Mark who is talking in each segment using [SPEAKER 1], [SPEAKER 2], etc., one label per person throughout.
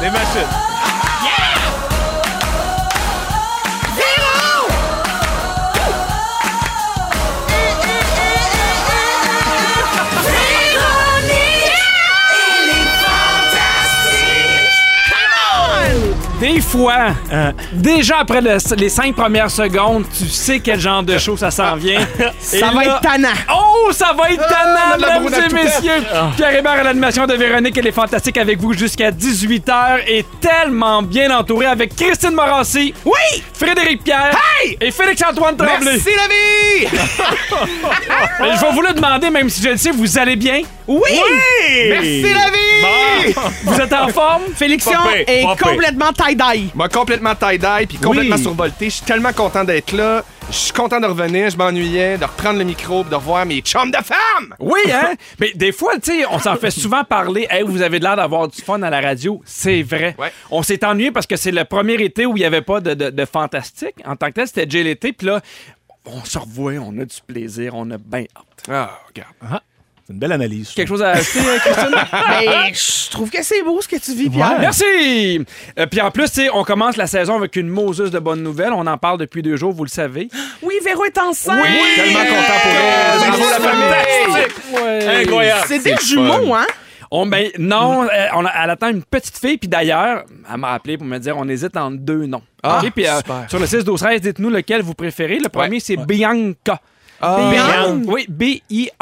[SPEAKER 1] Les machines.
[SPEAKER 2] Des fois, euh, déjà après le- les cinq premières secondes, tu sais quel genre de show ça s'en vient. Et
[SPEAKER 3] Ça va
[SPEAKER 2] là-
[SPEAKER 3] être tannant.
[SPEAKER 2] Oh, ça va être
[SPEAKER 1] on a
[SPEAKER 2] tannant,
[SPEAKER 1] de la
[SPEAKER 2] mesdames
[SPEAKER 1] brune à
[SPEAKER 2] et
[SPEAKER 1] tout
[SPEAKER 2] messieurs!
[SPEAKER 3] Ah.
[SPEAKER 2] Pierre Hébert à l'animation de Véronique, elle est fantastique avec vous jusqu'à 18h et tellement bien entourée avec Christine Morancy,
[SPEAKER 3] Oui!
[SPEAKER 2] Frédéric Pierre et Félix-Antoine Tremblay.
[SPEAKER 3] Merci la vie!
[SPEAKER 2] Et Je vais vous le demander, même si je le sais, vous allez bien?
[SPEAKER 3] Oui! Merci la vie!
[SPEAKER 1] Bon.
[SPEAKER 2] Vous êtes en forme?
[SPEAKER 3] Félixion
[SPEAKER 1] Pas pire,
[SPEAKER 3] est
[SPEAKER 1] pas pire.
[SPEAKER 3] complètement tie-dye.
[SPEAKER 4] Moi, complètement tie-dye, puis complètement survolté. Je suis tellement content d'être là. Je suis content de revenir. Je m'ennuyais de reprendre le micro, puis de revoir mes chums de femmes.
[SPEAKER 2] Oui, hein? Mais des fois, tu sais, on s'en fait souvent parler. Hey, vous avez l'air d'avoir du fun à la radio. C'est vrai.
[SPEAKER 4] Ouais.
[SPEAKER 2] On s'est ennuyé parce que c'est le premier été où il n'y avait pas de, de- de fantastique. En tant que tel, c'était déjà l'été. Puis là, on se revoit, on a du plaisir, on a bien hâte.
[SPEAKER 4] Ah, regarde.
[SPEAKER 1] C'est une belle analyse.
[SPEAKER 2] Quelque chose à ajouter, euh, Christine?
[SPEAKER 3] Mais je trouve que c'est beau ce que tu vis, Pierre.
[SPEAKER 2] Merci! Euh, Puis en plus, tu sais, on commence la saison avec une Moses de bonnes nouvelles. On en parle depuis deux jours, vous le savez.
[SPEAKER 3] Oui, Véro est enceinte.
[SPEAKER 4] Tellement content pour elle.
[SPEAKER 3] Ouais.
[SPEAKER 4] Bravo, la famille.
[SPEAKER 2] Ouais.
[SPEAKER 1] Incroyable.
[SPEAKER 3] C'est des jumeaux, hein?
[SPEAKER 2] On, ben, non, euh, on a- elle attend une petite fille, puis d'ailleurs, elle m'a appelé pour me dire on hésite entre deux noms.
[SPEAKER 4] Ah,
[SPEAKER 2] Ok, puis, euh,
[SPEAKER 4] super.
[SPEAKER 2] sur le 6 12 13, dites-nous lequel vous préférez. Le premier, c'est Bianca.
[SPEAKER 3] Bianca?
[SPEAKER 2] Oui, B-I-A-N-G.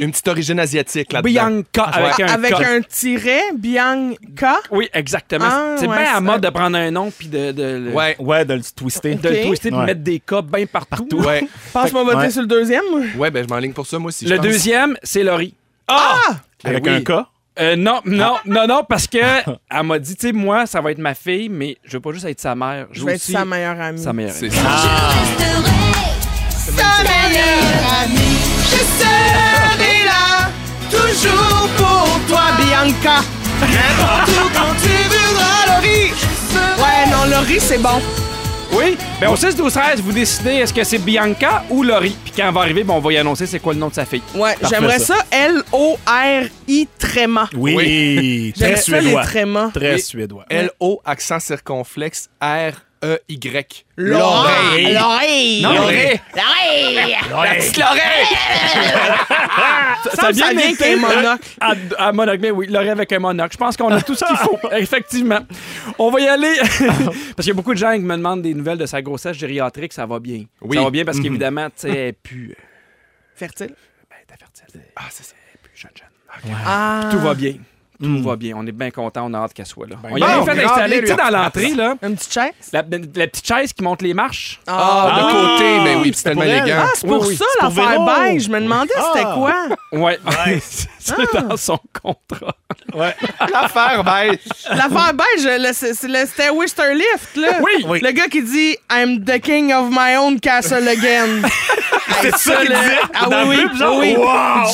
[SPEAKER 4] Ah. Une petite Ah, origine asiatique là-dedans.
[SPEAKER 2] Bianca avec un
[SPEAKER 3] Avec
[SPEAKER 2] K.
[SPEAKER 3] un tiret, Bianca.
[SPEAKER 2] Oui, exactement.
[SPEAKER 3] Ah,
[SPEAKER 2] c'est
[SPEAKER 3] ouais,
[SPEAKER 2] bien à
[SPEAKER 3] ça-
[SPEAKER 2] mode de prendre un nom puis de, de, le-
[SPEAKER 4] Ouais.
[SPEAKER 1] Ouais, de le twister.
[SPEAKER 2] de le
[SPEAKER 3] Ok.
[SPEAKER 2] twister, puis
[SPEAKER 1] Ouais.
[SPEAKER 2] mettre des cas bien partout.
[SPEAKER 4] Ouais.
[SPEAKER 3] Passe-moi voter
[SPEAKER 1] Ouais.
[SPEAKER 3] sur le deuxième.
[SPEAKER 4] Ouais, ben je m'enligne pour ça, moi aussi. je
[SPEAKER 2] Le
[SPEAKER 4] pense.
[SPEAKER 2] deuxième, c'est Laurie.
[SPEAKER 3] Ah!
[SPEAKER 1] Avec
[SPEAKER 4] Eh oui.
[SPEAKER 1] un cas.
[SPEAKER 2] Euh, non, non,
[SPEAKER 4] Ah.
[SPEAKER 2] non, non, parce que elle m'a dit, tu sais, moi, ça va être ma fille, mais je veux pas juste être sa mère. Je
[SPEAKER 3] Je
[SPEAKER 2] veux
[SPEAKER 3] vais être
[SPEAKER 2] aussi
[SPEAKER 3] Ben, sa meilleure amie.
[SPEAKER 2] sa mère.
[SPEAKER 4] C'est
[SPEAKER 3] Sa meilleure amie, je serai là, toujours pour toi, Bianca. Tout quand tu voudras, Laurie. Ouais, non, Laurie, c'est bon.
[SPEAKER 2] Oui. Ben, au 6 12 13, vous décidez est-ce que c'est Bianca ou Laurie. Puis quand elle va arriver, ben, on va y annoncer c'est quoi le nom de sa fille.
[SPEAKER 3] Ouais, j'aimerais ça. L-O-R-I tréma.
[SPEAKER 1] Oui.
[SPEAKER 3] J'aime
[SPEAKER 1] Très
[SPEAKER 3] ça, les
[SPEAKER 1] suédois.
[SPEAKER 3] trémas.
[SPEAKER 1] Très
[SPEAKER 4] Et-
[SPEAKER 1] suédois.
[SPEAKER 4] L-O, accent circonflexe, R-E-Y.
[SPEAKER 3] L'oreille. L'oreille.
[SPEAKER 2] Non, Laurie.
[SPEAKER 1] Ouais.
[SPEAKER 3] Ça me semble bien qu'un
[SPEAKER 2] hein?
[SPEAKER 3] monocle.
[SPEAKER 2] À, à monocle, mais oui, Laurie avec un monocle. Je pense qu'on a tout ce qu'il faut, effectivement. On va y aller. parce qu'il y a beaucoup de gens qui me demandent des nouvelles de sa grossesse gériatrique. Ça va bien.
[SPEAKER 4] Oui. Mhm.
[SPEAKER 2] Ça va bien parce qu'évidemment, tu sais, elle est plus, euh,
[SPEAKER 3] Fertile.
[SPEAKER 2] ben, elle était fertile.
[SPEAKER 4] Ah, c'est ça. Hmm.
[SPEAKER 2] Elle est plus jeune, jeune.
[SPEAKER 3] Ah.
[SPEAKER 2] Tout va bien. Tout va bien. On est bien content. On a hâte qu'elle soit là. on y
[SPEAKER 4] bon,
[SPEAKER 2] a même fait
[SPEAKER 4] grave,
[SPEAKER 2] installer,
[SPEAKER 4] les
[SPEAKER 2] tu sais, dans l'entrée, là,
[SPEAKER 3] Une petite chaise.
[SPEAKER 2] la, la petite chaise qui monte les marches.
[SPEAKER 4] Ah, de
[SPEAKER 1] Ah,
[SPEAKER 4] côté, ben oui,
[SPEAKER 1] c'est
[SPEAKER 4] c'est tellement
[SPEAKER 1] pour elle.
[SPEAKER 4] élégant.
[SPEAKER 3] Ah, c'est pour
[SPEAKER 2] Oui, oui,
[SPEAKER 3] ça
[SPEAKER 1] c'est pour
[SPEAKER 3] l'affaire
[SPEAKER 1] Véro.
[SPEAKER 3] beige. Je me demandais c'était
[SPEAKER 1] Ah.
[SPEAKER 3] quoi.
[SPEAKER 2] Ouais. c'est dans son contrat.
[SPEAKER 1] Ouais.
[SPEAKER 4] L'affaire, ben.
[SPEAKER 3] L'affaire beige, le- c'est c'est le c'était Wister Lift, là.
[SPEAKER 2] Oui.
[SPEAKER 3] Le gars qui dit I'm the king of my own castle again.
[SPEAKER 1] C'est ça
[SPEAKER 3] le- Ah
[SPEAKER 1] Dans
[SPEAKER 3] oui,
[SPEAKER 1] le
[SPEAKER 3] oui,
[SPEAKER 1] pub, genre?
[SPEAKER 3] oui.
[SPEAKER 1] Wow!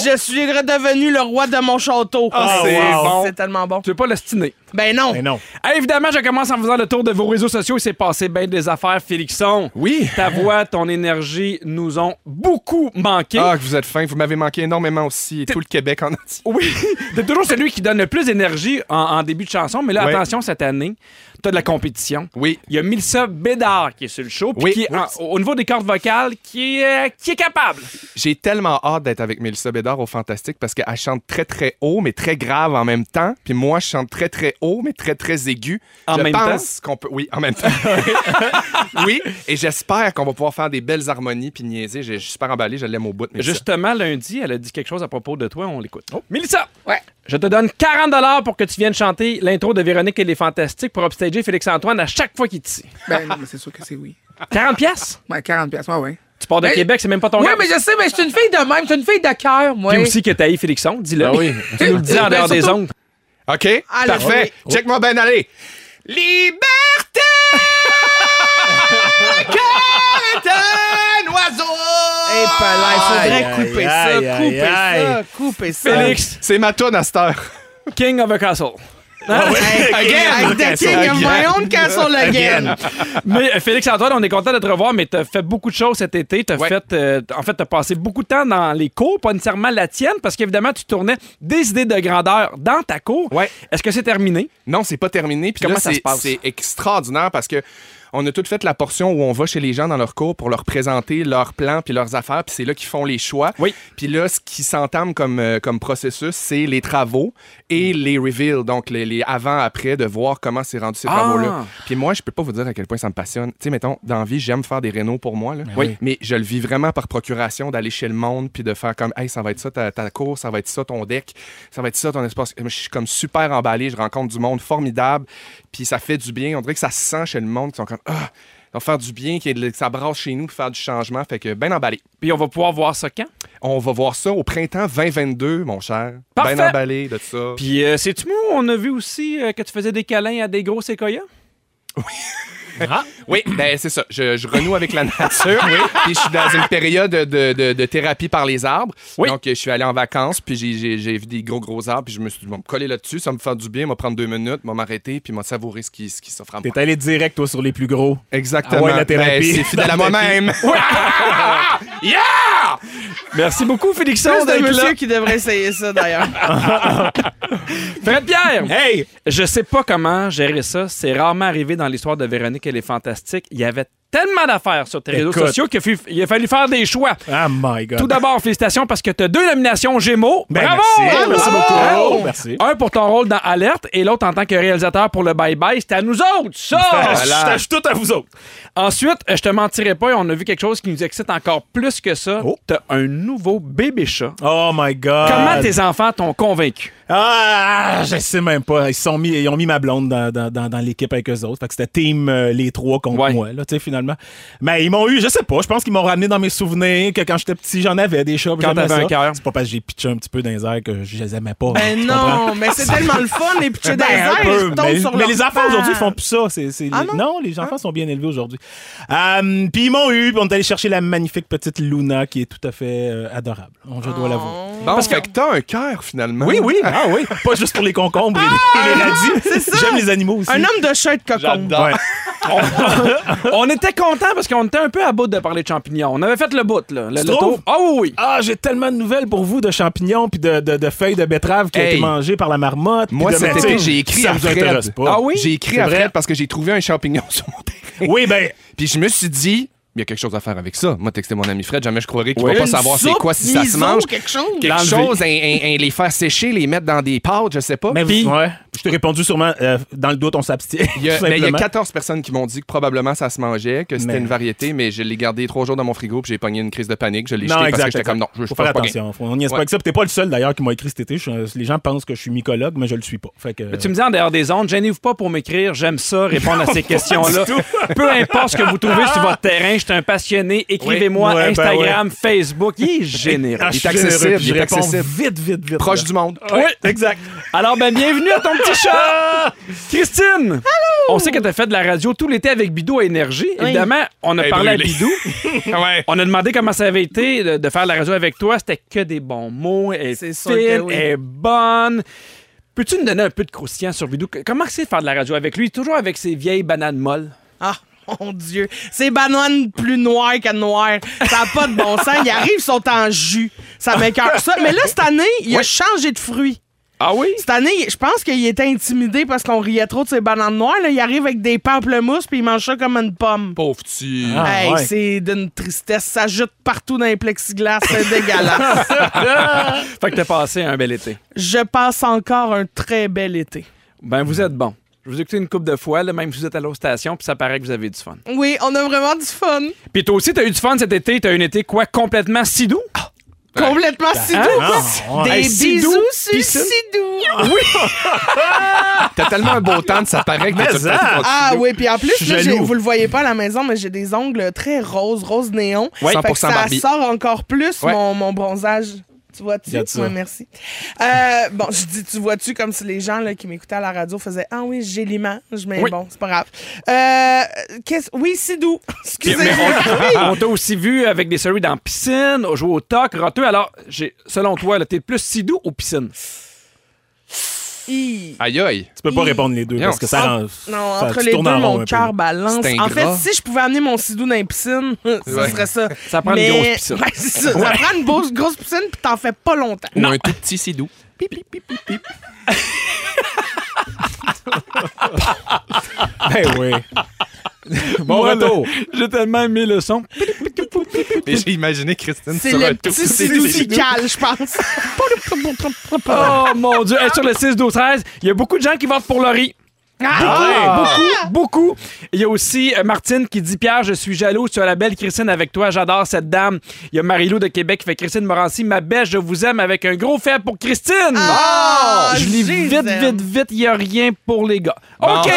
[SPEAKER 3] Je suis redevenu le roi de mon château.
[SPEAKER 1] Ah,
[SPEAKER 4] c'est
[SPEAKER 1] bon.
[SPEAKER 3] C'est tellement bon.
[SPEAKER 2] Tu veux pas l'ostiner.
[SPEAKER 3] Ben non.
[SPEAKER 1] Mais non.
[SPEAKER 2] Hey, évidemment, je commence en faisant le tour de vos réseaux sociaux. Il s'est passé bien des affaires, Félixon.
[SPEAKER 4] Oui.
[SPEAKER 2] Ta voix, ton énergie nous ont beaucoup manqué.
[SPEAKER 4] Ah, que vous êtes fin, vous m'avez manqué énormément aussi, et tout le Québec en entier.
[SPEAKER 2] Oui, t'es toujours celui qui donne le plus d'énergie en, en début de chanson. Mais là,
[SPEAKER 4] Ouais.
[SPEAKER 2] attention, cette année, t'as de la compétition.
[SPEAKER 4] Oui.
[SPEAKER 2] Il y a Milsa Bédard qui est sur le show, puis
[SPEAKER 4] Oui.
[SPEAKER 2] qui est en- au niveau des cordes vocales, qui est, qui est capable.
[SPEAKER 4] J'ai tellement hâte d'être avec Mélissa Bédard au Fantastique parce qu'elle chante très très haut mais très grave en même temps. Puis moi, je chante très très haut mais très très aigu.
[SPEAKER 2] En
[SPEAKER 4] je
[SPEAKER 2] même
[SPEAKER 4] pense qu'on peut. Oui, en même temps. oui, et j'espère qu'on va pouvoir faire des belles harmonies puis niaiser. Je je suis super emballé, je l'aime au bout. mais ça- Oh,
[SPEAKER 2] Justement, lundi, elle a dit quelque chose à propos de toi, on l'écoute. Mélissa!
[SPEAKER 3] Ouais.
[SPEAKER 2] Je te donne 40 pour que tu viennes chanter l'intro de Véronique et les Fantastiques pour upstager Félix-Antoine à chaque fois qu'il te dit.
[SPEAKER 5] Ben non, mais c'est sûr que c'est oui.
[SPEAKER 2] 40 piastres?
[SPEAKER 5] Ouais, 40 piastres, ouais, ouais.
[SPEAKER 2] Tu pars de
[SPEAKER 5] Mais-
[SPEAKER 2] Québec, c'est même pas ton
[SPEAKER 5] Ouais,
[SPEAKER 2] gars.
[SPEAKER 5] mais je sais, mais je suis une fille de même, je suis une fille de cœur, moi.
[SPEAKER 2] Puis aussi que t'as eu Félixon, dis-le.
[SPEAKER 4] Ah oui.
[SPEAKER 2] Tu nous le dis en
[SPEAKER 5] Ben,
[SPEAKER 2] dehors des
[SPEAKER 5] surtout-
[SPEAKER 2] ondes.
[SPEAKER 4] OK,
[SPEAKER 3] Ah, là,
[SPEAKER 4] parfait. Check-moi bien aller. Liberté! Car est un oiseau!
[SPEAKER 3] Hey, palais, faudrait
[SPEAKER 1] Aïe,
[SPEAKER 3] couper
[SPEAKER 1] aïe,
[SPEAKER 3] ça,
[SPEAKER 1] aïe,
[SPEAKER 3] couper
[SPEAKER 1] aïe.
[SPEAKER 3] ça, couper ça.
[SPEAKER 2] Félix,
[SPEAKER 4] C'est ma toune à cette heure.
[SPEAKER 2] King of a Castle.
[SPEAKER 1] Again!
[SPEAKER 5] I'm the king of my own castle again.
[SPEAKER 2] Mais euh, Félix-Antoine, on est content de te revoir, mais t'as fait beaucoup de choses cet été. T'as
[SPEAKER 4] Ouais.
[SPEAKER 2] fait, euh, en fait, t'as passé beaucoup de temps dans les cours, pas nécessairement la tienne, parce qu'évidemment, tu tournais des idées de grandeur dans ta cour.
[SPEAKER 4] Ouais.
[SPEAKER 2] Est-ce que c'est terminé?
[SPEAKER 4] Non, c'est pas terminé. Puis
[SPEAKER 2] Comment
[SPEAKER 4] là,
[SPEAKER 2] ça se
[SPEAKER 4] c'est-
[SPEAKER 2] passe?
[SPEAKER 4] C'est extraordinaire parce que on a tout fait la portion où on va chez les gens dans leur cours pour leur présenter leurs plans puis leurs affaires. Puis c'est là qu'ils font les choix.
[SPEAKER 2] Oui.
[SPEAKER 4] Puis là, ce qui s'entame comme, euh, comme processus, c'est les travaux et les reveals, donc les, les avant-après, de voir comment c'est rendu ces
[SPEAKER 2] Ah!
[SPEAKER 4] travaux-là. Puis moi, je peux pas vous dire à quel point ça me passionne. Tu sais, mettons, dans la vie, j'aime faire des rénaux pour moi. Là.
[SPEAKER 2] oui.
[SPEAKER 4] Mais je le vis vraiment par procuration d'aller chez le monde puis de faire comme, hey, ça va être ça ta, ta cour, ça va être ça ton deck, ça va être ça ton espace. Je suis comme super emballé, je rencontre du monde formidable, puis ça fait du bien. On dirait que ça se sent chez le monde, qui sont comme, ah, ça va faire du bien, qu'il y ait de- que ça brasse chez nous, puis faire du changement. Fait que, ben emballé.
[SPEAKER 2] Puis on va pouvoir voir ça quand?
[SPEAKER 4] On va voir ça au printemps 2022, mon cher.
[SPEAKER 2] Parfait.
[SPEAKER 4] Ben emballé de tout ça.
[SPEAKER 2] Puis, euh, sais-tu moi, on a vu aussi euh, que tu faisais des câlins à des gros séquoias?
[SPEAKER 4] Oui, ben c'est ça. Je, je renoue avec la nature. oui. Puis je suis dans une période de, de- de thérapie par les arbres.
[SPEAKER 2] Oui.
[SPEAKER 4] Donc je suis allé en vacances, puis j'ai- j'ai j'ai vu des gros gros arbres, puis je me suis dit, bon, me coller là-dessus, ça va me faire du bien, m'a prendre deux minutes, m'a m'arrêter, puis m'a savourer ce qui, ce qui s'offre à moi.
[SPEAKER 1] T'es allé direct, toi, sur les plus gros.
[SPEAKER 4] Exactement.
[SPEAKER 1] Ah ouais, la
[SPEAKER 4] Ben,
[SPEAKER 1] thérapie.
[SPEAKER 4] c'est fidèle à
[SPEAKER 1] La
[SPEAKER 4] moi-même.
[SPEAKER 2] Merci beaucoup, Félix.
[SPEAKER 5] Plus de
[SPEAKER 2] d'être là.
[SPEAKER 5] monsieur qui devrait essayer ça, d'ailleurs.
[SPEAKER 2] Fred Pierre!
[SPEAKER 1] Hey!
[SPEAKER 2] Je sais pas comment gérer ça. C'est rarement arrivé dans l'histoire de Véronique et les Fantastiques. Il y avait tellement d'affaires sur tes réseaux
[SPEAKER 1] Écoute.
[SPEAKER 2] sociaux qu'il fut- il a fallu faire des choix.
[SPEAKER 1] Oh my God.
[SPEAKER 2] Tout d'abord, félicitations parce que tu as deux nominations Gémeaux.
[SPEAKER 1] Ben,
[SPEAKER 2] Bravo!
[SPEAKER 1] Merci, merci
[SPEAKER 2] Bravo!
[SPEAKER 1] beaucoup. Merci.
[SPEAKER 2] Un pour ton rôle dans Alerte et l'autre en tant que réalisateur pour le Bye Bye. C'est à nous autres, ça!
[SPEAKER 1] Je tâche tout à vous autres.
[SPEAKER 2] Ensuite, euh, je te mentirai pas, on a vu quelque chose qui nous excite encore plus que ça.
[SPEAKER 1] Oh.
[SPEAKER 2] T'as un nouveau bébé chat.
[SPEAKER 1] Oh my God.
[SPEAKER 2] Comment tes enfants t'ont convaincu?
[SPEAKER 1] Ah, je sais même pas. Ils, se sont mis, ils ont mis ma blonde dans, dans- dans- dans l'équipe avec eux autres. Fait que c'était team euh, les trois contre
[SPEAKER 2] Ouais.
[SPEAKER 1] moi, là, tu sais, finalement. Mais ils m'ont eu, je sais pas, je pense qu'ils m'ont ramené dans mes souvenirs que quand j'étais petit, j'en avais des chats. puis
[SPEAKER 2] Quand
[SPEAKER 1] j'aimais
[SPEAKER 2] t'avais
[SPEAKER 1] ça.
[SPEAKER 2] un cœur.
[SPEAKER 1] C'est pas parce que j'ai pitché un petit peu dans les airs que je les aimais pas. hein,
[SPEAKER 5] Ben
[SPEAKER 1] tu
[SPEAKER 5] non,
[SPEAKER 1] comprends?
[SPEAKER 5] mais c'est tellement le fun, les petits
[SPEAKER 1] Ben, un
[SPEAKER 5] déserts,
[SPEAKER 1] peu,
[SPEAKER 5] ils tombent
[SPEAKER 1] mais,
[SPEAKER 5] sur
[SPEAKER 1] mais
[SPEAKER 5] leur
[SPEAKER 1] les enfants
[SPEAKER 5] patte.
[SPEAKER 1] aujourd'hui font plus ça. C'est, c'est-
[SPEAKER 5] Ah
[SPEAKER 1] les-
[SPEAKER 5] non?
[SPEAKER 1] les enfants sont bien élevés aujourd'hui. Euh, puis ils m'ont eu, puis on est allé chercher la magnifique petite Luna qui est tout à fait euh, adorable. Je
[SPEAKER 5] Oh.
[SPEAKER 1] dois l'avouer.
[SPEAKER 4] Bon, Parce que t'as un cœur finalement.
[SPEAKER 1] Oui, oui, ah oui. Pas juste pour les concombres et
[SPEAKER 4] Ah,
[SPEAKER 1] les, et les radis. J'aime les animaux aussi.
[SPEAKER 5] Un homme de chat et de cocon.
[SPEAKER 1] Ouais.
[SPEAKER 2] on était contents parce qu'on était un peu à bout de parler de champignons. On avait fait le bout, là. Le,
[SPEAKER 1] Tu
[SPEAKER 2] le
[SPEAKER 1] trouves?
[SPEAKER 2] tour. Ah oui, oui.
[SPEAKER 1] Ah, j'ai tellement de nouvelles pour vous de champignons puis de, de- de feuilles de betterave qui ont
[SPEAKER 4] Hey.
[SPEAKER 1] été mangées par la marmotte. puis
[SPEAKER 4] Moi,
[SPEAKER 1] de-
[SPEAKER 4] cet
[SPEAKER 1] mais
[SPEAKER 4] été,
[SPEAKER 1] tu sais,
[SPEAKER 4] j'ai écrit
[SPEAKER 1] ça
[SPEAKER 4] à
[SPEAKER 1] vous
[SPEAKER 4] Fred.
[SPEAKER 1] intéresse pas.
[SPEAKER 2] Ah oui?
[SPEAKER 4] J'ai écrit
[SPEAKER 1] C'est
[SPEAKER 4] à
[SPEAKER 1] vrai.
[SPEAKER 4] Fred parce que j'ai trouvé un champignon sur mon terrain.
[SPEAKER 1] Oui, ben,
[SPEAKER 4] Puis je me suis dit, il y a quelque chose à faire avec ça. Moi, texté mon ami Fred, jamais je croirais qu'il
[SPEAKER 2] Oui.
[SPEAKER 4] va pas
[SPEAKER 2] Une
[SPEAKER 4] savoir c'est
[SPEAKER 5] soupe,
[SPEAKER 4] quoi si ça se
[SPEAKER 5] miso,
[SPEAKER 4] mange.
[SPEAKER 5] quelque chose.
[SPEAKER 4] quelque
[SPEAKER 2] L'enlever.
[SPEAKER 4] chose, un- un- un- les faire sécher, les mettre dans des pâtes, je sais pas.
[SPEAKER 1] mais
[SPEAKER 4] Puis,
[SPEAKER 1] ouais, je t'ai répondu sûrement euh, dans le doute, on s'abstient.
[SPEAKER 4] il y a,
[SPEAKER 1] tout
[SPEAKER 4] mais il y a
[SPEAKER 1] simplement.
[SPEAKER 4] 14 personnes qui m'ont dit que probablement ça se mangeait, que c'était
[SPEAKER 1] Mais-
[SPEAKER 4] une variété, mais je l'ai gardé trois jours dans mon frigo puis j'ai pogné une crise de panique. Je l'ai
[SPEAKER 1] Non,
[SPEAKER 4] jeté parce
[SPEAKER 1] exact.
[SPEAKER 4] que j'étais
[SPEAKER 1] exact.
[SPEAKER 4] comme non, je je
[SPEAKER 1] Faut
[SPEAKER 4] peux
[SPEAKER 1] faire
[SPEAKER 4] pas
[SPEAKER 1] attention. On n'y est
[SPEAKER 4] Ouais.
[SPEAKER 1] pas que ça. Puis T'es pas le seul d'ailleurs qui m'a écrit cet été. Je suis un- les gens pensent que je suis mycologue, mais je le suis pas. Fait que. euh,
[SPEAKER 2] Tu me dis en dehors des ondes, gênez-vous pas pour m'écrire, j'aime ça, répondre à ces questions-là. Peu importe ce que vous trouvez sur votre terrain, je suis un passionné. Écrivez-moi
[SPEAKER 1] Ouais, ben
[SPEAKER 2] Instagram, Facebook. Il est généreux.
[SPEAKER 1] Ah, je suis
[SPEAKER 4] Il est accessible,
[SPEAKER 1] généreux, puis
[SPEAKER 4] il
[SPEAKER 1] Je
[SPEAKER 4] est
[SPEAKER 1] réponds
[SPEAKER 4] accessible.
[SPEAKER 1] vite, vite, vite.
[SPEAKER 4] Proche
[SPEAKER 1] là.
[SPEAKER 4] du monde.
[SPEAKER 2] Oui,
[SPEAKER 1] Exact.
[SPEAKER 2] alors ben bienvenue à ton petit chat! Christine! On sait que t'as fait de la radio tout l'été avec Bidou à Énergie. Évidemment, on a
[SPEAKER 4] Elle est
[SPEAKER 2] parlé à
[SPEAKER 4] brûlée.
[SPEAKER 2] Bidou.
[SPEAKER 4] Ouais.
[SPEAKER 2] On a demandé comment ça avait été de, de faire la radio avec toi. C'était que des bons mots. Elle est
[SPEAKER 5] C'est sûr que
[SPEAKER 2] fine,
[SPEAKER 5] oui.
[SPEAKER 2] elle est bonne. Peux-tu nous donner un peu de croustillant sur Bidou? Que- Comment c'est de faire de la radio avec lui? Toujours avec ses vieilles bananes molles.
[SPEAKER 5] Ah, mon Dieu. Ces bananes plus noires que noires. Ça n'a pas de bon sens. Ils arrivent, ils sont en jus. Ça m'écœure ça. Mais là, cette année, il a changé de fruit.
[SPEAKER 2] Ah oui?
[SPEAKER 5] Cette année, je pense qu'il était intimidé parce qu'on riait trop de ces bananes noires. Là, il arrive avec des pamplemousses puis il mange ça comme une pomme.
[SPEAKER 4] Pauvre petit.
[SPEAKER 1] Ah,
[SPEAKER 5] Hey,
[SPEAKER 1] ouais.
[SPEAKER 5] c'est d'une tristesse. Ça jute partout dans les plexiglas. C'est dégueulasse.
[SPEAKER 2] Fait que t'as passé un bel été.
[SPEAKER 5] Je passe encore un très bel été.
[SPEAKER 2] Ben, vous êtes bon. Je vous ai écouté une couple de fois, là, même si vous êtes à l'autre station, puis ça paraît que vous avez du fun.
[SPEAKER 5] Oui, on a vraiment du fun.
[SPEAKER 2] Puis toi aussi, t'as eu du fun cet été. T'as eu un été, quoi, complètement si doux?
[SPEAKER 5] Complètement si
[SPEAKER 2] Hein?
[SPEAKER 5] doux.
[SPEAKER 1] Ah,
[SPEAKER 5] Des
[SPEAKER 1] Ben, ouais.
[SPEAKER 2] Hey, si
[SPEAKER 5] bisous
[SPEAKER 2] doux,
[SPEAKER 5] sur
[SPEAKER 2] pis ça.
[SPEAKER 5] si doux.
[SPEAKER 4] T'as tellement un beau temps de ça paraît que t'as tout le temps ton
[SPEAKER 5] Ah oui, puis en
[SPEAKER 1] Je
[SPEAKER 5] plus,
[SPEAKER 1] suis
[SPEAKER 5] là, j'ai-
[SPEAKER 1] jaloux.
[SPEAKER 5] vous le voyez pas à la maison, mais j'ai des ongles très roses, rose néon.
[SPEAKER 4] Ouais,
[SPEAKER 5] Fait que
[SPEAKER 4] 100%
[SPEAKER 5] ça
[SPEAKER 4] Barbie.
[SPEAKER 5] sort encore plus
[SPEAKER 4] Ouais.
[SPEAKER 5] mon, mon bronzage. Tu vois-tu?
[SPEAKER 1] Regarde ça.
[SPEAKER 5] Ouais, merci. Euh, bon, je dis tu vois-tu comme si les gens là, qui m'écoutaient à la radio faisaient Ah oui, j'ai l'image, mais
[SPEAKER 2] Oui.
[SPEAKER 5] bon, c'est pas grave. Euh, qu'est-ce- oui, Sidou. Excusez-moi.
[SPEAKER 1] Ah
[SPEAKER 2] On t'a aussi vu avec des séries dans la piscine, jouer au toc, roteux. Alors, j'ai- selon toi, là, t'es plus si doux ou piscine?
[SPEAKER 5] Hi.
[SPEAKER 4] Aïe aïe.
[SPEAKER 1] Tu peux pas répondre les deux
[SPEAKER 4] Non,
[SPEAKER 1] parce que ça rend.
[SPEAKER 5] Non,
[SPEAKER 1] ça-
[SPEAKER 5] entre
[SPEAKER 1] tu
[SPEAKER 5] les deux,
[SPEAKER 1] tournes en rond un
[SPEAKER 5] mon
[SPEAKER 1] peu.
[SPEAKER 5] cœur balance.
[SPEAKER 4] C'est
[SPEAKER 5] En
[SPEAKER 4] ingrat.
[SPEAKER 5] fait, si je pouvais amener mon sidou dans les piscines, ça
[SPEAKER 4] Ouais.
[SPEAKER 5] serait ça.
[SPEAKER 2] Ça prend une
[SPEAKER 5] Mais-
[SPEAKER 2] grosse piscine.
[SPEAKER 5] Ouais, c'est ça. Ça prend une grosse, grosse piscine, puis t'en fais pas longtemps.
[SPEAKER 4] Ou un tout petit sidou.
[SPEAKER 1] Ben oui. bon
[SPEAKER 2] Moi,
[SPEAKER 1] retour.
[SPEAKER 2] J'ai tellement aimé le son.
[SPEAKER 4] Mais j'ai imaginé Christine
[SPEAKER 5] C'est
[SPEAKER 4] sur un
[SPEAKER 5] le
[SPEAKER 4] tout
[SPEAKER 5] petit
[SPEAKER 4] petit
[SPEAKER 5] sidou
[SPEAKER 4] sidou.
[SPEAKER 5] qui cale, je pense.
[SPEAKER 2] Oh mon Dieu. Hey, sur le 6, 12, 13, il y a beaucoup de gens qui votent pour Laurie.
[SPEAKER 1] Ah
[SPEAKER 2] Beaucoup, beaucoup. Il y a aussi euh, Martine qui dit Pierre, je suis jaloux, tu as la belle Christine avec toi, j'adore cette dame. Il y a Marilou de Québec qui fait Christine Morancy, ma belle, je vous aime avec un gros faible pour Christine.
[SPEAKER 5] Ah,
[SPEAKER 2] je lis
[SPEAKER 5] je les
[SPEAKER 2] vite,
[SPEAKER 5] aime.
[SPEAKER 2] vite, vite, il n'y a rien pour les gars. OK.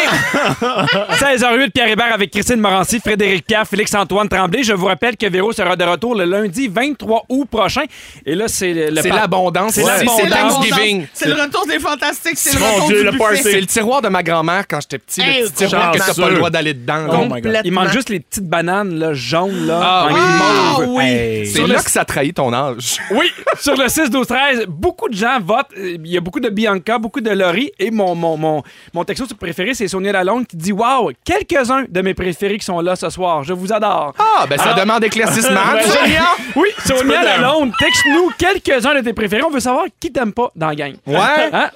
[SPEAKER 2] 16h08, Pierre Hébert avec Christine Morancy, Frédéric Pierre, Félix-Antoine Tremblay. Je vous rappelle que Véro sera de retour le lundi 23 août prochain. Et là, c'est le. le
[SPEAKER 4] C'est
[SPEAKER 2] par-
[SPEAKER 4] l'abondance.
[SPEAKER 2] C'est
[SPEAKER 4] ici,
[SPEAKER 2] l'abondance.
[SPEAKER 4] C'est
[SPEAKER 5] C'est la
[SPEAKER 4] Thanksgiving.
[SPEAKER 5] abondance. C'est le retour des fantastiques, c'est le
[SPEAKER 1] Mon
[SPEAKER 5] retour
[SPEAKER 1] Dieu,
[SPEAKER 5] du
[SPEAKER 1] le
[SPEAKER 5] buffet.
[SPEAKER 1] party.
[SPEAKER 4] C'est le tiroir de ma grand-mère quand j'étais petit.
[SPEAKER 5] Hey,
[SPEAKER 4] Le petit tiroir que t'as pas
[SPEAKER 1] chanceux.
[SPEAKER 4] le droit d'aller dedans.
[SPEAKER 1] Oh
[SPEAKER 4] là.
[SPEAKER 1] my God.
[SPEAKER 2] Il manque juste les petites bananes là, jaunes là,
[SPEAKER 4] Ah,
[SPEAKER 2] en
[SPEAKER 4] oui.
[SPEAKER 2] guimauve.
[SPEAKER 5] Ah oui.
[SPEAKER 1] Hey.
[SPEAKER 4] C'est là que ça trahit ton âge.
[SPEAKER 2] Oui, sur le 6, 12, 13, beaucoup de gens votent. Euh, Il y a beaucoup de Bianca, beaucoup de Laurie. Et mon, mon, mon, mon texto préféré, c'est Sonia Lalonde qui dit Wow, quelques-uns de mes préférés qui sont là ce soir. Je vous adore.
[SPEAKER 4] Ah, ben ça demande éclaircissement. ça.
[SPEAKER 2] Oui, Sonia Lalonde, texte-nous quelques-uns de tes préférés. On veut savoir qui t'aime pas dans la gang.
[SPEAKER 4] Ouais.
[SPEAKER 2] Hein?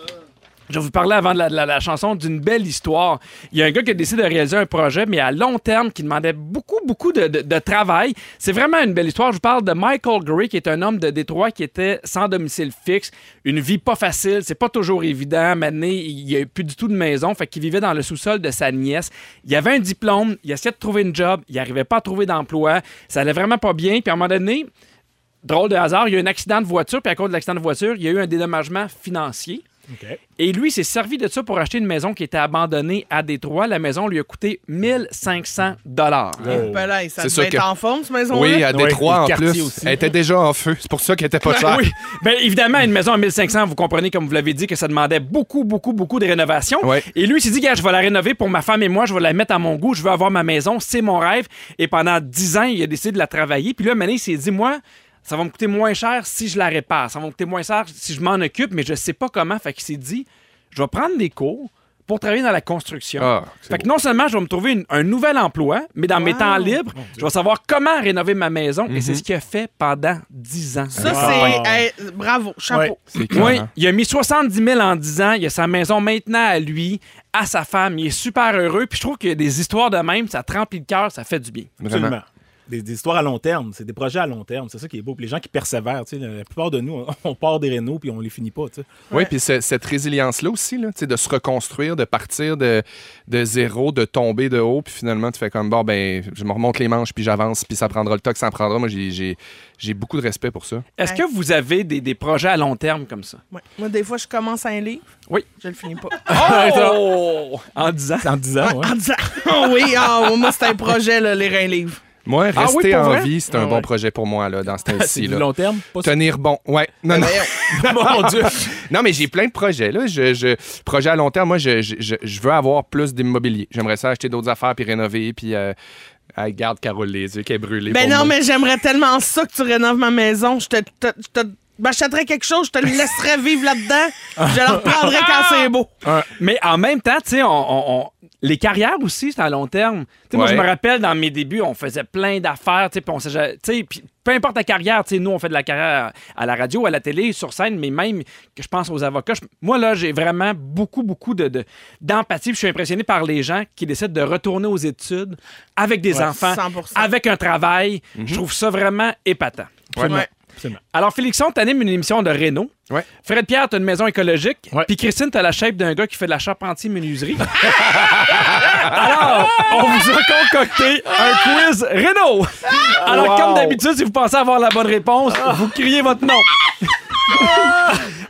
[SPEAKER 2] Je vous parlais avant de la, de la- la chanson d'une belle histoire. Il y a un gars qui a décidé de réaliser un projet, mais à long terme, qui demandait beaucoup, beaucoup de, de- de travail. C'est vraiment une belle histoire. Je vous parle de Michael Gray, qui est un homme de Détroit qui était sans domicile fixe. Une vie pas facile, c'est pas toujours évident. Maintenant, il n'y a plus du tout de maison, fait qu'il vivait dans le sous-sol de sa nièce. Il avait un diplôme, il essayait de trouver une job, il n'arrivait pas à trouver d'emploi. Ça allait vraiment pas bien. Puis à un moment donné, drôle de hasard, il y a eu un accident de voiture, puis à cause de l'accident de voiture, il y a eu un dédommagement financier.
[SPEAKER 1] OK.
[SPEAKER 2] Et lui s'est servi de ça pour acheter une maison qui était abandonnée à Détroit. La maison lui a coûté 1500 dollars.
[SPEAKER 1] Oh.
[SPEAKER 5] Ben là, ça
[SPEAKER 4] C'est sûr
[SPEAKER 5] devait
[SPEAKER 4] que-
[SPEAKER 5] être en forme, cette maison-là.
[SPEAKER 4] Oui, à
[SPEAKER 1] Ouais, le
[SPEAKER 4] Détroit en
[SPEAKER 1] quartier
[SPEAKER 4] plus.
[SPEAKER 1] aussi.
[SPEAKER 4] Elle était déjà en feu. C'est pour ça qu'elle était pas chère.
[SPEAKER 2] Ah Oui, bien évidemment, une maison à 1500, vous comprenez, comme vous l'avez dit, que ça demandait beaucoup, beaucoup, beaucoup de rénovation.
[SPEAKER 4] Ouais.
[SPEAKER 2] Et lui il s'est dit, gars, je vais la rénover pour ma femme et moi, je vais la mettre à mon goût, je veux avoir ma maison, c'est mon rêve. Et pendant 10 ans, il a décidé de la travailler. Puis là, maintenant, il s'est dit, moi, ça va me coûter moins cher si je la répare, ça va me coûter moins cher si je m'en occupe, mais je sais pas comment. Fait qu'il s'est dit, je vais prendre des cours pour travailler dans la construction.
[SPEAKER 4] Ah, c'est
[SPEAKER 2] Fait que non seulement je vais me trouver une- un nouvel emploi, mais dans mes
[SPEAKER 5] Wow.
[SPEAKER 2] temps libres, je vais savoir comment rénover ma maison. Et c'est ce qu'il a fait pendant 10 ans.
[SPEAKER 5] Ça,
[SPEAKER 1] Wow.
[SPEAKER 5] c'est. hey, bravo, chapeau.
[SPEAKER 1] Ouais.
[SPEAKER 4] C'est
[SPEAKER 2] Oui,
[SPEAKER 4] clair.
[SPEAKER 2] il a mis 70 000 en 10 ans. Il a sa maison maintenant à lui, à sa femme. Il est super heureux. Puis je trouve que des histoires de même, ça te remplit le cœur, ça fait du bien.
[SPEAKER 4] Vraiment.
[SPEAKER 1] Absolument. Des, des histoires à long terme, c'est des projets à long terme, c'est ça qui est beau. Puis les gens qui persévèrent, tu sais, la plupart de nous, on part des rénaux puis on les finit pas. tu sais.
[SPEAKER 4] Oui, puis ce- cette résilience-là aussi, là, tu sais, de se reconstruire, de partir de, de zéro, de tomber de haut, puis finalement, tu fais comme, bon, ben, je me remonte les manches, puis j'avance, puis ça prendra le temps que ça en prendra. Moi, j'ai- j'ai j'ai beaucoup de respect pour ça.
[SPEAKER 2] Est-ce
[SPEAKER 5] Ouais.
[SPEAKER 2] que vous avez des, des projets à long terme comme ça?
[SPEAKER 5] Ouais. Moi, des fois, je commence un livre.
[SPEAKER 2] Oui.
[SPEAKER 5] Je le finis pas.
[SPEAKER 2] Oh! en 10 ans.
[SPEAKER 1] En 10 ans, ouais.
[SPEAKER 5] En disant. Ah oui, ah, moi, c'est un projet, là, les reins livres.
[SPEAKER 4] Moi,
[SPEAKER 2] Ah oui,
[SPEAKER 4] rester
[SPEAKER 2] pour
[SPEAKER 4] en
[SPEAKER 2] vrai?
[SPEAKER 4] vie, c'est un
[SPEAKER 1] Ah
[SPEAKER 4] bon
[SPEAKER 1] ouais.
[SPEAKER 4] projet pour moi, là, dans ce
[SPEAKER 1] C'est
[SPEAKER 4] temps-ci.
[SPEAKER 1] du
[SPEAKER 4] là.
[SPEAKER 1] long terme, pas ça.
[SPEAKER 4] Tenir bon. Ouais. Non, non.
[SPEAKER 1] Mon Dieu.
[SPEAKER 4] Non, mais j'ai plein de projets. Là. Je, je- projet à long terme, moi, je, je- je- je veux avoir plus d'immobilier. J'aimerais ça acheter d'autres affaires puis rénover. Puis, euh, elle garde Carole les yeux qui est brûlée.
[SPEAKER 5] Ben
[SPEAKER 4] pour
[SPEAKER 5] non,
[SPEAKER 4] moi.
[SPEAKER 5] mais j'aimerais tellement ça que tu rénoves ma maison. Je te. te- je te- M'achèterais quelque chose, je te le laisserais vivre là-dedans. Je le reprendrais quand c'est beau.
[SPEAKER 2] Mais en même temps, tu sais, on, on- on- les carrières aussi, c'est à long terme. Tu sais, Moi,
[SPEAKER 4] Ouais.
[SPEAKER 2] je me rappelle, dans mes débuts, on faisait plein d'affaires, tu sais, puis on s'est- tu sais, puis peu importe la carrière, tu sais, nous, on fait de la carrière à la radio, à la télé, sur scène, mais même que je pense aux avocats. je- moi, là, j'ai vraiment beaucoup, beaucoup de- de- d'empathie. De, je suis impressionné par les gens qui décident de retourner aux études avec des enfants,
[SPEAKER 5] 100%.
[SPEAKER 2] avec un travail. Je trouve ça vraiment épatant.
[SPEAKER 4] Absolument.
[SPEAKER 5] Ouais.
[SPEAKER 1] Absolument.
[SPEAKER 2] Alors, Félixon, t'animes une émission de Renault.
[SPEAKER 4] Ouais.
[SPEAKER 2] Fred Pierre, t'as une maison écologique.
[SPEAKER 1] Ouais.
[SPEAKER 2] Puis Christine, t'as la shape d'un gars qui fait de la charpentier-menuiserie. Alors, on vous a concocté un quiz Renault. Alors, comme d'habitude, si vous pensez avoir la bonne réponse, vous criez votre nom.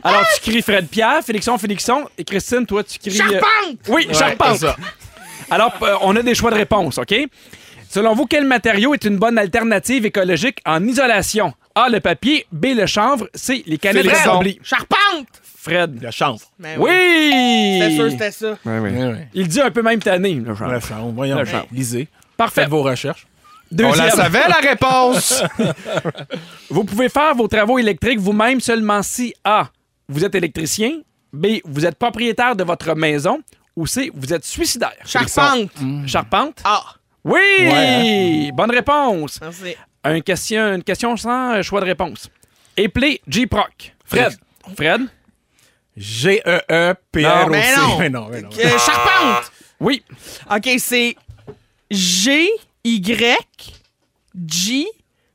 [SPEAKER 2] Alors, tu cries Fred Pierre, Félixon, Félixon. Et Christine, toi, tu cries. euh,
[SPEAKER 5] Charpente!
[SPEAKER 2] Oui, charpente.
[SPEAKER 1] c'est ça.
[SPEAKER 2] Alors, euh, on a des choix de réponse, OK? Selon vous, quel matériau est une bonne alternative écologique en isolation? A, le papier. B, le chanvre. C, les canettes
[SPEAKER 4] Félixon.
[SPEAKER 2] d'assemblée.
[SPEAKER 5] Charpente!
[SPEAKER 2] Fred.
[SPEAKER 1] La chance.
[SPEAKER 5] Ben
[SPEAKER 2] Oui!
[SPEAKER 5] C'était sûr, c'était ça.
[SPEAKER 4] Ouais, ouais.
[SPEAKER 2] Il dit un peu même tanné, le chanvre.
[SPEAKER 1] La chance. Voyons,
[SPEAKER 2] La chance.
[SPEAKER 1] lisez.
[SPEAKER 2] Parfait.
[SPEAKER 1] Faites vos recherches.
[SPEAKER 4] On la
[SPEAKER 2] Deuxième.
[SPEAKER 4] savait, la réponse!
[SPEAKER 2] Vous pouvez faire vos travaux électriques vous-même seulement si A, vous êtes électricien, B, vous êtes propriétaire de votre maison. Ou C, vous êtes suicidaire.
[SPEAKER 5] Charpente.
[SPEAKER 2] Mm. Charpente.
[SPEAKER 5] Ah.
[SPEAKER 2] Oui!
[SPEAKER 5] hein?
[SPEAKER 2] Bonne réponse.
[SPEAKER 5] Merci.
[SPEAKER 2] Un question, une question sans euh, choix de réponse. Éplé G. Proc. Fred. Fred?
[SPEAKER 1] G-E-E-P-R-O-C.
[SPEAKER 5] Non, mais non.
[SPEAKER 1] Mais non, mais non.
[SPEAKER 2] Ah.
[SPEAKER 5] Euh, charpente.
[SPEAKER 2] Oui.
[SPEAKER 5] OK, c'est G Y G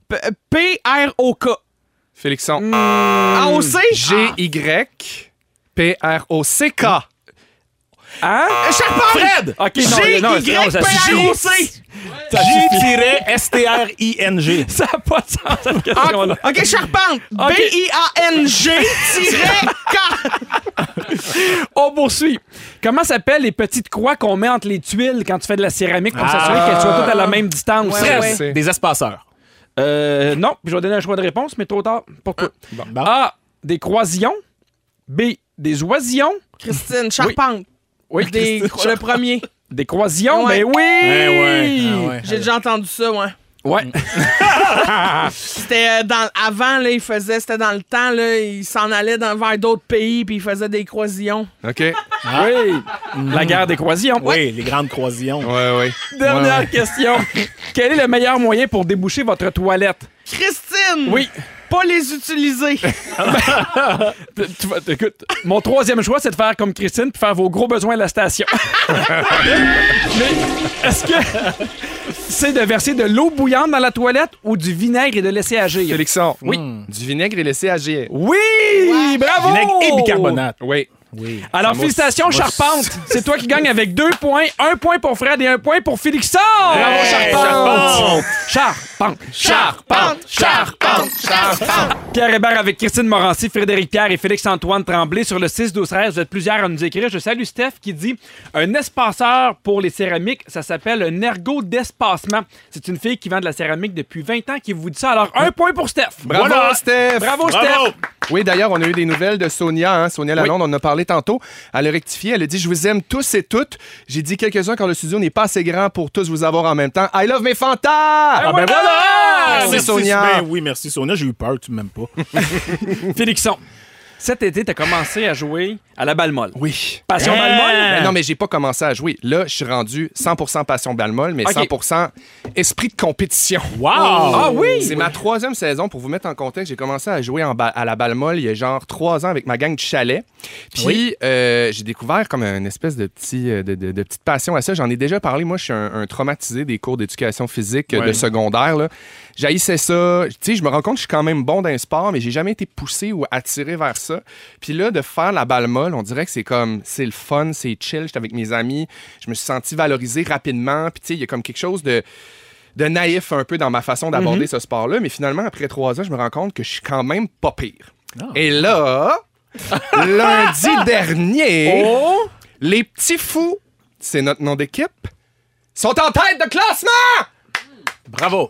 [SPEAKER 5] P- P R O
[SPEAKER 2] Mm.
[SPEAKER 5] K.
[SPEAKER 4] Félixon.
[SPEAKER 5] A O C
[SPEAKER 2] Ah.
[SPEAKER 5] Ah.
[SPEAKER 4] G-Y-P-R-O-C-K.
[SPEAKER 2] Hein?
[SPEAKER 5] Charpente.
[SPEAKER 1] Fred!
[SPEAKER 2] OK, non,
[SPEAKER 5] Ah! G
[SPEAKER 2] non,
[SPEAKER 5] Y P
[SPEAKER 2] non, ça suffit.
[SPEAKER 5] R O C.
[SPEAKER 1] J-S-T-R-I-N-G.
[SPEAKER 2] Ça n'a pas de sens,
[SPEAKER 5] Ah!
[SPEAKER 2] cette question-là.
[SPEAKER 5] OK, charpente.
[SPEAKER 2] OK.
[SPEAKER 5] E B-I-A-N-G-K.
[SPEAKER 2] On poursuit. Comment s'appellent les petites croix qu'on met entre les tuiles quand tu fais de la céramique pour
[SPEAKER 1] Ah.
[SPEAKER 2] s'assurer qu'elles soient toutes à la même distance?
[SPEAKER 5] Ouais,
[SPEAKER 2] Stress.
[SPEAKER 4] C'est-
[SPEAKER 1] Des espaceurs.
[SPEAKER 2] Euh, non, puis je vais donner un choix de réponse, mais trop tard. Pourquoi?
[SPEAKER 1] Bon.
[SPEAKER 2] A. Des croisillons. B. Des oisillons.
[SPEAKER 5] Christine, charpente.
[SPEAKER 2] Oui,
[SPEAKER 5] Des-
[SPEAKER 2] Christine,
[SPEAKER 5] le premier.
[SPEAKER 2] Des croisillons,
[SPEAKER 5] Ouais.
[SPEAKER 2] ben oui!
[SPEAKER 1] Eh ouais, ah ouais.
[SPEAKER 5] J'ai déjà entendu ça, ouais.
[SPEAKER 2] Ouais.
[SPEAKER 5] C'était euh, dans avant là, il faisait c'était dans le temps là, il s'en allait dans, vers d'autres pays puis il faisait des croisillons.
[SPEAKER 4] OK. Ouais,
[SPEAKER 2] Oui. La guerre des croisillons.
[SPEAKER 1] Oui, les grandes croisillons.
[SPEAKER 4] ouais.
[SPEAKER 2] Dernière
[SPEAKER 4] Ouais,
[SPEAKER 2] question. Quel est le meilleur moyen pour déboucher votre toilette?
[SPEAKER 5] Christine,
[SPEAKER 2] Oui.
[SPEAKER 5] pas les utiliser.
[SPEAKER 2] Tu vas- Écoute, mon troisième choix, c'est de faire comme Christine puis faire vos gros besoins à la station. Mais est-ce que c'est de verser de l'eau bouillante dans la toilette ou du vinaigre et de laisser agir?
[SPEAKER 4] Félixon.
[SPEAKER 2] Oui.
[SPEAKER 4] Du vinaigre et laissé agir.
[SPEAKER 2] Oui! Bravo!
[SPEAKER 1] Vinaigre et bicarbonate.
[SPEAKER 4] Oui.
[SPEAKER 1] Oui.
[SPEAKER 2] Alors, félicitations, Charpente. C'est toi qui gagne avec deux points. Un point pour Fred et un point pour Félixon. Bravo, Charpente. Charpente. Charpente. Charpente. Pierre Hébert avec Christine Morancy, Frédéric Pierre et Félix-Antoine Tremblay sur le 6-12-13. Vous êtes plusieurs à nous écrire. Je salue Steph qui dit un espaceur pour les céramiques. Ça s'appelle un ergot d'espacement. C'est une fille qui vend de la céramique depuis 20 ans qui vous dit ça. Alors, un point pour Steph.
[SPEAKER 4] Bravo,
[SPEAKER 1] Voilà.
[SPEAKER 4] Steph.
[SPEAKER 2] Bravo,
[SPEAKER 1] Bravo!
[SPEAKER 2] Steph.
[SPEAKER 4] Oui, d'ailleurs, on a eu des nouvelles de Sonia, hein, Sonia Lalonde, on en a parlé tantôt. Elle a rectifié, elle a dit Je vous aime tous et toutes. J'ai dit quelques-uns quand le studio n'est pas assez grand pour tous vous avoir en même temps. I love mes fantas Ah
[SPEAKER 2] ben voilà!
[SPEAKER 4] Merci,
[SPEAKER 1] Merci,
[SPEAKER 4] Sonia.
[SPEAKER 1] Ben oui, merci Sonia. J'ai eu peur, tu m'aimes pas.
[SPEAKER 2] Félixon, cet été, t'as commencé à jouer à la balle molle.
[SPEAKER 4] Oui.
[SPEAKER 2] Passion
[SPEAKER 1] Hey!
[SPEAKER 2] balle molle?
[SPEAKER 4] Ben non, mais j'ai pas commencé à jouer. Là, je suis rendu 100% passion balmol, mais
[SPEAKER 2] Ok.
[SPEAKER 4] 100% esprit de compétition.
[SPEAKER 1] Wow!
[SPEAKER 4] Oh!
[SPEAKER 2] Ah oui!
[SPEAKER 4] C'est ma troisième saison. Pour vous mettre en contexte, j'ai commencé à jouer en ba- à la balle molle il y a genre trois ans avec ma gang du chalet. Puis
[SPEAKER 1] Oui.
[SPEAKER 4] euh, j'ai découvert comme une espèce de, petit, euh, de, de- de petite passion à ça. J'en ai déjà parlé. Moi, je suis un, un traumatisé des cours d'éducation physique euh,
[SPEAKER 2] Ouais.
[SPEAKER 4] de secondaire. là. J'haïssais ça. Tu sais, je me rends compte que je suis quand même bon dans le sport, mais j'ai jamais été poussé ou attiré vers ça. Puis là, de faire la balle molle, on dirait que c'est comme, c'est le fun, c'est chill. J'étais avec mes amis. Je me suis senti valorisé rapidement. Puis tu sais, il y a comme quelque chose de de naïf un peu dans ma façon
[SPEAKER 2] Mhm.
[SPEAKER 4] d'aborder ce sport-là, mais finalement, après trois ans, je me rends compte que je suis quand même pas pire.
[SPEAKER 2] Ah.
[SPEAKER 4] Et là, lundi dernier,
[SPEAKER 2] Oh!
[SPEAKER 4] les petits fous, c'est notre nom d'équipe, sont en tête de classement!
[SPEAKER 1] Bravo!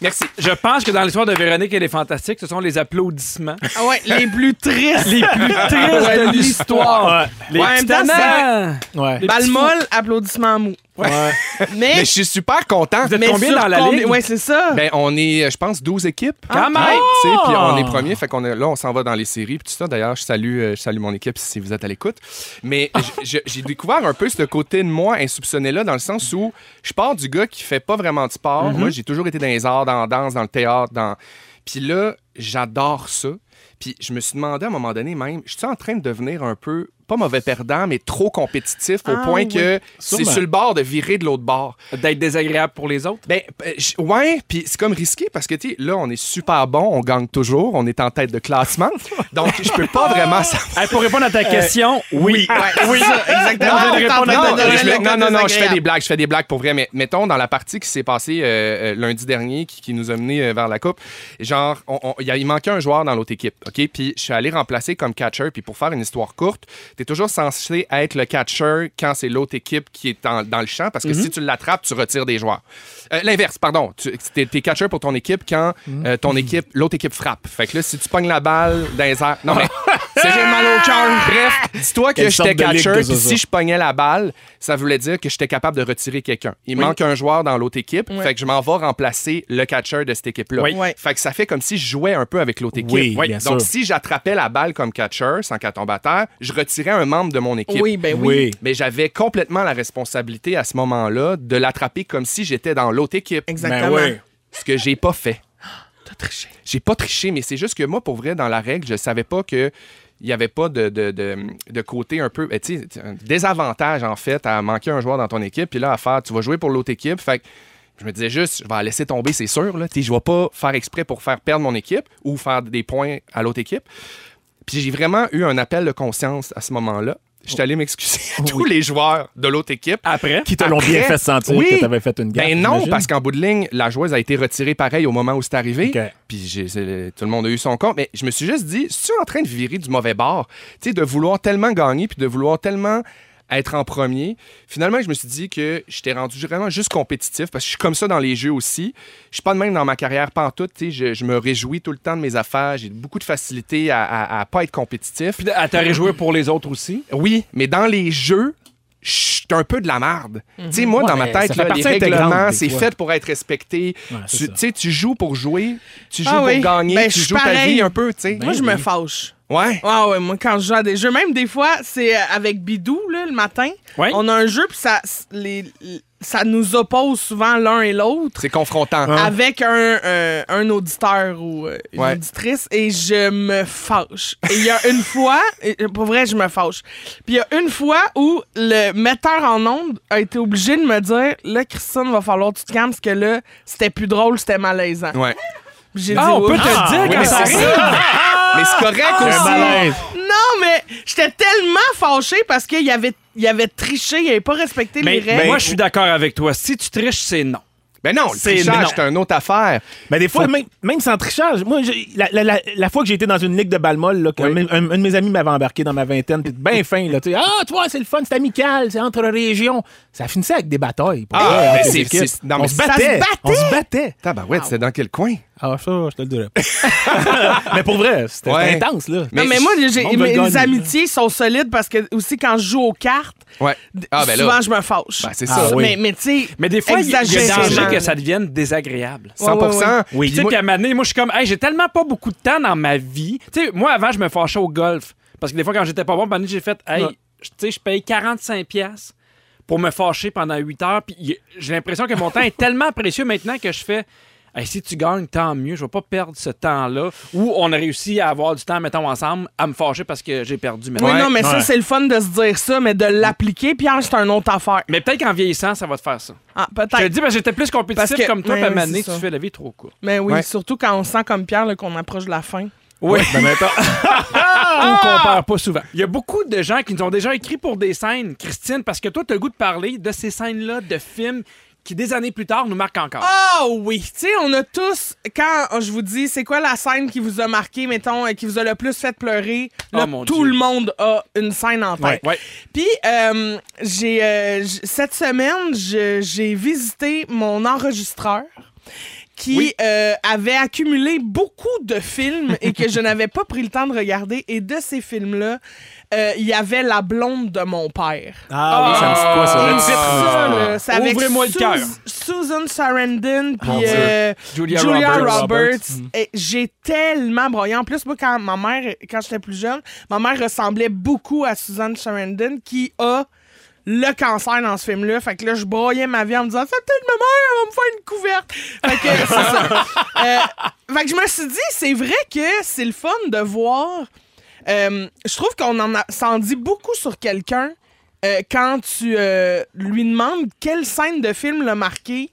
[SPEAKER 4] Merci.
[SPEAKER 2] Je pense que dans l'histoire de Véronique et les Fantastiques, ce sont les applaudissements
[SPEAKER 5] Ah ouais, les plus tristes. Ah
[SPEAKER 2] les plus tristes de l'histoire.
[SPEAKER 1] Ouais.
[SPEAKER 2] Les
[SPEAKER 5] Ouais, en même temps,
[SPEAKER 2] petits tannants.
[SPEAKER 1] Ouais.
[SPEAKER 2] Les petits fous.
[SPEAKER 5] Balmol, applaudissements mou.
[SPEAKER 1] Ouais.
[SPEAKER 5] Mais
[SPEAKER 4] Mais je suis super content.
[SPEAKER 2] Vous êtes combien
[SPEAKER 5] sur
[SPEAKER 2] dans la
[SPEAKER 5] combien-
[SPEAKER 2] ligue?
[SPEAKER 5] Ouais, c'est ça.
[SPEAKER 4] Ben, on est, je pense, 12 équipes.
[SPEAKER 2] Quand même!
[SPEAKER 4] Ouais, tu sais, Puis on est premier, fait qu'on est- là, on s'en va dans les séries. Puis tout ça, d'ailleurs, je salue, euh, je salue mon équipe si vous êtes à l'écoute. Mais j- j- j'ai découvert un peu ce côté de moi insoupçonné-là, dans le sens où je pars du gars qui fait pas vraiment de sport. Moi, j'ai toujours été dans les arts, dans la danse, dans le théâtre. dans Puis là, j'adore ça. Puis je me suis demandé à un moment donné même, je suis en train de devenir un peu, pas mauvais perdant, mais trop compétitif au
[SPEAKER 5] Ah,
[SPEAKER 4] point
[SPEAKER 5] oui.
[SPEAKER 4] que c'est
[SPEAKER 1] Sûrement.
[SPEAKER 4] sur le bord de virer de l'autre bord.
[SPEAKER 2] D'être désagréable pour les autres.
[SPEAKER 4] Ben, euh, j- ouais, puis c'est comme risqué parce que, tu sais, là, on est super bon, on gagne toujours, on est en tête de classement. Donc, je peux pas vraiment savoir.
[SPEAKER 2] Hey, pour répondre à ta question, Euh, Ah, oui.
[SPEAKER 5] oui, exactement.
[SPEAKER 2] Non, je
[SPEAKER 5] On est en
[SPEAKER 2] réponds
[SPEAKER 5] train
[SPEAKER 4] Non,
[SPEAKER 5] de donner
[SPEAKER 4] je
[SPEAKER 5] le
[SPEAKER 4] me-
[SPEAKER 5] côté
[SPEAKER 4] non, non, non, je fais
[SPEAKER 5] désagréable.
[SPEAKER 4] des blagues, je fais des blagues pour vrai, mais mettons dans la partie qui s'est passée euh, euh, lundi dernier, qui, qui nous a menés euh, vers la Coupe, genre, on- on- il y a- il manquait un joueur dans l'autre équipe, OK? Puis je suis allé remplacer comme catcher, puis pour faire une histoire courte, t'es toujours censé être le catcher quand c'est l'autre équipe qui est en- dans le champ, parce que
[SPEAKER 1] Mhm.
[SPEAKER 4] si tu l'attrapes, tu retires des joueurs. Euh, L'inverse, pardon. Tu es, catcher pour ton équipe quand
[SPEAKER 1] Mhm.
[SPEAKER 4] euh, ton équipe, l'autre équipe frappe. Fait que là, si tu pognes la balle dans les airs. Non, mais c'est j'ai mal au cœur. Bref, dis-toi que
[SPEAKER 1] Quelle sorte
[SPEAKER 4] j'étais
[SPEAKER 1] de ligue de
[SPEAKER 4] catcher, puis
[SPEAKER 1] zozo.
[SPEAKER 4] si je pognais la balle, ça voulait dire que j'étais capable de retirer quelqu'un. Il manque un joueur dans l'autre équipe, fait que je m'en vais remplacer le catcher de cette équipe-là.
[SPEAKER 2] Oui.
[SPEAKER 5] Ouais.
[SPEAKER 4] Fait que ça fait comme si je jouais un peu avec l'autre équipe.
[SPEAKER 1] Oui, bien sûr.
[SPEAKER 4] Donc, si j'attrapais la balle comme catcher, sans qu'elle tombe à terre, je retirais un membre de mon équipe.
[SPEAKER 5] Oui, ben oui.
[SPEAKER 1] oui.
[SPEAKER 4] Mais j'avais complètement la responsabilité à ce moment-là de l'attraper comme si j'étais dans l'autre équipe.
[SPEAKER 5] Exactement.
[SPEAKER 1] Ben oui.
[SPEAKER 4] Ce que j'ai pas fait.
[SPEAKER 5] T'as triché.
[SPEAKER 4] J'ai pas triché, mais c'est juste que moi, pour vrai, dans la règle, je savais pas que il y avait pas de, de, de, de côté un peu, ben, tu sais, un désavantage en fait à manquer un joueur dans ton équipe, puis là à faire, tu vas jouer pour l'autre équipe, fait que je me disais juste, je vais la laisser tomber, c'est sûr, là, tu sais, je vais pas faire exprès pour faire perdre mon équipe ou faire des points à l'autre équipe. Puis j'ai vraiment eu un appel de conscience à ce moment-là. Je
[SPEAKER 5] Oh.
[SPEAKER 4] suis allé m'excuser à tous les joueurs de l'autre équipe.
[SPEAKER 2] Après,
[SPEAKER 1] Qui te l'ont bien
[SPEAKER 4] Après-
[SPEAKER 1] fait sentir
[SPEAKER 4] Oui.
[SPEAKER 1] que t'avais fait une gaffe.
[SPEAKER 4] Ben non,
[SPEAKER 1] j'imagine.
[SPEAKER 4] parce qu'en bout de ligne, la joueuse a été retirée pareil au moment où c'est arrivé.
[SPEAKER 1] Ok.
[SPEAKER 4] Puis j'ai- c'est- tout le monde a eu son compte. Mais je me suis juste dit, si tu en train de virer du mauvais bord, tu sais, de vouloir tellement gagner puis de vouloir tellement être en premier. Finalement, je me suis dit que j'étais rendu vraiment juste compétitif parce que je suis comme ça dans les jeux aussi. Je suis pas de même dans ma carrière pantoute. tu sais, Je, je me réjouis tout le temps de mes affaires. J'ai beaucoup de facilité à, à, à pas être compétitif.
[SPEAKER 2] puis à t'aurais joué pour les autres aussi.
[SPEAKER 4] Oui, mais dans les jeux, je suis un peu de la marde. Tu sais, moi,
[SPEAKER 1] Mhm. Ouais,
[SPEAKER 4] dans ma
[SPEAKER 1] mais ça
[SPEAKER 4] tête,
[SPEAKER 1] fait
[SPEAKER 4] là,
[SPEAKER 1] partie
[SPEAKER 4] les
[SPEAKER 1] intégrante
[SPEAKER 4] règlements,
[SPEAKER 1] des
[SPEAKER 4] c'est
[SPEAKER 1] fois.
[SPEAKER 4] fait pour être respecté.
[SPEAKER 1] Ouais, c'est
[SPEAKER 4] tu
[SPEAKER 1] ça.
[SPEAKER 4] tu sais, tu joues pour jouer, tu joues
[SPEAKER 5] Ah
[SPEAKER 4] pour
[SPEAKER 5] oui.
[SPEAKER 4] gagner,
[SPEAKER 5] Ben,
[SPEAKER 4] tu
[SPEAKER 5] je suis
[SPEAKER 4] joues ta
[SPEAKER 5] pareil.
[SPEAKER 4] vie un peu, tu sais.
[SPEAKER 1] Ben
[SPEAKER 5] Moi, je me fâche.
[SPEAKER 4] Ouais.
[SPEAKER 5] Ah ouais, moi, quand je joue à des jeux, même des fois, c'est euh, avec Bidou, là, le matin.
[SPEAKER 2] Ouais.
[SPEAKER 5] On a un jeu, puis ça, les, ça nous oppose souvent l'un et l'autre.
[SPEAKER 4] C'est confrontant.
[SPEAKER 1] Ah.
[SPEAKER 5] avec un, euh, un auditeur ou euh, une
[SPEAKER 4] Hein? Ouais.
[SPEAKER 5] auditrice et je me fâche. Et il y a une fois, et, euh, pour vrai, je me fâche. Puis il y a une fois où le metteur en onde a été obligé de me dire Là, Christine, va falloir que tu te calmes parce que là, c'était plus drôle, c'était malaisant.
[SPEAKER 4] Ouais.
[SPEAKER 5] Puis J'ai
[SPEAKER 2] Ah,
[SPEAKER 5] dit
[SPEAKER 2] on peut
[SPEAKER 5] Oups.
[SPEAKER 2] te le
[SPEAKER 1] Ah, oui,
[SPEAKER 2] dire quand
[SPEAKER 1] mais
[SPEAKER 2] ça
[SPEAKER 1] c'est
[SPEAKER 2] arrive.
[SPEAKER 4] Mais c'est correct
[SPEAKER 1] C'est un
[SPEAKER 4] aussi.
[SPEAKER 1] malaise.
[SPEAKER 5] Non, mais j'étais tellement fâchée parce qu'il avait, il avait triché, il avait pas respecté
[SPEAKER 2] Mais,
[SPEAKER 5] les règles.
[SPEAKER 2] moi, je suis d'accord avec toi. Si tu triches, c'est non.
[SPEAKER 4] Ben non, le
[SPEAKER 2] C'est- non.
[SPEAKER 4] trichage, c'est une autre affaire.
[SPEAKER 1] Mais des fois, même, même sans trichage, moi, j'ai- la, la- la- la fois que j'ai été dans une ligue de balle molle, là, que
[SPEAKER 4] Oui.
[SPEAKER 1] même- un, un de mes amis m'avait embarqué dans ma vingtaine, puis ben fin, là, tu sais, ah, toi, c'est le fun, c'est amical, c'est entre régions. Ça finissait avec des batailles. pour
[SPEAKER 4] Ah,
[SPEAKER 1] vrai,
[SPEAKER 4] mais
[SPEAKER 1] entre
[SPEAKER 4] c'est-
[SPEAKER 1] les équipes.
[SPEAKER 4] c'est- non,
[SPEAKER 1] on
[SPEAKER 4] mais
[SPEAKER 1] se
[SPEAKER 4] ça se
[SPEAKER 1] battait.
[SPEAKER 5] battait.
[SPEAKER 1] On se battait.
[SPEAKER 4] Tabarouette, c'est dans quel coin?
[SPEAKER 1] Ah, ça, je te le dirais pas. mais pour vrai, c'était
[SPEAKER 4] Ouais.
[SPEAKER 1] intense, là.
[SPEAKER 5] Non, mais
[SPEAKER 4] Mais-
[SPEAKER 5] moi, j'ai-
[SPEAKER 1] Bon, ben,
[SPEAKER 5] mes
[SPEAKER 1] gagne.
[SPEAKER 5] amitiés sont solides parce que aussi quand je joue aux cartes,
[SPEAKER 4] Ouais. Ah, ben là.
[SPEAKER 5] souvent je me fâche.
[SPEAKER 4] Ben, c'est
[SPEAKER 1] Ah,
[SPEAKER 4] ça.
[SPEAKER 1] oui.
[SPEAKER 5] Mais, mais tu sais,
[SPEAKER 2] Mais des fois, il y a il y a
[SPEAKER 5] exagérément.
[SPEAKER 2] danger que ça devienne désagréable.
[SPEAKER 4] 100
[SPEAKER 1] ouais, ouais.
[SPEAKER 2] Puis tu sais,
[SPEAKER 4] Puis
[SPEAKER 2] qu'à un moment donné, moi, je suis comme, hey, j'ai tellement pas beaucoup de temps dans ma vie. Tu sais, moi, avant, je me fâchais au golf. Parce que des fois, quand j'étais pas bon, à un moment donné, j'ai fait, hey,
[SPEAKER 1] Ouais.
[SPEAKER 2] je- tu sais, je paye 45$ piastres pour me fâcher pendant 8 heures. Puis y- j'ai l'impression que mon temps est tellement précieux maintenant que je fais. Hey, si tu gagnes, tant mieux. Je vais pas perdre ce temps-là où on a réussi à avoir du temps, mettons, ensemble, à me fâcher parce que j'ai perdu. Mettons.
[SPEAKER 5] Oui,
[SPEAKER 4] Ouais.
[SPEAKER 5] non, mais ça,
[SPEAKER 1] Ouais.
[SPEAKER 5] c'est le fun de se dire ça, mais de l'appliquer, puis ah, c'est une autre affaire.
[SPEAKER 2] Mais peut-être qu'en vieillissant, ça va te faire ça.
[SPEAKER 5] Ah,
[SPEAKER 2] Je te le
[SPEAKER 5] peut-être.
[SPEAKER 2] dis, parce que j'étais plus compétitif
[SPEAKER 5] Parce que-
[SPEAKER 2] comme toi,
[SPEAKER 5] Ouais,
[SPEAKER 2] puis à un
[SPEAKER 5] ouais,
[SPEAKER 2] moment donné,
[SPEAKER 5] c'est
[SPEAKER 2] tu
[SPEAKER 5] ça.
[SPEAKER 2] fais la vie trop court.
[SPEAKER 5] Mais oui,
[SPEAKER 4] Ouais.
[SPEAKER 5] surtout quand on sent comme Pierre là, qu'on approche de la fin.
[SPEAKER 2] Oui.
[SPEAKER 1] ben, Ah!
[SPEAKER 2] Ou qu'on perd pas souvent. Il y a beaucoup de gens qui nous ont déjà écrit pour des scènes, Christine, parce que toi, tu as le goût de parler de ces scènes-là, de films qui, des années plus tard, nous marquent encore.
[SPEAKER 5] Ah oui, tu sais, on a tous, quand je vous dis, c'est quoi la scène qui vous a marqué, mettons, et qui vous a le plus fait pleurer, là,
[SPEAKER 2] Oh, mon
[SPEAKER 5] tout
[SPEAKER 2] Dieu.
[SPEAKER 5] le monde a une scène en tête.
[SPEAKER 2] Ouais.
[SPEAKER 5] Puis, euh, j'ai, euh, j- cette semaine, je- j'ai visité mon enregistreur qui
[SPEAKER 2] Oui.
[SPEAKER 5] euh, avait accumulé beaucoup de films et que je n'avais pas pris le temps de regarder. Et de ces films-là, euh, il y avait La blonde de mon père.
[SPEAKER 1] Ah oui, ça me dit quoi, ça?
[SPEAKER 5] Et
[SPEAKER 1] Le
[SPEAKER 5] ça,
[SPEAKER 1] titre, là.
[SPEAKER 5] là, c'est avec
[SPEAKER 2] Ouvrez-moi le
[SPEAKER 5] Sus-
[SPEAKER 2] cœur.
[SPEAKER 5] Susan Sarandon, puis
[SPEAKER 1] Mon Dieu.
[SPEAKER 5] euh,
[SPEAKER 2] Julia,
[SPEAKER 5] Julia
[SPEAKER 2] Roberts.
[SPEAKER 5] Roberts.
[SPEAKER 2] Mm.
[SPEAKER 1] Roberts.
[SPEAKER 5] Et J'ai tellement broyé. En plus, moi, quand ma mère, quand j'étais plus jeune, ma mère ressemblait beaucoup à Susan Sarandon qui a le cancer dans ce film-là. Fait que là, je broyais ma vie en me disant, c'est peut-être ma mère, elle va me faire une couverte. Fait que c'est ça. Euh, fait que je me suis dit, c'est vrai que c'est le fun de voir. Euh, je trouve qu'on en a, s'en dit beaucoup sur quelqu'un euh, quand tu euh, lui demandes quelle scène de film l'a marqué,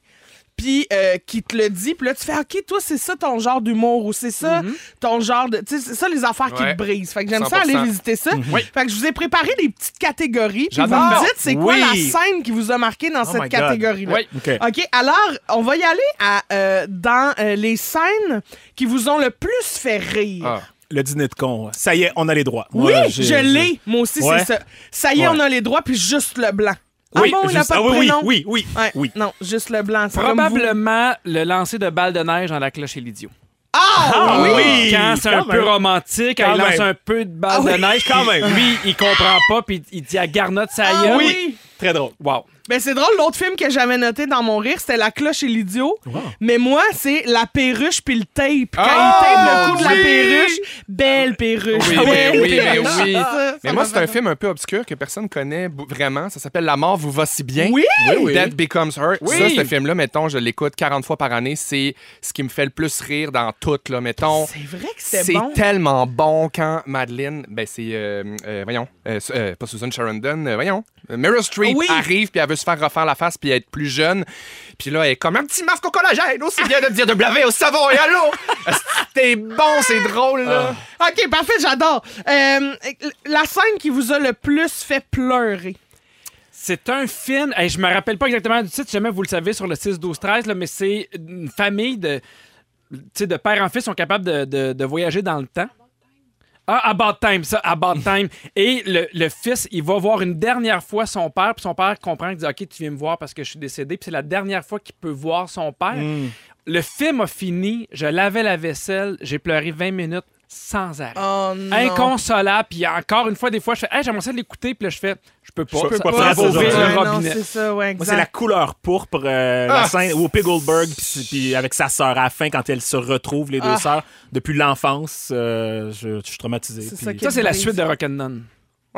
[SPEAKER 5] puis euh, qui te le dit, puis là tu fais OK, toi c'est ça ton genre d'humour ou c'est ça ton genre de tu sais c'est ça les affaires qui
[SPEAKER 4] Mhm. Ouais.
[SPEAKER 5] te brisent. Fait que j'aime ça aller
[SPEAKER 4] 100%.
[SPEAKER 5] visiter ça.
[SPEAKER 2] Oui.
[SPEAKER 5] Fait que je vous ai préparé des petites catégories, puis vous
[SPEAKER 4] Mhm. J'adore.
[SPEAKER 5] me dites c'est quoi
[SPEAKER 2] Oui.
[SPEAKER 5] la scène qui vous a marqué dans
[SPEAKER 1] Oh my
[SPEAKER 5] cette
[SPEAKER 1] God.
[SPEAKER 5] catégorie là.
[SPEAKER 2] Oui.
[SPEAKER 1] OK.
[SPEAKER 5] OK, alors, on va y aller à, euh, dans euh, les scènes qui vous ont le plus fait rire.
[SPEAKER 4] Ah.
[SPEAKER 1] Le dîner de con. Ça y est, on a les droits.
[SPEAKER 5] Oui,
[SPEAKER 1] Moi, j'ai-
[SPEAKER 5] je l'ai. Moi aussi,
[SPEAKER 1] Ouais.
[SPEAKER 5] c'est ça. Ça y est,
[SPEAKER 1] Ouais.
[SPEAKER 5] on a les droits, puis juste le blanc.
[SPEAKER 1] Oui,
[SPEAKER 5] ah bon, il n'a
[SPEAKER 1] juste-
[SPEAKER 5] pas de
[SPEAKER 1] ah oui, oui,
[SPEAKER 5] prénom?
[SPEAKER 1] oui, oui,
[SPEAKER 5] Ouais,
[SPEAKER 1] oui.
[SPEAKER 5] Non, juste le blanc. c'est comme vous.
[SPEAKER 2] Probablement le lancer de balles de neige dans la cloche et l'idiot.
[SPEAKER 5] Ah, oui!
[SPEAKER 2] Quand c'est un
[SPEAKER 1] quand
[SPEAKER 2] peu
[SPEAKER 1] même.
[SPEAKER 2] romantique,
[SPEAKER 1] Quand
[SPEAKER 2] il lance
[SPEAKER 1] même.
[SPEAKER 2] un peu de balles
[SPEAKER 1] Ah oui,
[SPEAKER 2] de neige,
[SPEAKER 1] quand
[SPEAKER 2] puis
[SPEAKER 1] même.
[SPEAKER 2] Lui, il comprend pas, puis il dit à Garnotte, ça
[SPEAKER 5] Ah
[SPEAKER 2] y est.
[SPEAKER 5] oui!
[SPEAKER 1] Très drôle.
[SPEAKER 2] Wow.
[SPEAKER 5] Ben, c'est drôle, l'autre film que j'avais noté dans mon rire, c'était La cloche et l'idiot. Mais moi, c'est La perruche puis le tape. Quand
[SPEAKER 4] Ah,
[SPEAKER 5] il tape le cou de la
[SPEAKER 4] oui!
[SPEAKER 5] perruche, belle perruche.
[SPEAKER 4] Oui, mais
[SPEAKER 5] belle
[SPEAKER 4] oui, mais
[SPEAKER 5] perruche.
[SPEAKER 4] oui.
[SPEAKER 5] Ça,
[SPEAKER 4] Mais
[SPEAKER 5] ça
[SPEAKER 4] moi,
[SPEAKER 5] m'a
[SPEAKER 4] c'est un
[SPEAKER 5] fait-
[SPEAKER 4] film un peu obscur que personne connaît bou- vraiment. Ça s'appelle La mort vous va si bien.
[SPEAKER 5] Oui!
[SPEAKER 4] Death Becomes Her.
[SPEAKER 2] Oui!
[SPEAKER 4] Ça, ce film-là, mettons, je l'écoute 40 fois par année. C'est ce qui me fait le plus rire dans tout, là, mettons.
[SPEAKER 5] C'est vrai que
[SPEAKER 4] C'est
[SPEAKER 5] c'est bon.
[SPEAKER 4] tellement bon quand Madeleine, ben c'est, euh, euh, voyons, euh, su- euh, pas Susan Sarandon, euh, voyons, euh, Meryl Streep
[SPEAKER 5] Oui.
[SPEAKER 4] arrive puis elle veut se faire refaire la face puis être plus jeune. Puis là, elle est comme un petit masque au collagène, aussi bien de dire de blaver au savon et à l'eau. Asti, T'es bon, c'est drôle, là.
[SPEAKER 5] OK, parfait, j'adore. Euh, la scène qui vous a le plus fait pleurer.
[SPEAKER 2] C'est un film. Hey, je me rappelle pas exactement du titre, si jamais vous le savez sur le 6, 12, 13, là, mais c'est une famille de. tu sais, de père en fils sont capables de, de- de voyager dans le temps. Ah, about time, ça, about time. Et le, le fils, il va voir une dernière fois son père, puis son père comprend, il dit Ok, tu viens me voir parce que je suis décédé, puis c'est la dernière fois qu'il peut voir son père. Le film a fini, je lavais la vaisselle, j'ai pleuré 20 minutes sans arrêt.
[SPEAKER 5] Oh non.
[SPEAKER 2] Inconsolable, puis encore une fois, des fois, je fais Hey, j'aimerais ça l'écouter, puis là, je fais Je peux pas.
[SPEAKER 1] Je peux
[SPEAKER 2] Ça-
[SPEAKER 1] pas
[SPEAKER 2] ça
[SPEAKER 1] faire
[SPEAKER 2] va
[SPEAKER 1] ça
[SPEAKER 2] ouvrir
[SPEAKER 1] aujourd'hui.
[SPEAKER 2] le
[SPEAKER 5] Ouais, non,
[SPEAKER 2] robinet.
[SPEAKER 5] C'est ça, ouais,
[SPEAKER 1] Moi, c'est la
[SPEAKER 5] exact.
[SPEAKER 1] couleur pourpre, euh, la
[SPEAKER 4] Ah!
[SPEAKER 1] scène où Pig Goldberg, puis- puis avec sa sœur à la fin, quand elles se retrouvent, les deux
[SPEAKER 5] Ah!
[SPEAKER 1] sœurs, depuis l'enfance, euh, je, je suis traumatisé.
[SPEAKER 5] C'est
[SPEAKER 1] puis-
[SPEAKER 5] ça qui
[SPEAKER 2] Ça, c'est la
[SPEAKER 5] brise.
[SPEAKER 2] suite de Rock'n'None.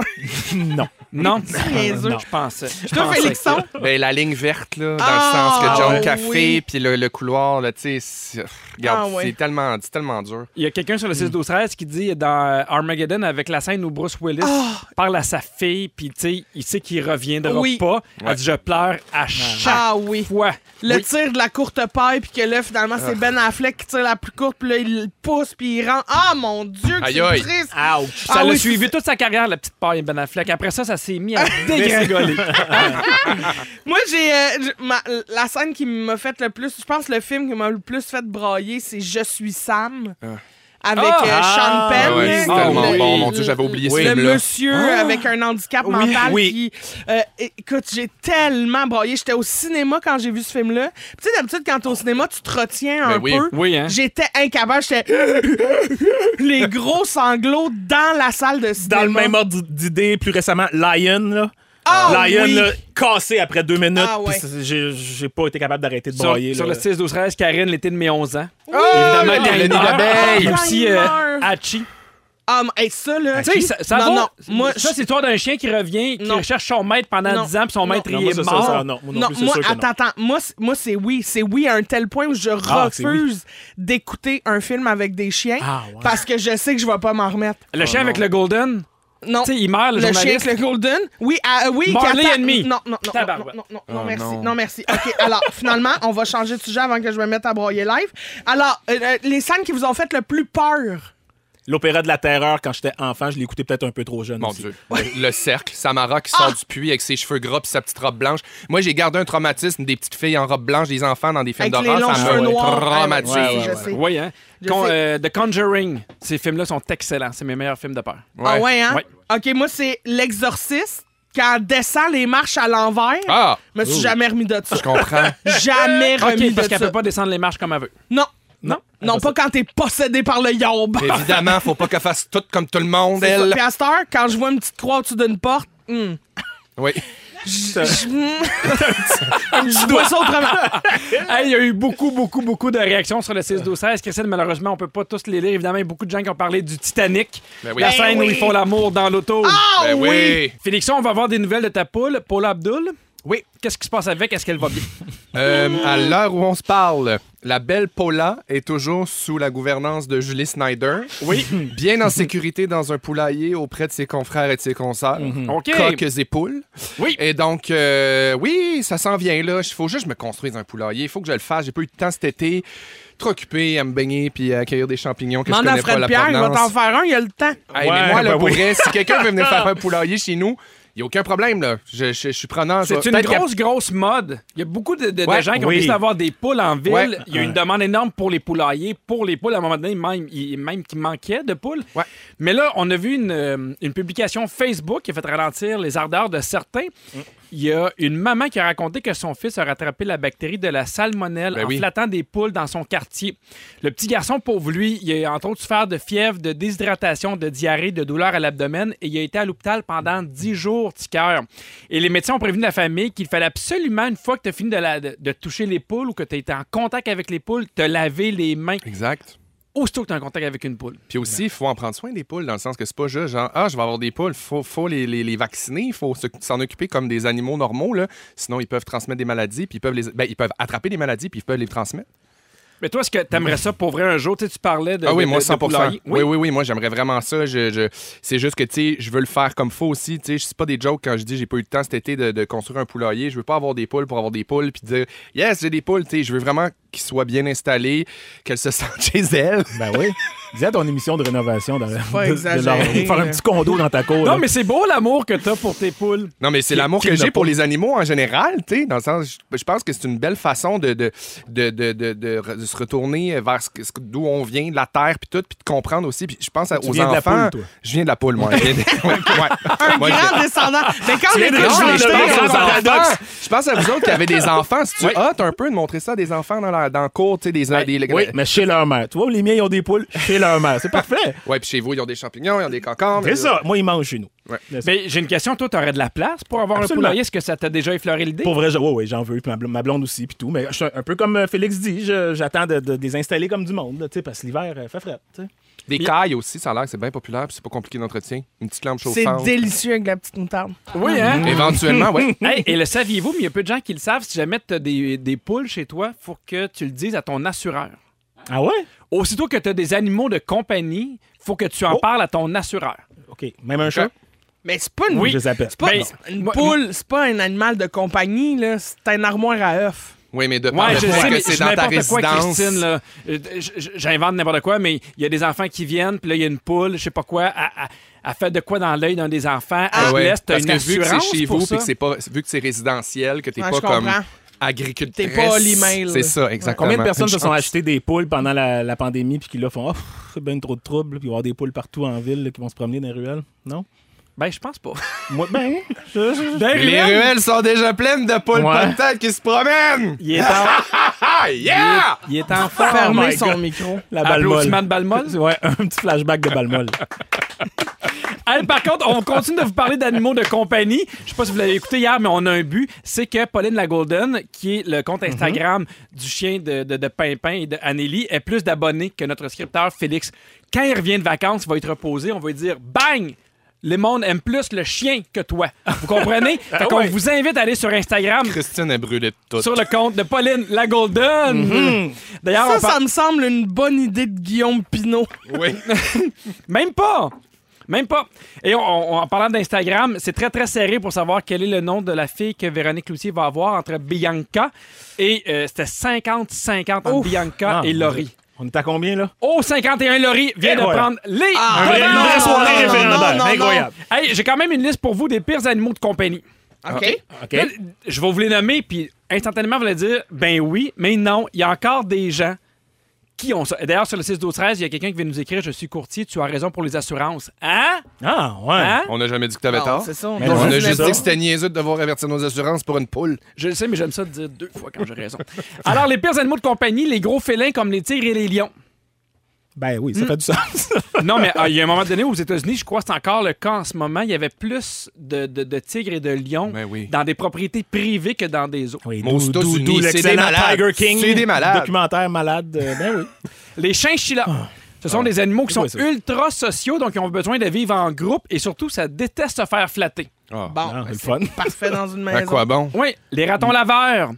[SPEAKER 1] Non.
[SPEAKER 2] Non?
[SPEAKER 5] niaiseux.
[SPEAKER 2] Je pensais. Je
[SPEAKER 5] Toi,
[SPEAKER 2] pensais.
[SPEAKER 5] Félixon?
[SPEAKER 4] Ben, la ligne verte, là, dans
[SPEAKER 5] Ah,
[SPEAKER 4] le sens que John
[SPEAKER 5] ouais.
[SPEAKER 4] Café
[SPEAKER 5] oui.
[SPEAKER 4] puis le, le couloir, là, tu sais, c'est- regarde,
[SPEAKER 5] Ah, ouais.
[SPEAKER 4] c'est tellement, c'est tellement dur.
[SPEAKER 2] Il y a quelqu'un sur le 6-12-13 qui dit dans euh, Armageddon, avec la scène où Bruce Willis parle à sa fille, puis tu sais, il sait qu'il reviendra
[SPEAKER 5] Ah! Oui.
[SPEAKER 2] pas.
[SPEAKER 4] Ouais.
[SPEAKER 2] Elle dit Je pleure à chaque
[SPEAKER 5] Ah oui.
[SPEAKER 2] fois.
[SPEAKER 5] Le
[SPEAKER 2] Oui.
[SPEAKER 5] tir de la courte paille, puis que là, finalement,
[SPEAKER 4] Ah.
[SPEAKER 5] c'est Ben Affleck qui tire la plus courte, puis là, il le pousse, puis il rentre. Ah, mon Dieu, que
[SPEAKER 4] Aïe,
[SPEAKER 5] c'est
[SPEAKER 4] aïe.
[SPEAKER 5] triste!
[SPEAKER 1] Ouch.
[SPEAKER 2] Ça
[SPEAKER 5] Ah
[SPEAKER 2] l'a
[SPEAKER 5] oui,
[SPEAKER 2] suivi
[SPEAKER 5] c'est- Ah.
[SPEAKER 2] toute sa carrière, la petite paille Ben Affleck. Après ça, ça s'est mis à dégringoler.
[SPEAKER 5] Moi, j'ai... euh, j- ma- la scène qui m'a fait le plus... Je pense le film qui m'a le plus fait brailler, c'est « Je suis Sam
[SPEAKER 4] Ah.
[SPEAKER 5] Avec
[SPEAKER 2] Ah!
[SPEAKER 5] euh, Sean
[SPEAKER 1] Ah,
[SPEAKER 5] Penn.
[SPEAKER 4] Ah ouais, c'est
[SPEAKER 2] oui.
[SPEAKER 4] tellement
[SPEAKER 2] Oh, oui.
[SPEAKER 4] bon. Mon Dieu, j'avais oublié ce
[SPEAKER 5] le
[SPEAKER 4] film-là. Ah.
[SPEAKER 5] monsieur avec un handicap mental qui... euh, écoute, j'ai tellement braillé. J'étais au cinéma quand j'ai vu ce film-là. Puis Tu sais, d'habitude, quand t'es au cinéma, tu te retiens un
[SPEAKER 4] Ben oui.
[SPEAKER 5] peu.
[SPEAKER 2] Oui, hein?
[SPEAKER 5] J'étais incapable. J'étais... Les gros sanglots dans la salle de cinéma.
[SPEAKER 1] Dans le même ordre d'idée, plus récemment, Lion, là.
[SPEAKER 5] Ah,
[SPEAKER 1] Lion,
[SPEAKER 5] oui.
[SPEAKER 1] là, cassé après deux minutes.
[SPEAKER 5] Ah, ouais.
[SPEAKER 1] puis c'est- j'ai- J'ai pas été capable d'arrêter de
[SPEAKER 2] Sur,
[SPEAKER 1] broyer.
[SPEAKER 2] sur
[SPEAKER 1] là.
[SPEAKER 2] le 6-12-13, Karine, l'été de mes 11 ans.
[SPEAKER 5] Ah,
[SPEAKER 4] Évidemment,
[SPEAKER 2] Évidemment,
[SPEAKER 4] le nid d'abeille.
[SPEAKER 2] Même si
[SPEAKER 5] Timer.
[SPEAKER 2] euh, Hachi.
[SPEAKER 5] Ah, mais hey, ça, là...
[SPEAKER 2] Tu sais, ça, ça
[SPEAKER 5] non,
[SPEAKER 2] vaut-
[SPEAKER 5] non, moi,
[SPEAKER 2] ça,
[SPEAKER 5] je-
[SPEAKER 2] c'est l'histoire d'un chien qui revient, qui
[SPEAKER 5] Non.
[SPEAKER 2] recherche son maître pendant
[SPEAKER 5] Non.
[SPEAKER 2] 10 ans, puis son
[SPEAKER 5] Non.
[SPEAKER 2] maître,
[SPEAKER 1] Non,
[SPEAKER 2] il
[SPEAKER 1] moi,
[SPEAKER 2] est
[SPEAKER 1] ça, ça,
[SPEAKER 2] mort.
[SPEAKER 1] ça, non, moi non
[SPEAKER 5] Non,
[SPEAKER 1] plus, c'est
[SPEAKER 5] moi,
[SPEAKER 1] sûr que non.
[SPEAKER 5] attends, attends. Moi, c'est- moi, c'est oui. C'est oui à un tel point où je
[SPEAKER 1] Ah, c'est oui.
[SPEAKER 5] refuse d'écouter un film avec des chiens
[SPEAKER 1] Ah, ouais.
[SPEAKER 5] parce que je sais que je vais pas m'en remettre.
[SPEAKER 2] Le chien avec le golden,
[SPEAKER 5] Non.
[SPEAKER 2] tu sais, il meurt, le,
[SPEAKER 5] Le chien
[SPEAKER 2] journaliste.
[SPEAKER 5] avec le golden? Oui, ah, oui. qui
[SPEAKER 2] Marley
[SPEAKER 5] attaque-
[SPEAKER 2] and me.
[SPEAKER 5] Non, non, non, non,
[SPEAKER 2] Tabarouette.
[SPEAKER 5] non, non, non,
[SPEAKER 4] Oh,
[SPEAKER 5] merci,
[SPEAKER 4] non.
[SPEAKER 5] non. merci. OK, alors, finalement, on va changer de sujet avant que je me mette à broyer live. Alors, euh, euh, les scènes qui vous ont fait le plus peur.
[SPEAKER 1] L'opéra de la terreur, quand j'étais enfant, je l'écoutais peut-être un peu trop jeune.
[SPEAKER 4] Mon
[SPEAKER 1] aussi.
[SPEAKER 4] Dieu. Le, le cercle, Samara qui
[SPEAKER 5] Ah!
[SPEAKER 4] sort du puits avec ses cheveux gras puis sa petite robe blanche. Moi, j'ai gardé un traumatisme des petites filles en robe blanche, des enfants dans des films
[SPEAKER 5] Avec les longs
[SPEAKER 4] d'horreur. Ça
[SPEAKER 5] cheveux
[SPEAKER 4] me
[SPEAKER 5] noirs.
[SPEAKER 4] traumatise.
[SPEAKER 5] Ah,
[SPEAKER 1] ouais, ouais,
[SPEAKER 5] je
[SPEAKER 1] ouais.
[SPEAKER 5] sais.
[SPEAKER 2] Oui, hein?
[SPEAKER 5] Je
[SPEAKER 2] Con-
[SPEAKER 5] sais.
[SPEAKER 2] euh, The Conjuring. Ces films-là sont excellents. C'est mes meilleurs films de peur.
[SPEAKER 5] Ah ouais, hein?
[SPEAKER 2] Ouais.
[SPEAKER 5] OK, moi, c'est l'exorciste. Quand elle descend les marches à l'envers,
[SPEAKER 4] Ah,
[SPEAKER 5] je me suis jamais remis de ça.
[SPEAKER 4] je comprends.
[SPEAKER 5] Jamais remis
[SPEAKER 2] OK, parce
[SPEAKER 5] de
[SPEAKER 2] qu'elle
[SPEAKER 5] ça.
[SPEAKER 2] peut pas descendre les marches comme elle veut.
[SPEAKER 5] Non.
[SPEAKER 2] Non.
[SPEAKER 5] Non, pas quand t'es possédé par le yob.
[SPEAKER 4] Évidemment, faut pas qu'elle fasse tout comme tout le monde,
[SPEAKER 5] C'est ça.
[SPEAKER 4] elle.
[SPEAKER 5] Puis à cette heure, quand je vois une petite croix au-dessus d'une porte, hum,
[SPEAKER 4] Oui.
[SPEAKER 5] je vois ça autrement.
[SPEAKER 2] Hey, il y a eu beaucoup, beaucoup, beaucoup de réactions sur le 6-12-16. Christine, malheureusement, on peut pas tous les lire. Évidemment, il y a beaucoup de gens qui ont parlé du Titanic.
[SPEAKER 4] Ben oui.
[SPEAKER 2] La
[SPEAKER 4] Ben
[SPEAKER 2] scène où
[SPEAKER 5] oui.
[SPEAKER 2] ils font l'amour dans l'auto.
[SPEAKER 5] Ah!
[SPEAKER 4] Ben oui.
[SPEAKER 2] Félixon, on va avoir des nouvelles de ta poule, Paula Abdul.
[SPEAKER 4] Oui.
[SPEAKER 2] Qu'est-ce qui se passe avec? Est-ce qu'elle va bien?
[SPEAKER 4] Euh, à l'heure où on se parle, la belle Paula est toujours sous la gouvernance de Julie Snyder. Oui. Bien en sécurité dans un poulailler auprès de ses confrères et de ses consoeurs.
[SPEAKER 2] Mhm. OK.
[SPEAKER 4] Coques et poules.
[SPEAKER 2] Oui.
[SPEAKER 4] Et donc, euh, oui, ça s'en vient là. Il faut juste que je me construise un poulailler. Il faut que je le fasse. J'ai pas eu de temps cet été. Trop occupé à me baigner puis à accueillir des champignons que je
[SPEAKER 5] Demande à
[SPEAKER 4] connais pas
[SPEAKER 5] Fred
[SPEAKER 4] la
[SPEAKER 5] Pierre, il va
[SPEAKER 4] provenance.
[SPEAKER 5] t'en faire un, il a le temps.
[SPEAKER 4] Hey, mais
[SPEAKER 1] Ouais,
[SPEAKER 4] moi, là,
[SPEAKER 1] ben
[SPEAKER 4] pour
[SPEAKER 1] oui.
[SPEAKER 4] vrai, si quelqu'un veut venir faire un poulailler chez nous, il n'y a aucun problème, là. Je, je- je suis prenant.
[SPEAKER 2] C'est
[SPEAKER 4] Je-
[SPEAKER 2] une
[SPEAKER 4] peut-être qu'il y a-
[SPEAKER 2] grosse, grosse mode. Il y a beaucoup de, de- de
[SPEAKER 4] Ouais,
[SPEAKER 2] gens qui ont
[SPEAKER 1] oui.
[SPEAKER 2] décidé d'avoir des poules en ville.
[SPEAKER 4] Ouais.
[SPEAKER 2] Il y a une demande énorme pour les poulaillers, pour les poules. À un moment donné, même, il- même qu'il manquait de poules.
[SPEAKER 4] Ouais. Mm.
[SPEAKER 2] Mais là, on a vu une, euh, une publication Facebook qui a fait ralentir les ardeurs de certains. il y a une maman qui a raconté que son fils a rattrapé la bactérie de la salmonelle
[SPEAKER 4] Ben
[SPEAKER 2] en
[SPEAKER 4] oui.
[SPEAKER 2] flattant des poules dans son quartier. Le petit garçon, pauvre lui, il a entre autres souffert de fièvre, de déshydratation, de diarrhée, de douleur à l'abdomen et il a été à l'hôpital pendant 10 jours, tiqueur. Et les médecins ont prévenu la famille qu'il fallait absolument, une fois que tu as fini de, la- de- de toucher les poules ou que tu as été en contact avec les poules, te laver les mains
[SPEAKER 4] Exact.
[SPEAKER 2] aussitôt que tu as en contact avec une poule.
[SPEAKER 4] Puis aussi, il faut en prendre soin des poules, dans le sens que c'est pas juste genre, ah, je vais avoir des poules, faut, faut les, les, les vacciner, il faut se- s'en occuper comme des animaux normaux, là. Sinon, ils peuvent transmettre des maladies, puis ils peuvent, les, ben, ils peuvent attraper des maladies, puis ils peuvent les transmettre.
[SPEAKER 2] Mais toi, est-ce que tu aimerais ça pour vrai un jour? Tu, sais, tu parlais de.
[SPEAKER 4] ah oui,
[SPEAKER 2] de-
[SPEAKER 4] moi,
[SPEAKER 2] de- de
[SPEAKER 4] 100
[SPEAKER 2] poulailler.
[SPEAKER 4] oui. oui, oui, moi, j'aimerais vraiment ça. Je, je- C'est juste que, tu sais, je veux le faire comme faut aussi. Tu sais, c'est pas des jokes quand je dis j'ai pas eu le temps cet été de, de construire un poulailler. Je veux pas avoir des poules pour avoir des poules, puis dire, yes, j'ai des poules, tu sais. Je veux vraiment qu'ils soient bien installés, qu'elles se sentent chez elles.
[SPEAKER 1] Ben oui. Dis à ton émission de rénovation de,
[SPEAKER 5] pas
[SPEAKER 1] de- de leur-
[SPEAKER 5] exagéré,
[SPEAKER 1] faire un
[SPEAKER 5] là.
[SPEAKER 1] petit condo dans ta cour. là.
[SPEAKER 2] Non, mais c'est beau l'amour que t'as pour tes poules.
[SPEAKER 4] Non, mais c'est l'amour
[SPEAKER 1] qu'il
[SPEAKER 4] que
[SPEAKER 1] n'a
[SPEAKER 4] j'ai
[SPEAKER 1] pas.
[SPEAKER 4] pour les animaux en général, tu sais, dans le sens, je, je pense que c'est une belle façon de, de, de, de, de- de re- de se retourner vers ce, que- ce que- d'où on vient, de la terre, puis tout, puis de comprendre aussi. Puis je pense à-
[SPEAKER 1] Tu
[SPEAKER 4] aux
[SPEAKER 1] viens de
[SPEAKER 4] enfants.
[SPEAKER 1] la poule, toi.
[SPEAKER 4] Je viens de la poule, moi. Je viens de- ouais, ouais. Moi, je-
[SPEAKER 5] Grand descendant. Mais quand on
[SPEAKER 1] viens
[SPEAKER 5] était
[SPEAKER 1] de-
[SPEAKER 5] chantés,
[SPEAKER 1] je pense
[SPEAKER 5] on-
[SPEAKER 1] aux enfants. paradoxe.
[SPEAKER 4] Je pense à vous autres qui avez des enfants. Si tu hâtes un peu de montrer ça à des enfants dans la, dans le cours, tu sais, des, des,
[SPEAKER 1] Oui, mais chez leur mère. Tu vois, les miens, ils ont des poules chez leur mère. C'est parfait.
[SPEAKER 4] Ouais, puis chez vous, ils ont des champignons, ils ont des concombres. euh,
[SPEAKER 1] C'est ça. Moi, ils mangent chez nous.
[SPEAKER 4] Ouais.
[SPEAKER 1] N'est-ce
[SPEAKER 2] Mais j'ai une question, toi, t'aurais de la place pour avoir
[SPEAKER 1] Absolument.
[SPEAKER 2] un poulailler? Est-ce que ça t'a déjà effleuré l'idée?
[SPEAKER 1] Pour vrai, je- ouais, ouais, j'en veux. Puis ma, bl- ma blonde aussi, puis tout. Mais je suis un, un peu comme euh, Félix dit, je- j'attends de, de- de les installer comme du monde, là, tu sais, parce que l'hiver, euh, fait fret. tu sais.
[SPEAKER 4] Des cailles aussi, ça a l'air que c'est bien populaire, puis c'est pas compliqué d'entretien. Une petite lampe
[SPEAKER 5] C'est
[SPEAKER 4] chauffante.
[SPEAKER 5] délicieux avec la petite moutarde.
[SPEAKER 2] Oui, hein?
[SPEAKER 4] Éventuellement, oui.
[SPEAKER 2] Hey, et le saviez-vous, mais il y a peu de gens qui le savent, si jamais t'as des, des poules chez toi, faut que tu le dises à ton assureur.
[SPEAKER 1] Ah ouais?
[SPEAKER 2] Aussitôt que t'as des animaux de compagnie, faut que tu en
[SPEAKER 1] Oh.
[SPEAKER 2] parles à ton assureur.
[SPEAKER 1] OK. Même un chat?
[SPEAKER 5] Mais c'est pas une,
[SPEAKER 1] Je les appelle.
[SPEAKER 5] c'est pas
[SPEAKER 2] Ben,
[SPEAKER 5] une
[SPEAKER 2] moi-
[SPEAKER 5] poule, c'est pas un animal de compagnie, là. C'est un armoire à œufs.
[SPEAKER 4] Oui, mais de par
[SPEAKER 2] Ouais,
[SPEAKER 4] le
[SPEAKER 2] je
[SPEAKER 4] fait
[SPEAKER 2] sais,
[SPEAKER 4] Ah, que
[SPEAKER 2] mais
[SPEAKER 4] c'est
[SPEAKER 2] je
[SPEAKER 4] dans ta
[SPEAKER 2] n'importe quoi,
[SPEAKER 4] résidence.
[SPEAKER 2] Christine. là. Euh, j- j- J'invente n'importe quoi, mais il y a des enfants qui viennent, puis là, il y a une poule, je sais pas quoi, elle, elle- elle fait de quoi dans l'œil d'un des enfants, elle
[SPEAKER 4] Ah ouais,
[SPEAKER 2] laisse, t'as
[SPEAKER 4] parce
[SPEAKER 2] une
[SPEAKER 4] que vu que c'est
[SPEAKER 2] assurance
[SPEAKER 4] chez
[SPEAKER 2] pour
[SPEAKER 4] vous,
[SPEAKER 2] ça.
[SPEAKER 4] puis que c'est pas, vu que c'est résidentiel, que t'es
[SPEAKER 5] Ouais,
[SPEAKER 4] pas
[SPEAKER 5] Hein, je
[SPEAKER 4] comme
[SPEAKER 5] comprends.
[SPEAKER 4] agriculteur.
[SPEAKER 5] T'es pas l'email, là.
[SPEAKER 4] C'est ça, exactement.
[SPEAKER 1] Combien de personnes se
[SPEAKER 4] Une
[SPEAKER 1] sont
[SPEAKER 4] chance.
[SPEAKER 1] achetées des poules pendant la, la pandémie puis qui là font oh, pff, c'est ben trop de troubles puis il va y avoir des poules partout en ville là, qui vont se promener dans les ruelles? Non?
[SPEAKER 2] Ben, je pense pas.
[SPEAKER 1] Moi, ben, je- je- je-
[SPEAKER 4] Les ruelles sont déjà pleines de poules
[SPEAKER 1] Ouais.
[SPEAKER 4] pas de tête qui se promènent.
[SPEAKER 2] Il est en,
[SPEAKER 4] Ah, yeah!
[SPEAKER 2] il est en forme.
[SPEAKER 5] Fermez
[SPEAKER 1] my
[SPEAKER 5] son
[SPEAKER 1] God.
[SPEAKER 5] micro.
[SPEAKER 1] la balle molle.
[SPEAKER 2] Applaudissements de Balmol.
[SPEAKER 1] Ouais, un petit flashback de balle molle.
[SPEAKER 2] Hey, par contre, on continue de vous parler d'animaux de compagnie. Je sais pas si vous l'avez écouté hier, mais on a un but. C'est que Pauline La Golden, qui est le compte Instagram
[SPEAKER 5] Mhm.
[SPEAKER 2] du chien de, de, de Pimpin et de Anneli, ait plus d'abonnés que notre scripteur Félix. Quand il revient de vacances, il va être reposé. On va lui dire bang! Le monde aime plus le chien que toi. Vous comprenez?
[SPEAKER 5] Ah
[SPEAKER 2] fait qu'on vous invite à aller sur Instagram,
[SPEAKER 4] Christine est brûlée de tout.
[SPEAKER 2] sur le compte de Pauline La Golden. D'ailleurs,
[SPEAKER 5] Mhm. Ça,
[SPEAKER 2] on par-
[SPEAKER 5] ça me semble une bonne idée de Guillaume Pinot.
[SPEAKER 4] Oui.
[SPEAKER 2] Même pas! Même pas! Et on- on- en parlant d'Instagram, c'est très très serré pour savoir quel est le nom de la fille que Véronique Loutier va avoir entre Bianca et euh, c'était 50-50 entre
[SPEAKER 1] Ouf.
[SPEAKER 2] Bianca
[SPEAKER 1] Ah,
[SPEAKER 2] et Laurie.
[SPEAKER 1] On est à combien là?
[SPEAKER 2] Oh, 51 Laurie vient
[SPEAKER 1] Et
[SPEAKER 2] de
[SPEAKER 1] voilà.
[SPEAKER 2] prendre les
[SPEAKER 5] Ah,
[SPEAKER 1] Une
[SPEAKER 2] devants!
[SPEAKER 1] vraie-
[SPEAKER 5] non,
[SPEAKER 1] une vraie
[SPEAKER 5] non,
[SPEAKER 1] soirée
[SPEAKER 5] non,
[SPEAKER 1] référendaire.
[SPEAKER 5] non, non,
[SPEAKER 1] Incroyable.
[SPEAKER 2] Hey, j'ai quand même une liste pour vous des pires animaux de compagnie.
[SPEAKER 5] Ah, OK?
[SPEAKER 1] OK.
[SPEAKER 2] Là, je vais vous les nommer, puis instantanément, vous allez dire, ben oui, mais non, il y a encore des gens qui ont ça. Et D'ailleurs, sur le 6-12-13, il y a quelqu'un qui vient nous écrire, je suis courtier, tu as raison pour les assurances. Hein?
[SPEAKER 1] Ah, ouais.
[SPEAKER 2] Hein?
[SPEAKER 4] On n'a jamais dit que t'avais
[SPEAKER 5] Non,
[SPEAKER 4] tort.
[SPEAKER 5] C'est ça, on
[SPEAKER 1] Mais
[SPEAKER 5] doit
[SPEAKER 4] On
[SPEAKER 1] Ouais,
[SPEAKER 4] a
[SPEAKER 5] juste
[SPEAKER 4] juste
[SPEAKER 1] ça.
[SPEAKER 4] dit que c'était niaiseux de devoir avertir nos assurances pour une poule.
[SPEAKER 2] Je le sais, mais j'aime ça de dire deux fois quand j'ai raison. Alors, les pires animaux de compagnie, les gros félins comme les tigres et les lions.
[SPEAKER 1] Ben oui, ça fait du sens.
[SPEAKER 2] Non, mais euh, il y a un moment donné aux États-Unis, je crois que c'est encore le cas en ce moment, il y avait plus de, de- de tigres et de lions
[SPEAKER 4] Ben oui.
[SPEAKER 2] dans des propriétés privées que dans des zoos.
[SPEAKER 1] Oui,
[SPEAKER 4] Mais aux
[SPEAKER 1] d'où- d'où-
[SPEAKER 4] États-Unis,
[SPEAKER 1] d'où
[SPEAKER 4] c'est des
[SPEAKER 1] l'excellent
[SPEAKER 4] malades.
[SPEAKER 1] Tiger King.
[SPEAKER 4] C'est des malades.
[SPEAKER 1] Documentaire malade. euh, Ben oui.
[SPEAKER 2] Les chinchillas. Ce sont des animaux qui
[SPEAKER 1] C'est
[SPEAKER 2] sont
[SPEAKER 1] quoi, ça?
[SPEAKER 2] ultra sociaux, donc ils ont besoin de vivre en groupe et surtout, ça déteste se faire flatter.
[SPEAKER 5] Bon,
[SPEAKER 1] Ah, c'est le
[SPEAKER 5] c'est
[SPEAKER 1] fun.
[SPEAKER 5] parfait dans une
[SPEAKER 4] À
[SPEAKER 5] maison.
[SPEAKER 4] Ben, quoi bon?
[SPEAKER 2] Oui, les ratons laveurs.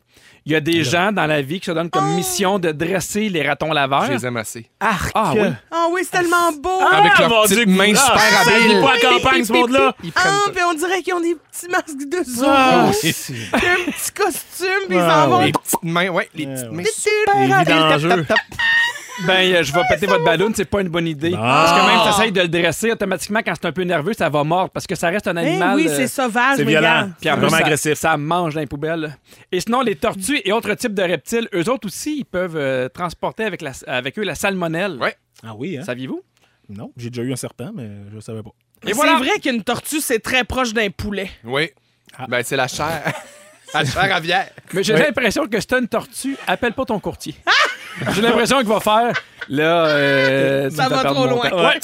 [SPEAKER 2] Il y a des gens dans la vie qui se donnent comme mission de dresser les ratons laveurs.
[SPEAKER 4] Je les aime assez.
[SPEAKER 2] Ah oui.
[SPEAKER 5] Ah oui, c'est tellement beau!
[SPEAKER 1] Ah,
[SPEAKER 4] Avec leurs
[SPEAKER 1] mon
[SPEAKER 4] petites
[SPEAKER 1] Dieu,
[SPEAKER 4] mains
[SPEAKER 1] ah,
[SPEAKER 4] super
[SPEAKER 1] ça
[SPEAKER 4] habiles.
[SPEAKER 1] vit pas à campagne, ce monde-là.
[SPEAKER 4] Ils prennent
[SPEAKER 5] Ah,
[SPEAKER 4] tout.
[SPEAKER 5] puis on dirait qu'ils ont des petits masques de zoo,
[SPEAKER 1] Ah,
[SPEAKER 4] c'est-
[SPEAKER 5] puis un petit costume, puis ils
[SPEAKER 1] Ah,
[SPEAKER 5] s'en vont.
[SPEAKER 1] oui.
[SPEAKER 4] Les petites mains, ouais, les petites mains.
[SPEAKER 5] Super
[SPEAKER 1] Il vit
[SPEAKER 5] habiles.
[SPEAKER 1] dans le jeu.
[SPEAKER 2] Ben, euh, je vais péter votre ballon, c'est pas une bonne idée. Parce que même si t'essayes de le dresser, automatiquement, quand c'est un peu nerveux, ça va mordre. Parce que ça reste un
[SPEAKER 5] Eh
[SPEAKER 2] animal.
[SPEAKER 5] oui,
[SPEAKER 2] euh,
[SPEAKER 5] c'est sauvage,
[SPEAKER 1] C'est
[SPEAKER 5] mais
[SPEAKER 1] violent.
[SPEAKER 5] regarde.
[SPEAKER 2] puis en
[SPEAKER 1] Vraiment
[SPEAKER 2] plus, ça-
[SPEAKER 1] agressif.
[SPEAKER 2] Ça mange dans les poubelles. Et sinon, les tortues et autres types de reptiles, eux autres aussi, ils peuvent euh, transporter avec, la, avec eux la salmonelle.
[SPEAKER 4] Ouais.
[SPEAKER 1] Ah oui, hein?
[SPEAKER 2] Saviez-vous?
[SPEAKER 1] Non, j'ai déjà eu un serpent, mais je le savais pas.
[SPEAKER 2] Et voilà.
[SPEAKER 5] C'est vrai qu'une tortue, c'est très proche d'un poulet.
[SPEAKER 4] Oui. Ben, c'est la chair. la chair aviaire.
[SPEAKER 2] Mais j'ai l'impression que si t'as une tortue, appelle pas ton courtier. j'ai l'impression qu'il va faire. Là, euh,
[SPEAKER 5] Ça
[SPEAKER 2] tu vas
[SPEAKER 5] va
[SPEAKER 2] perdre
[SPEAKER 5] trop
[SPEAKER 2] mon
[SPEAKER 5] loin.
[SPEAKER 2] temps.
[SPEAKER 1] Ouais.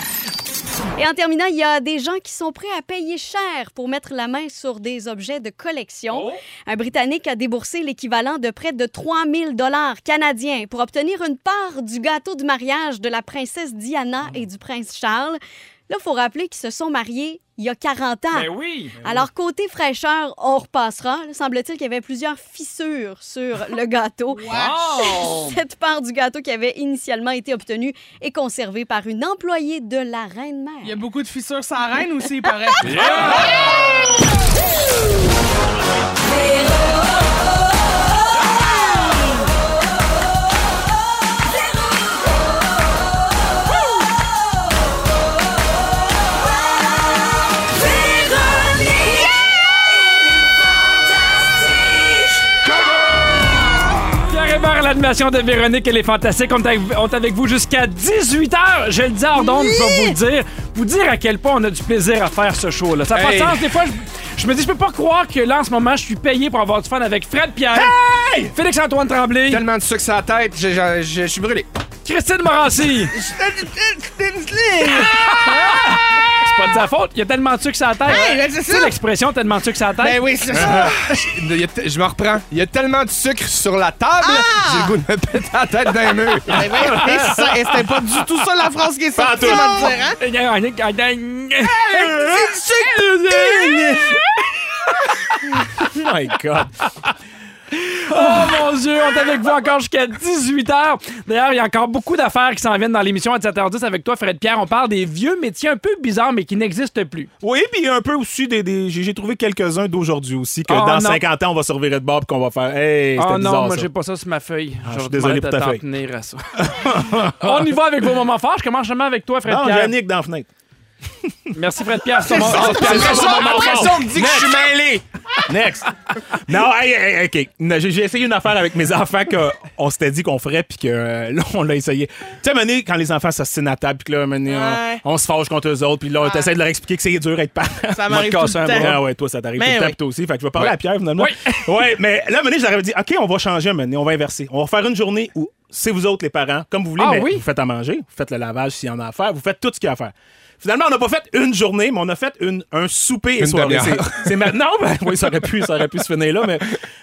[SPEAKER 6] Et en terminant, il y a des gens qui sont prêts à payer cher pour mettre la main sur des objets de
[SPEAKER 2] Oh.
[SPEAKER 6] collection.
[SPEAKER 1] Oh.
[SPEAKER 6] Un Britannique a déboursé l'équivalent de près de 3000 dollars canadiens pour obtenir une part du gâteau de mariage de la princesse
[SPEAKER 2] Hmm.
[SPEAKER 6] Diana et du prince Charles. Là, il faut rappeler qu'ils se sont mariés il y a 40 ans.
[SPEAKER 2] Ben oui.
[SPEAKER 6] Alors, côté fraîcheur, on repassera. Là, Semble-t-il qu'il y avait plusieurs fissures sur le gâteau.
[SPEAKER 5] Ah.
[SPEAKER 2] Ah. Wow!
[SPEAKER 6] Cette part du gâteau qui avait initialement été obtenue est conservée par une employée de la Reine-Mère.
[SPEAKER 5] Il y a beaucoup de fissures sans reine aussi, il paraît.
[SPEAKER 2] Pierre Hébert, l'animation de Véronique, elle est fantastique. On est avec- on est avec vous jusqu'à 18h. Je le dis hors d'onde, je vais vous le dire. Vous dire à quel point on a du plaisir à faire ce show-là. Ça n'a pas de
[SPEAKER 4] Hey.
[SPEAKER 2] sens. Des fois, je, je me dis, je peux pas croire que là, en ce moment, je suis payé pour avoir du fun avec Fred Pierre, Félix-Antoine Tremblay,
[SPEAKER 4] Tellement de sucre sur la tête, j'ai- j'ai- j'ai- je suis brûlé.
[SPEAKER 2] Christine Morancy.
[SPEAKER 5] hey,
[SPEAKER 2] C'est pas de sa faute. Il y a tellement de sucre sur la tête.
[SPEAKER 5] ben, c'est
[SPEAKER 2] Tu sais
[SPEAKER 5] ça.
[SPEAKER 2] l'expression tellement de sucre sur la tête?
[SPEAKER 5] Ben oui, c'est ça.
[SPEAKER 4] Ah. Il y a t- Je me reprends. Il y a tellement de sucre sur la table, j'ai le goût de me péter la tête d'un mur.
[SPEAKER 5] Ben oui, mais c'est ça. Et c'était pas du tout ça la phrase qui est sortie, on va te dire, hein?
[SPEAKER 1] Oh my God.
[SPEAKER 2] Oh mon Dieu, on est avec vous encore jusqu'à 18h. D'ailleurs, il y a encore beaucoup d'affaires qui s'en viennent dans l'émission à 17h10 avec toi, Fred Pierre. On parle des vieux métiers un peu bizarres, mais qui n'existent plus.
[SPEAKER 1] Oui, puis un peu aussi des. des- j'ai j'ai trouvé quelques-uns d'aujourd'hui aussi que
[SPEAKER 4] Ah,
[SPEAKER 2] Oh,
[SPEAKER 1] dans
[SPEAKER 2] non.
[SPEAKER 1] 50 ans, on va se revirer de bord et qu'on va faire. Hey, c'était
[SPEAKER 2] oh non,
[SPEAKER 1] bizarre.
[SPEAKER 2] moi
[SPEAKER 1] ça.
[SPEAKER 2] j'ai pas ça sur ma feuille.
[SPEAKER 1] Ah,
[SPEAKER 2] Je
[SPEAKER 1] je suis
[SPEAKER 2] vais te
[SPEAKER 1] désolé
[SPEAKER 2] demander
[SPEAKER 1] pour
[SPEAKER 2] de
[SPEAKER 1] ta
[SPEAKER 2] t'en
[SPEAKER 1] feuille.
[SPEAKER 2] tenir à ça. on y va avec vos moments forts. Je commence jamais avec toi, Fred
[SPEAKER 1] Non, j'ai
[SPEAKER 2] Pierre.
[SPEAKER 1] Yannick dans la fenêtre.
[SPEAKER 2] Merci, Fred Pierre. C'est mon-
[SPEAKER 4] Après ça, après ça, on me dit que je suis mêlé.
[SPEAKER 1] Next. non, hey, hey, OK. Non, J'ai j'ai essayé une affaire avec mes enfants qu'on s'était dit qu'on ferait, puis que euh, là, on l'a essayé. Tu sais, à un moment donné, quand les enfants s'assinent à table, puis que là, à un moment donné, on-
[SPEAKER 5] Ouais.
[SPEAKER 1] on, se fâche contre eux autres, puis là, on essaie de leur expliquer que c'est dur d'être parent.
[SPEAKER 5] Ça m'arrive
[SPEAKER 2] Moi,
[SPEAKER 5] tout
[SPEAKER 2] je casse un
[SPEAKER 5] le temps.
[SPEAKER 2] bras.
[SPEAKER 1] Ah ouais, toi, ça t'arrive tout
[SPEAKER 5] Mais
[SPEAKER 1] le temps,
[SPEAKER 5] oui.
[SPEAKER 1] puis toi aussi. Fait que je vais parler
[SPEAKER 4] Ouais.
[SPEAKER 1] à Pierre, finalement. ouais, mais là, à un moment donné, je leur avais dit, OK, on va changer, un moment donné, on va inverser. On va faire une journée où c'est vous autres, les parents, comme vous voulez,
[SPEAKER 2] Ah
[SPEAKER 1] mais
[SPEAKER 2] oui?
[SPEAKER 1] vous faites à manger, vous faites le lavage s'il y en a à faire, vous faites tout ce qu'il y a à faire. Finalement, on n'a pas fait une journée, mais on a fait une, un souper et
[SPEAKER 4] Une
[SPEAKER 1] soirée.
[SPEAKER 4] demi-heure.
[SPEAKER 1] C'est- c'est maintenant. Ben, oui, ça aurait, pu, ça aurait pu se finir là, mais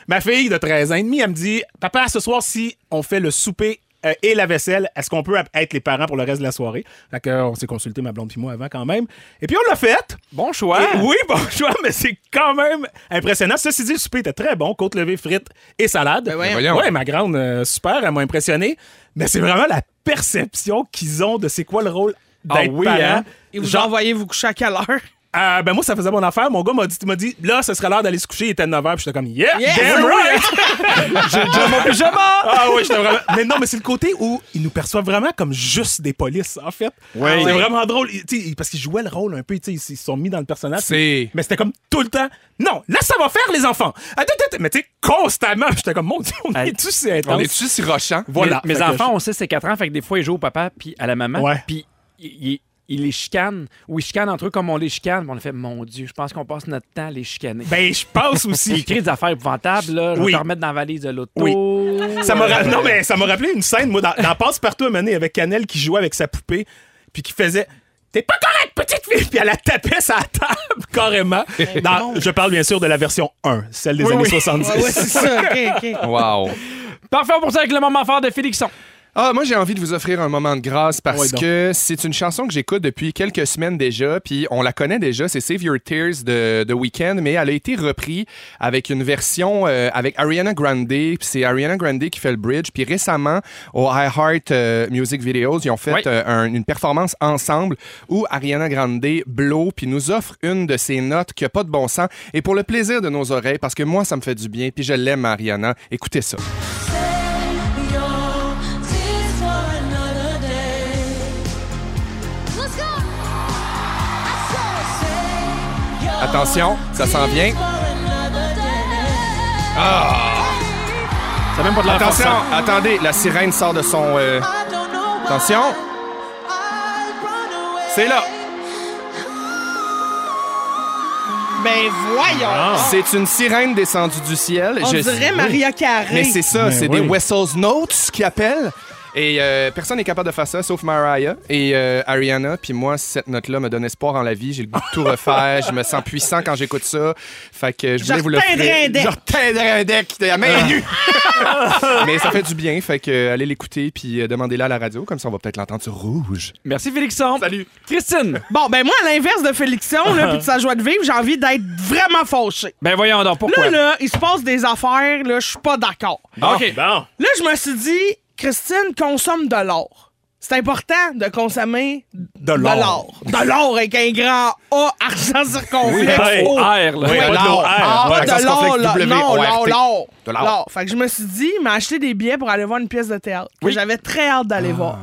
[SPEAKER 1] ma fille de 13 ans et demi, elle me dit Papa, ce soir, si on fait le souper euh, et la vaisselle, est-ce qu'on peut être les parents pour le reste de la soirée Fait que, euh, on s'est consulté, ma blonde puis moi, avant quand même. Et puis, on l'a fait.
[SPEAKER 2] Bon choix.
[SPEAKER 1] Et oui, bon choix, mais c'est quand même impressionnant. Ceci dit, le souper était très bon côte levée, frites et salade.
[SPEAKER 5] voyons.
[SPEAKER 4] Ben voyons.
[SPEAKER 1] Ouais, ma grande, euh, super, elle m'a impressionné. Mais c'est vraiment la perception qu'ils ont de c'est quoi le rôle d'être
[SPEAKER 2] Ah oui,
[SPEAKER 1] parent.
[SPEAKER 2] hein?
[SPEAKER 5] Et vous
[SPEAKER 1] Genre-
[SPEAKER 5] envoyez vous coucher à quelle heure?
[SPEAKER 1] euh, ben moi, ça faisait mon affaire. Mon gars m'a dit, m'a dit là, ce serait l'heure d'aller se coucher. Il était 9h. Puis j'étais comme, yeah,
[SPEAKER 5] Yeah,
[SPEAKER 1] damn
[SPEAKER 5] oui,
[SPEAKER 1] right. J'ai déjà mon pyjama. Ah oui, j'étais vraiment. Mais non, mais c'est le côté où ils nous perçoivent vraiment comme juste des polices, en fait.
[SPEAKER 4] Oui.
[SPEAKER 1] C'est vraiment drôle. Ils- tu sais, parce qu'ils jouaient le rôle un peu. tu sais, Ils ils se sont mis dans le personnage.
[SPEAKER 4] C'est-
[SPEAKER 1] Mais c'était comme tout le temps. Non, là, ça va faire, les enfants. Ah, Attends, attends, Mais tu sais, constamment. Puis j'étais comme, mon Dieu, on
[SPEAKER 2] Hey.
[SPEAKER 1] est-tu si intense?
[SPEAKER 4] On est-tu si rochant?
[SPEAKER 1] Voilà.
[SPEAKER 2] Mes, mes
[SPEAKER 1] Fait que
[SPEAKER 2] enfants, on sait, c'est 4 ans, fait que des fois, ils jouent au papa puis à la maman.
[SPEAKER 1] Ouais.
[SPEAKER 2] Puis ils, ils- ils les chicanent. Ou ils chicanent entre eux comme on les chicane. Puis On a fait, mon Dieu, je pense qu'on passe notre temps à les chicaner.
[SPEAKER 1] je- Ben, je pense
[SPEAKER 2] Ils
[SPEAKER 1] aussi.
[SPEAKER 2] créent des affaires épouvantables, là. Je vais
[SPEAKER 1] Oui.
[SPEAKER 2] te remettre dans la valise de l'auto.
[SPEAKER 1] Oui. Ça m'a ra- non, mais ça m'a rappelé une scène, moi, dans, dans Passe-Partout à un moment donné, avec Canel qui jouait avec sa poupée, puis qui faisait T'es pas correct, petite fille! Puis elle la tapait sa table, carrément. Dans- je parle bien sûr de la version 1, celle des années 70.
[SPEAKER 5] Ouais, ouais, c'est ça. OK, OK.
[SPEAKER 4] Wow.
[SPEAKER 2] Parfait, on poursuit avec le moment fort de Félixon.
[SPEAKER 4] Ah, moi, j'ai envie de vous offrir un moment de grâce
[SPEAKER 1] Ouais,
[SPEAKER 4] parce
[SPEAKER 1] donc.
[SPEAKER 4] que c'est une chanson que j'écoute depuis quelques semaines déjà, puis on la connaît déjà, c'est Save Your Tears de, de Weekend, mais elle a été reprise avec une version euh, avec Ariana Grande, puis c'est Ariana Grande qui fait le bridge, puis récemment, au iHeart euh, Music Videos, ils ont fait
[SPEAKER 2] Ouais.
[SPEAKER 4] euh, un- une performance ensemble où Ariana Grande blow, puis nous offre une de ses notes qui n'a pas de bon sens, et pour le plaisir de nos oreilles, parce que moi, ça me fait du bien, puis je l'aime, Ariana, écoutez ça. Attention, ça s'en vient. Ah!
[SPEAKER 2] Ça même pas de hein. l'air
[SPEAKER 5] Ah,
[SPEAKER 4] Attention,
[SPEAKER 2] forçant.
[SPEAKER 4] attendez, la sirène sort de son. euh, Attention.
[SPEAKER 5] Ah.
[SPEAKER 4] C'est là.
[SPEAKER 5] Ben voyons!
[SPEAKER 4] C'est une sirène descendue du ciel.
[SPEAKER 5] On
[SPEAKER 4] Ah. Je-
[SPEAKER 5] dirait
[SPEAKER 4] Oui.
[SPEAKER 5] Maria Carré.
[SPEAKER 4] Mais c'est ça,
[SPEAKER 1] Mais
[SPEAKER 4] c'est
[SPEAKER 1] oui.
[SPEAKER 4] des Wessels Notes qui appellent. Et euh, personne n'est capable de faire ça, sauf Mariah et euh, Ariana. Puis moi, cette note-là me donne espoir en la vie. J'ai le goût de tout refaire. je me sens puissant quand j'écoute ça. Fait que je voulais
[SPEAKER 5] Je
[SPEAKER 4] vous le
[SPEAKER 5] repeindrai un deck.
[SPEAKER 4] Je repeindrai un deck de la main nue. Mais ça fait du bien. Fait que euh, allez l'écouter puis euh, demandez-la à la radio. Comme ça, on va peut-être l'entendre sur rouge.
[SPEAKER 2] Merci, Félixon.
[SPEAKER 4] Salut.
[SPEAKER 2] Christine.
[SPEAKER 5] Bon, ben moi, à l'inverse de Félixon, là, puis de sa joie de vivre, j'ai envie d'être vraiment fauché.
[SPEAKER 2] Ben voyons donc, pourquoi? Ah,
[SPEAKER 5] Là, là, il se passe des affaires, là, je suis pas d'accord.
[SPEAKER 2] OK.
[SPEAKER 1] Bon.
[SPEAKER 5] Là, je me suis dit, Christine, consomme de l'or. C'est important de consommer de
[SPEAKER 1] l'or.
[SPEAKER 5] De l'or avec un grand A, argent circonflexe.
[SPEAKER 2] Oui,
[SPEAKER 5] O.
[SPEAKER 2] ben, R, là.
[SPEAKER 1] Oui,
[SPEAKER 5] Ouais,
[SPEAKER 1] pas de l'or.
[SPEAKER 5] Ah,
[SPEAKER 1] R, ouais.
[SPEAKER 5] pas de l'or, là.
[SPEAKER 4] W,
[SPEAKER 5] Non,
[SPEAKER 4] O, R,
[SPEAKER 5] l'or,
[SPEAKER 4] T.
[SPEAKER 5] l'or.
[SPEAKER 4] De l'or.
[SPEAKER 5] L'or. Fait que je me suis dit, m'a acheté des billets pour aller voir une pièce de théâtre. que
[SPEAKER 2] Oui.
[SPEAKER 5] J'avais très hâte d'aller voir.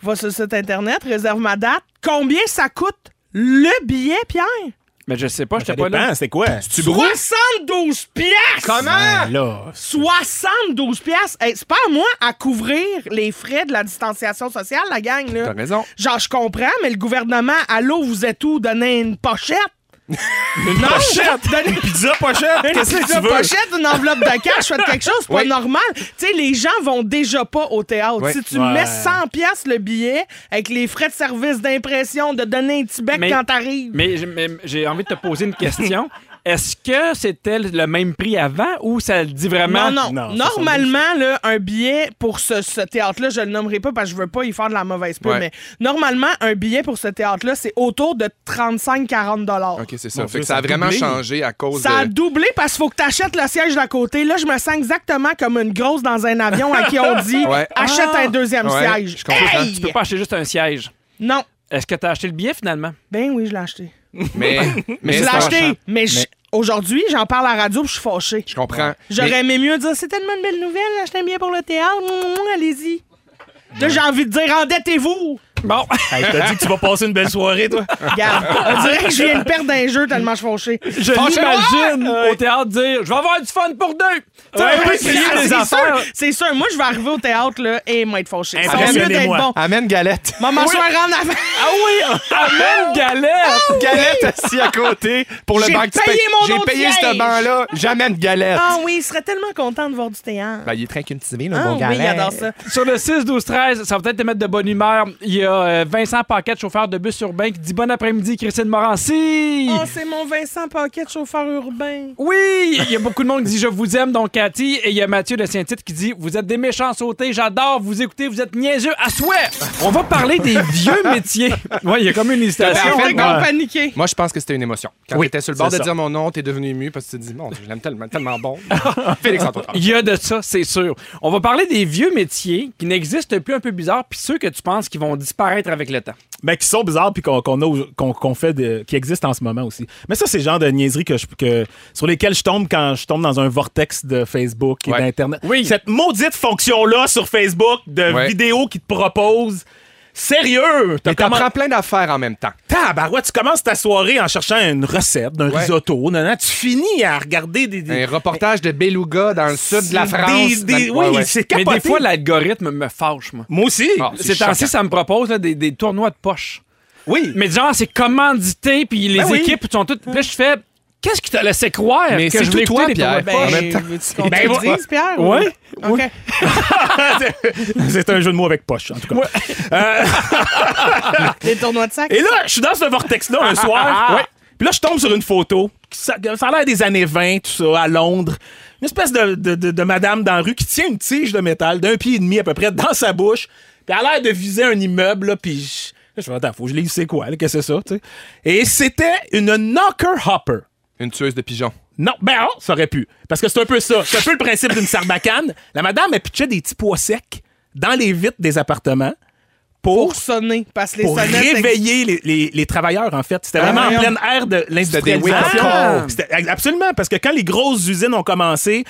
[SPEAKER 5] Va sur le site Internet, réserve ma date. Combien ça coûte le billet, Pierre?
[SPEAKER 2] Mais je sais pas, j'étais
[SPEAKER 1] Ben, Ça
[SPEAKER 2] pas là.
[SPEAKER 1] dépend, c'est quoi?
[SPEAKER 4] Tu brouilles?
[SPEAKER 5] 72 piastres!
[SPEAKER 1] Ben là,
[SPEAKER 5] 72 piastres! Hey, c'est pas à moi à couvrir les frais de la distanciation sociale, la gang, là.
[SPEAKER 4] T'as raison.
[SPEAKER 5] Genre, je comprends, mais le gouvernement, allô, vous êtes où? Donnez une pochette! une pochette! Donnez
[SPEAKER 1] une pizza pochette,
[SPEAKER 5] une
[SPEAKER 1] qu'est-ce que
[SPEAKER 5] pizza
[SPEAKER 1] tu veux?
[SPEAKER 5] pochette, une enveloppe de cash, faites quelque chose, c'est pas
[SPEAKER 4] Oui.
[SPEAKER 5] normal. Tu sais, les gens vont déjà pas au théâtre.
[SPEAKER 4] Oui.
[SPEAKER 5] Si tu
[SPEAKER 1] Ouais.
[SPEAKER 5] mets 100 pièces le billet, avec les frais de service, d'impression, de donner un petit bec
[SPEAKER 2] Mais-
[SPEAKER 5] quand t'arrives.
[SPEAKER 2] Mais j'ai- mais j'ai envie de te poser une question. Est-ce que c'était le même prix avant ou ça le dit vraiment?
[SPEAKER 5] Non, non.
[SPEAKER 1] Non,
[SPEAKER 5] normalement, là, un billet pour ce, ce théâtre-là, je le nommerai pas parce que je veux pas y faire de la mauvaise pub,
[SPEAKER 4] Ouais.
[SPEAKER 5] mais normalement, un billet pour ce théâtre-là, c'est autour de 35-40 dollars.
[SPEAKER 4] OK, c'est ça.
[SPEAKER 1] Mon
[SPEAKER 4] fait
[SPEAKER 1] Dieu,
[SPEAKER 4] que ça
[SPEAKER 1] ça
[SPEAKER 4] a
[SPEAKER 1] a
[SPEAKER 4] vraiment
[SPEAKER 1] doublé.
[SPEAKER 4] changé à cause
[SPEAKER 5] Ça a
[SPEAKER 4] de...
[SPEAKER 5] doublé parce qu'il faut que tu achètes le siège d'à côté. Là, je me sens exactement comme une grosse dans un avion à qui on dit
[SPEAKER 4] Ouais. Ah!
[SPEAKER 5] achète un deuxième
[SPEAKER 4] Ouais,
[SPEAKER 5] siège.
[SPEAKER 4] je comprends.
[SPEAKER 5] Hey!
[SPEAKER 2] Tu peux pas acheter juste un siège.
[SPEAKER 5] Non.
[SPEAKER 2] Est-ce que t'as acheté le billet finalement?
[SPEAKER 5] Ben oui, je l'ai acheté.
[SPEAKER 4] Mais, mais
[SPEAKER 5] je
[SPEAKER 4] c'est
[SPEAKER 5] l'ai
[SPEAKER 4] un-
[SPEAKER 5] acheté, mais, je- aujourd'hui, j'en parle à la radio puis je suis fâchée.
[SPEAKER 4] Je comprends. Mais-
[SPEAKER 5] J'aurais aimé mieux dire c'est tellement une belle nouvelle, achetez un billet pour le théâtre, mouah, mouah, allez-y. Là, j'ai envie de dire endettez-vous.
[SPEAKER 2] Bon.
[SPEAKER 1] Hey, t'as dit que tu vas passer une belle soirée, toi?
[SPEAKER 5] Regarde, on dirait que je viens de perdre un jeu tellement je suis fâchée.
[SPEAKER 2] Je l'imagine au théâtre dire Je vais avoir du fun pour deux. Tu sais,
[SPEAKER 1] Ouais,
[SPEAKER 2] on peut
[SPEAKER 1] oui,
[SPEAKER 2] essayer
[SPEAKER 5] Ah,
[SPEAKER 2] des
[SPEAKER 5] C'est
[SPEAKER 2] affaires.
[SPEAKER 5] sûr, c'est sûr. Moi, je vais arriver au théâtre là, et m'être fâchée. Ça va mieux d'être
[SPEAKER 1] Impressionnez-moi.
[SPEAKER 5] bon.
[SPEAKER 4] Amène Galette.
[SPEAKER 5] Maman, soir en avant.
[SPEAKER 2] Ah oui, amène galette.
[SPEAKER 4] Galette assis à côté pour le
[SPEAKER 5] J'ai
[SPEAKER 4] banc que tu
[SPEAKER 5] payé
[SPEAKER 4] payes.
[SPEAKER 5] mon
[SPEAKER 4] J'ai
[SPEAKER 5] autre
[SPEAKER 4] payé
[SPEAKER 5] siège.
[SPEAKER 4] ce banc-là. J'amène Galette.
[SPEAKER 5] Ah oui, il serait tellement content de voir du théâtre.
[SPEAKER 4] Ben, il est très cultivé, le
[SPEAKER 5] ah,
[SPEAKER 4] bon
[SPEAKER 5] oui,
[SPEAKER 4] Galette.
[SPEAKER 5] il adore ça.
[SPEAKER 2] Sur le 6, 12, 13, ça va peut-être te mettre de bonne humeur. Il y a euh, Vincent Paquette, chauffeur de bus urbain, qui dit Bon après-midi, Christine Morancy.
[SPEAKER 5] Oh, c'est mon Vincent Paquette, chauffeur urbain.
[SPEAKER 2] Oui, il y a beaucoup de monde qui dit je vous aime, donc Cathy. Et il y a Mathieu de Saint-Tite qui dit vous êtes des méchants sautés, j'adore vous écouter, vous êtes niaiseux à souhait. On va parler des vieux métiers. Oui, il y a comme une hésitation.
[SPEAKER 4] Ben, en fait,
[SPEAKER 5] Fait qu'on
[SPEAKER 4] ouais.
[SPEAKER 5] paniquait.
[SPEAKER 4] Moi, je pense que c'était une émotion. Quand
[SPEAKER 1] Oui,
[SPEAKER 4] t'étais sur le bord de
[SPEAKER 1] c'est ça.
[SPEAKER 4] dire mon nom, t'es devenu ému parce que tu te dis, mon Dieu, je l'aime tellement, tellement bon. Félix-Antoine. Tremblay.
[SPEAKER 2] Il y a de ça, c'est sûr. On va parler des vieux métiers qui n'existent plus, un peu bizarres, puis ceux que tu penses qui vont disparaître avec le temps.
[SPEAKER 1] Mais Ben, qui sont bizarres puis qu'on qu'on a au- qu'on- qu'on fait de- qui existent en ce moment aussi. Mais ça, c'est le genre de niaiserie que je, que, sur lesquelles je tombe quand je tombe dans un vortex de Facebook et
[SPEAKER 4] Ouais.
[SPEAKER 1] d'Internet.
[SPEAKER 2] Oui.
[SPEAKER 1] Cette maudite fonction-là sur Facebook de
[SPEAKER 4] Ouais.
[SPEAKER 1] vidéos qui te proposent. Sérieux! T'as
[SPEAKER 4] Mais t'apprends
[SPEAKER 1] comment-
[SPEAKER 4] plein d'affaires en même temps.
[SPEAKER 1] Tabarouette, tu commences ta soirée en cherchant une recette d'un
[SPEAKER 4] Ouais.
[SPEAKER 1] risotto. Non, non, tu finis à regarder des. des-
[SPEAKER 4] Un reportage de Beluga dans le sud de la
[SPEAKER 1] des-
[SPEAKER 4] France.
[SPEAKER 1] des-
[SPEAKER 4] Dans-
[SPEAKER 1] oui,
[SPEAKER 4] ouais, ouais.
[SPEAKER 1] c'est
[SPEAKER 2] Mais
[SPEAKER 1] capoté.
[SPEAKER 2] des fois, l'algorithme me fâche, moi.
[SPEAKER 1] Moi aussi.
[SPEAKER 4] Ah,
[SPEAKER 2] Ces
[SPEAKER 4] choquant.
[SPEAKER 2] temps-ci, ça me propose là, des, des tournois de poche.
[SPEAKER 1] oui.
[SPEAKER 2] Mais genre, c'est commandité, puis les
[SPEAKER 1] Ben oui.
[SPEAKER 2] équipes sont toutes. Puis là, je fais qu'est-ce qui t'a laissé croire
[SPEAKER 4] Mais
[SPEAKER 2] que
[SPEAKER 4] c'est
[SPEAKER 2] je
[SPEAKER 4] tout
[SPEAKER 2] voulais
[SPEAKER 4] toi,
[SPEAKER 2] écouter des tournois
[SPEAKER 4] Pierre.
[SPEAKER 2] de
[SPEAKER 4] En
[SPEAKER 2] poche?
[SPEAKER 4] même temps.
[SPEAKER 5] veux-tu qu'on te
[SPEAKER 1] Ben,
[SPEAKER 5] le
[SPEAKER 1] ouais.
[SPEAKER 5] dise, Pierre?
[SPEAKER 2] Ouais.
[SPEAKER 5] OK.
[SPEAKER 1] c'est un jeu de mots avec poche, en tout cas.
[SPEAKER 5] Les tournois de sac.
[SPEAKER 1] Et là, je suis dans ce vortex-là un soir. Ouais. Puis là, je tombe sur une photo. Ça, ça a l'air des années 20, tout ça, à Londres. Une espèce de, de- de- de madame dans la rue qui tient une tige de métal d'un pied et demi à peu près dans sa bouche. Puis elle a l'air de viser un immeuble, là, puis je- je me dis, attends, faut que je lise c'est quoi, là, qu'est-ce que c'est ça, tu sais. Et c'était une knocker hopper.
[SPEAKER 4] Une tueuse de pigeons.
[SPEAKER 1] Non, ben non, ça aurait pu. Parce que c'est un peu ça. C'est un peu le principe d'une sarbacane. La madame, elle pitchait des petits pois secs dans les vitres des appartements pour
[SPEAKER 5] Pour sonner, parce que les
[SPEAKER 1] pour
[SPEAKER 5] sonnettes...
[SPEAKER 1] réveiller les, les- les travailleurs, en fait. C'était vraiment en
[SPEAKER 5] voyons.
[SPEAKER 1] pleine ère de l'industrialisation.
[SPEAKER 4] wake-up
[SPEAKER 2] calls.
[SPEAKER 1] Ah! C'était- Absolument, parce que quand les grosses usines ont commencé,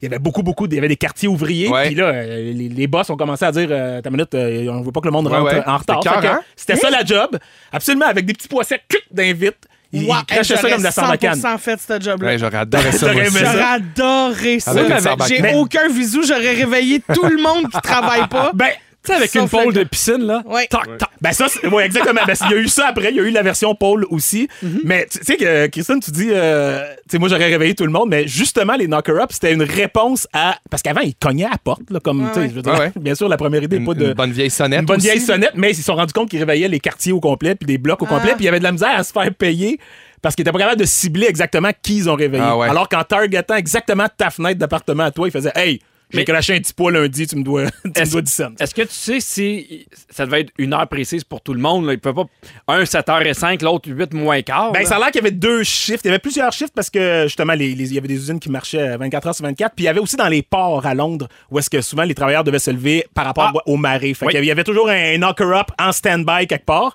[SPEAKER 1] il y avait beaucoup, beaucoup, il y avait des quartiers ouvriers.
[SPEAKER 4] Ouais.
[SPEAKER 1] Puis là, euh, les, les boss ont commencé à dire euh, T'as une minute, euh, on veut pas que le monde
[SPEAKER 4] Ouais,
[SPEAKER 1] rentre
[SPEAKER 4] ouais.
[SPEAKER 1] euh, en retard.
[SPEAKER 4] C'était
[SPEAKER 1] Fait que
[SPEAKER 4] cœur, hein?
[SPEAKER 1] C'était ça la job. Absolument, avec des petits pois secs, clic, d'invite. Ils,
[SPEAKER 5] Wow,
[SPEAKER 1] ils crachaient ça
[SPEAKER 5] j'aurais
[SPEAKER 1] comme de la sarbacane.
[SPEAKER 5] 100% fait ce job-là.
[SPEAKER 4] Ouais, J'aurais adoré ça. moi
[SPEAKER 1] T'aurais
[SPEAKER 4] aussi.
[SPEAKER 1] aimé
[SPEAKER 5] J'aurais
[SPEAKER 1] ça.
[SPEAKER 5] adoré ça.
[SPEAKER 4] Avec une
[SPEAKER 5] J'ai
[SPEAKER 4] sarbacane.
[SPEAKER 5] aucun visu, j'aurais réveillé tout le monde qui travaille pas.
[SPEAKER 1] Ben,
[SPEAKER 2] Tu sais, avec
[SPEAKER 5] Sauf
[SPEAKER 2] une pole de
[SPEAKER 5] le-
[SPEAKER 2] piscine, là.
[SPEAKER 5] Ouais.
[SPEAKER 2] Toc, toc.
[SPEAKER 1] Ben ça, c'est- ouais, exactement. Ben, il y a eu ça après, il y a eu la version Paul aussi. Mais tu tu sais que, euh, Christine, tu dis, euh, tu sais, moi j'aurais réveillé tout le monde, mais justement, les knocker-up, c'était une réponse à. Parce qu'avant, ils cognaient à la porte, là, comme, tu sais, je veux dire,
[SPEAKER 4] Ouais, ouais.
[SPEAKER 1] bien sûr, la première idée n'est
[SPEAKER 4] Une,
[SPEAKER 1] pas de.
[SPEAKER 4] une bonne vieille sonnette.
[SPEAKER 1] Une bonne
[SPEAKER 4] aussi.
[SPEAKER 1] vieille sonnette, mais ils se sont rendus compte qu'ils réveillaient les quartiers au complet, puis des blocs au complet, puis il y avait de la misère à se faire payer parce qu'ils étaient pas capables de cibler exactement qui ils ont réveillé.
[SPEAKER 4] Ah ouais.
[SPEAKER 1] Alors qu'en targetant exactement ta fenêtre d'appartement à toi, ils faisaient Hey, j'ai
[SPEAKER 2] Mais-
[SPEAKER 1] craché un petit poids lundi, tu me dois, tu me
[SPEAKER 2] Est-ce-
[SPEAKER 1] dois 10 cents.
[SPEAKER 2] Est-ce que tu sais si ça devait être une heure précise pour tout le monde? Là? Il peut pas. Un, 7h05, l'autre, 8 moins quart.
[SPEAKER 1] Ben,
[SPEAKER 2] là.
[SPEAKER 1] ça a l'air qu'il y avait deux shifts. Il y avait plusieurs shifts parce que, justement, les- les- il y avait des usines qui marchaient à 24 heures sur 24. Puis il y avait aussi dans les ports à Londres où est-ce que souvent les travailleurs devaient se lever par rapport
[SPEAKER 2] Ah.
[SPEAKER 1] aux marées. Fait
[SPEAKER 2] Oui.
[SPEAKER 1] qu'il y avait toujours un knocker-up en stand-by quelque part.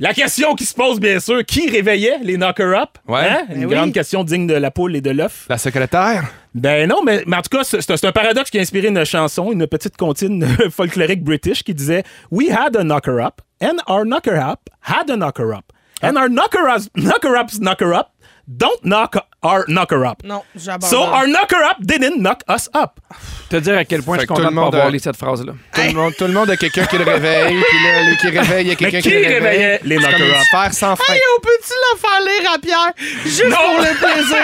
[SPEAKER 1] La question qui se pose, bien sûr, qui réveillait les knocker-up?
[SPEAKER 4] Ouais.
[SPEAKER 1] Une
[SPEAKER 2] Ben
[SPEAKER 1] grande question digne de la poule et de l'œuf.
[SPEAKER 4] La secrétaire.
[SPEAKER 1] Ben non, mais, mais en tout cas, c'est c'est un, c'est un paradoxe qui a inspiré une chanson, une petite comptine folklorique british qui disait We had a knocker-up, and our knocker-up had a knocker-up. And our knocker-ups, knocker-ups, knocker-up don't knock our knocker-up.
[SPEAKER 5] Non, j'abandonne.
[SPEAKER 1] So our knocker-up didn't knock us up.
[SPEAKER 2] te dire à quel point
[SPEAKER 4] Fait
[SPEAKER 2] je suis
[SPEAKER 4] que tout
[SPEAKER 2] content de
[SPEAKER 4] le
[SPEAKER 2] pas
[SPEAKER 4] monde
[SPEAKER 2] avoir
[SPEAKER 4] a-
[SPEAKER 2] lu cette phrase-là.
[SPEAKER 4] Tout le monde, tout le monde a quelqu'un qui le réveille, puis là, lui qui réveille, il y a quelqu'un
[SPEAKER 1] Mais
[SPEAKER 4] qui,
[SPEAKER 1] qui
[SPEAKER 4] le réveille.
[SPEAKER 1] réveillait les
[SPEAKER 4] C'est comme
[SPEAKER 1] knocker-up?
[SPEAKER 4] une sphère sans fin.
[SPEAKER 5] Hey, on peut-tu le faire lire à Pierre? Juste pour le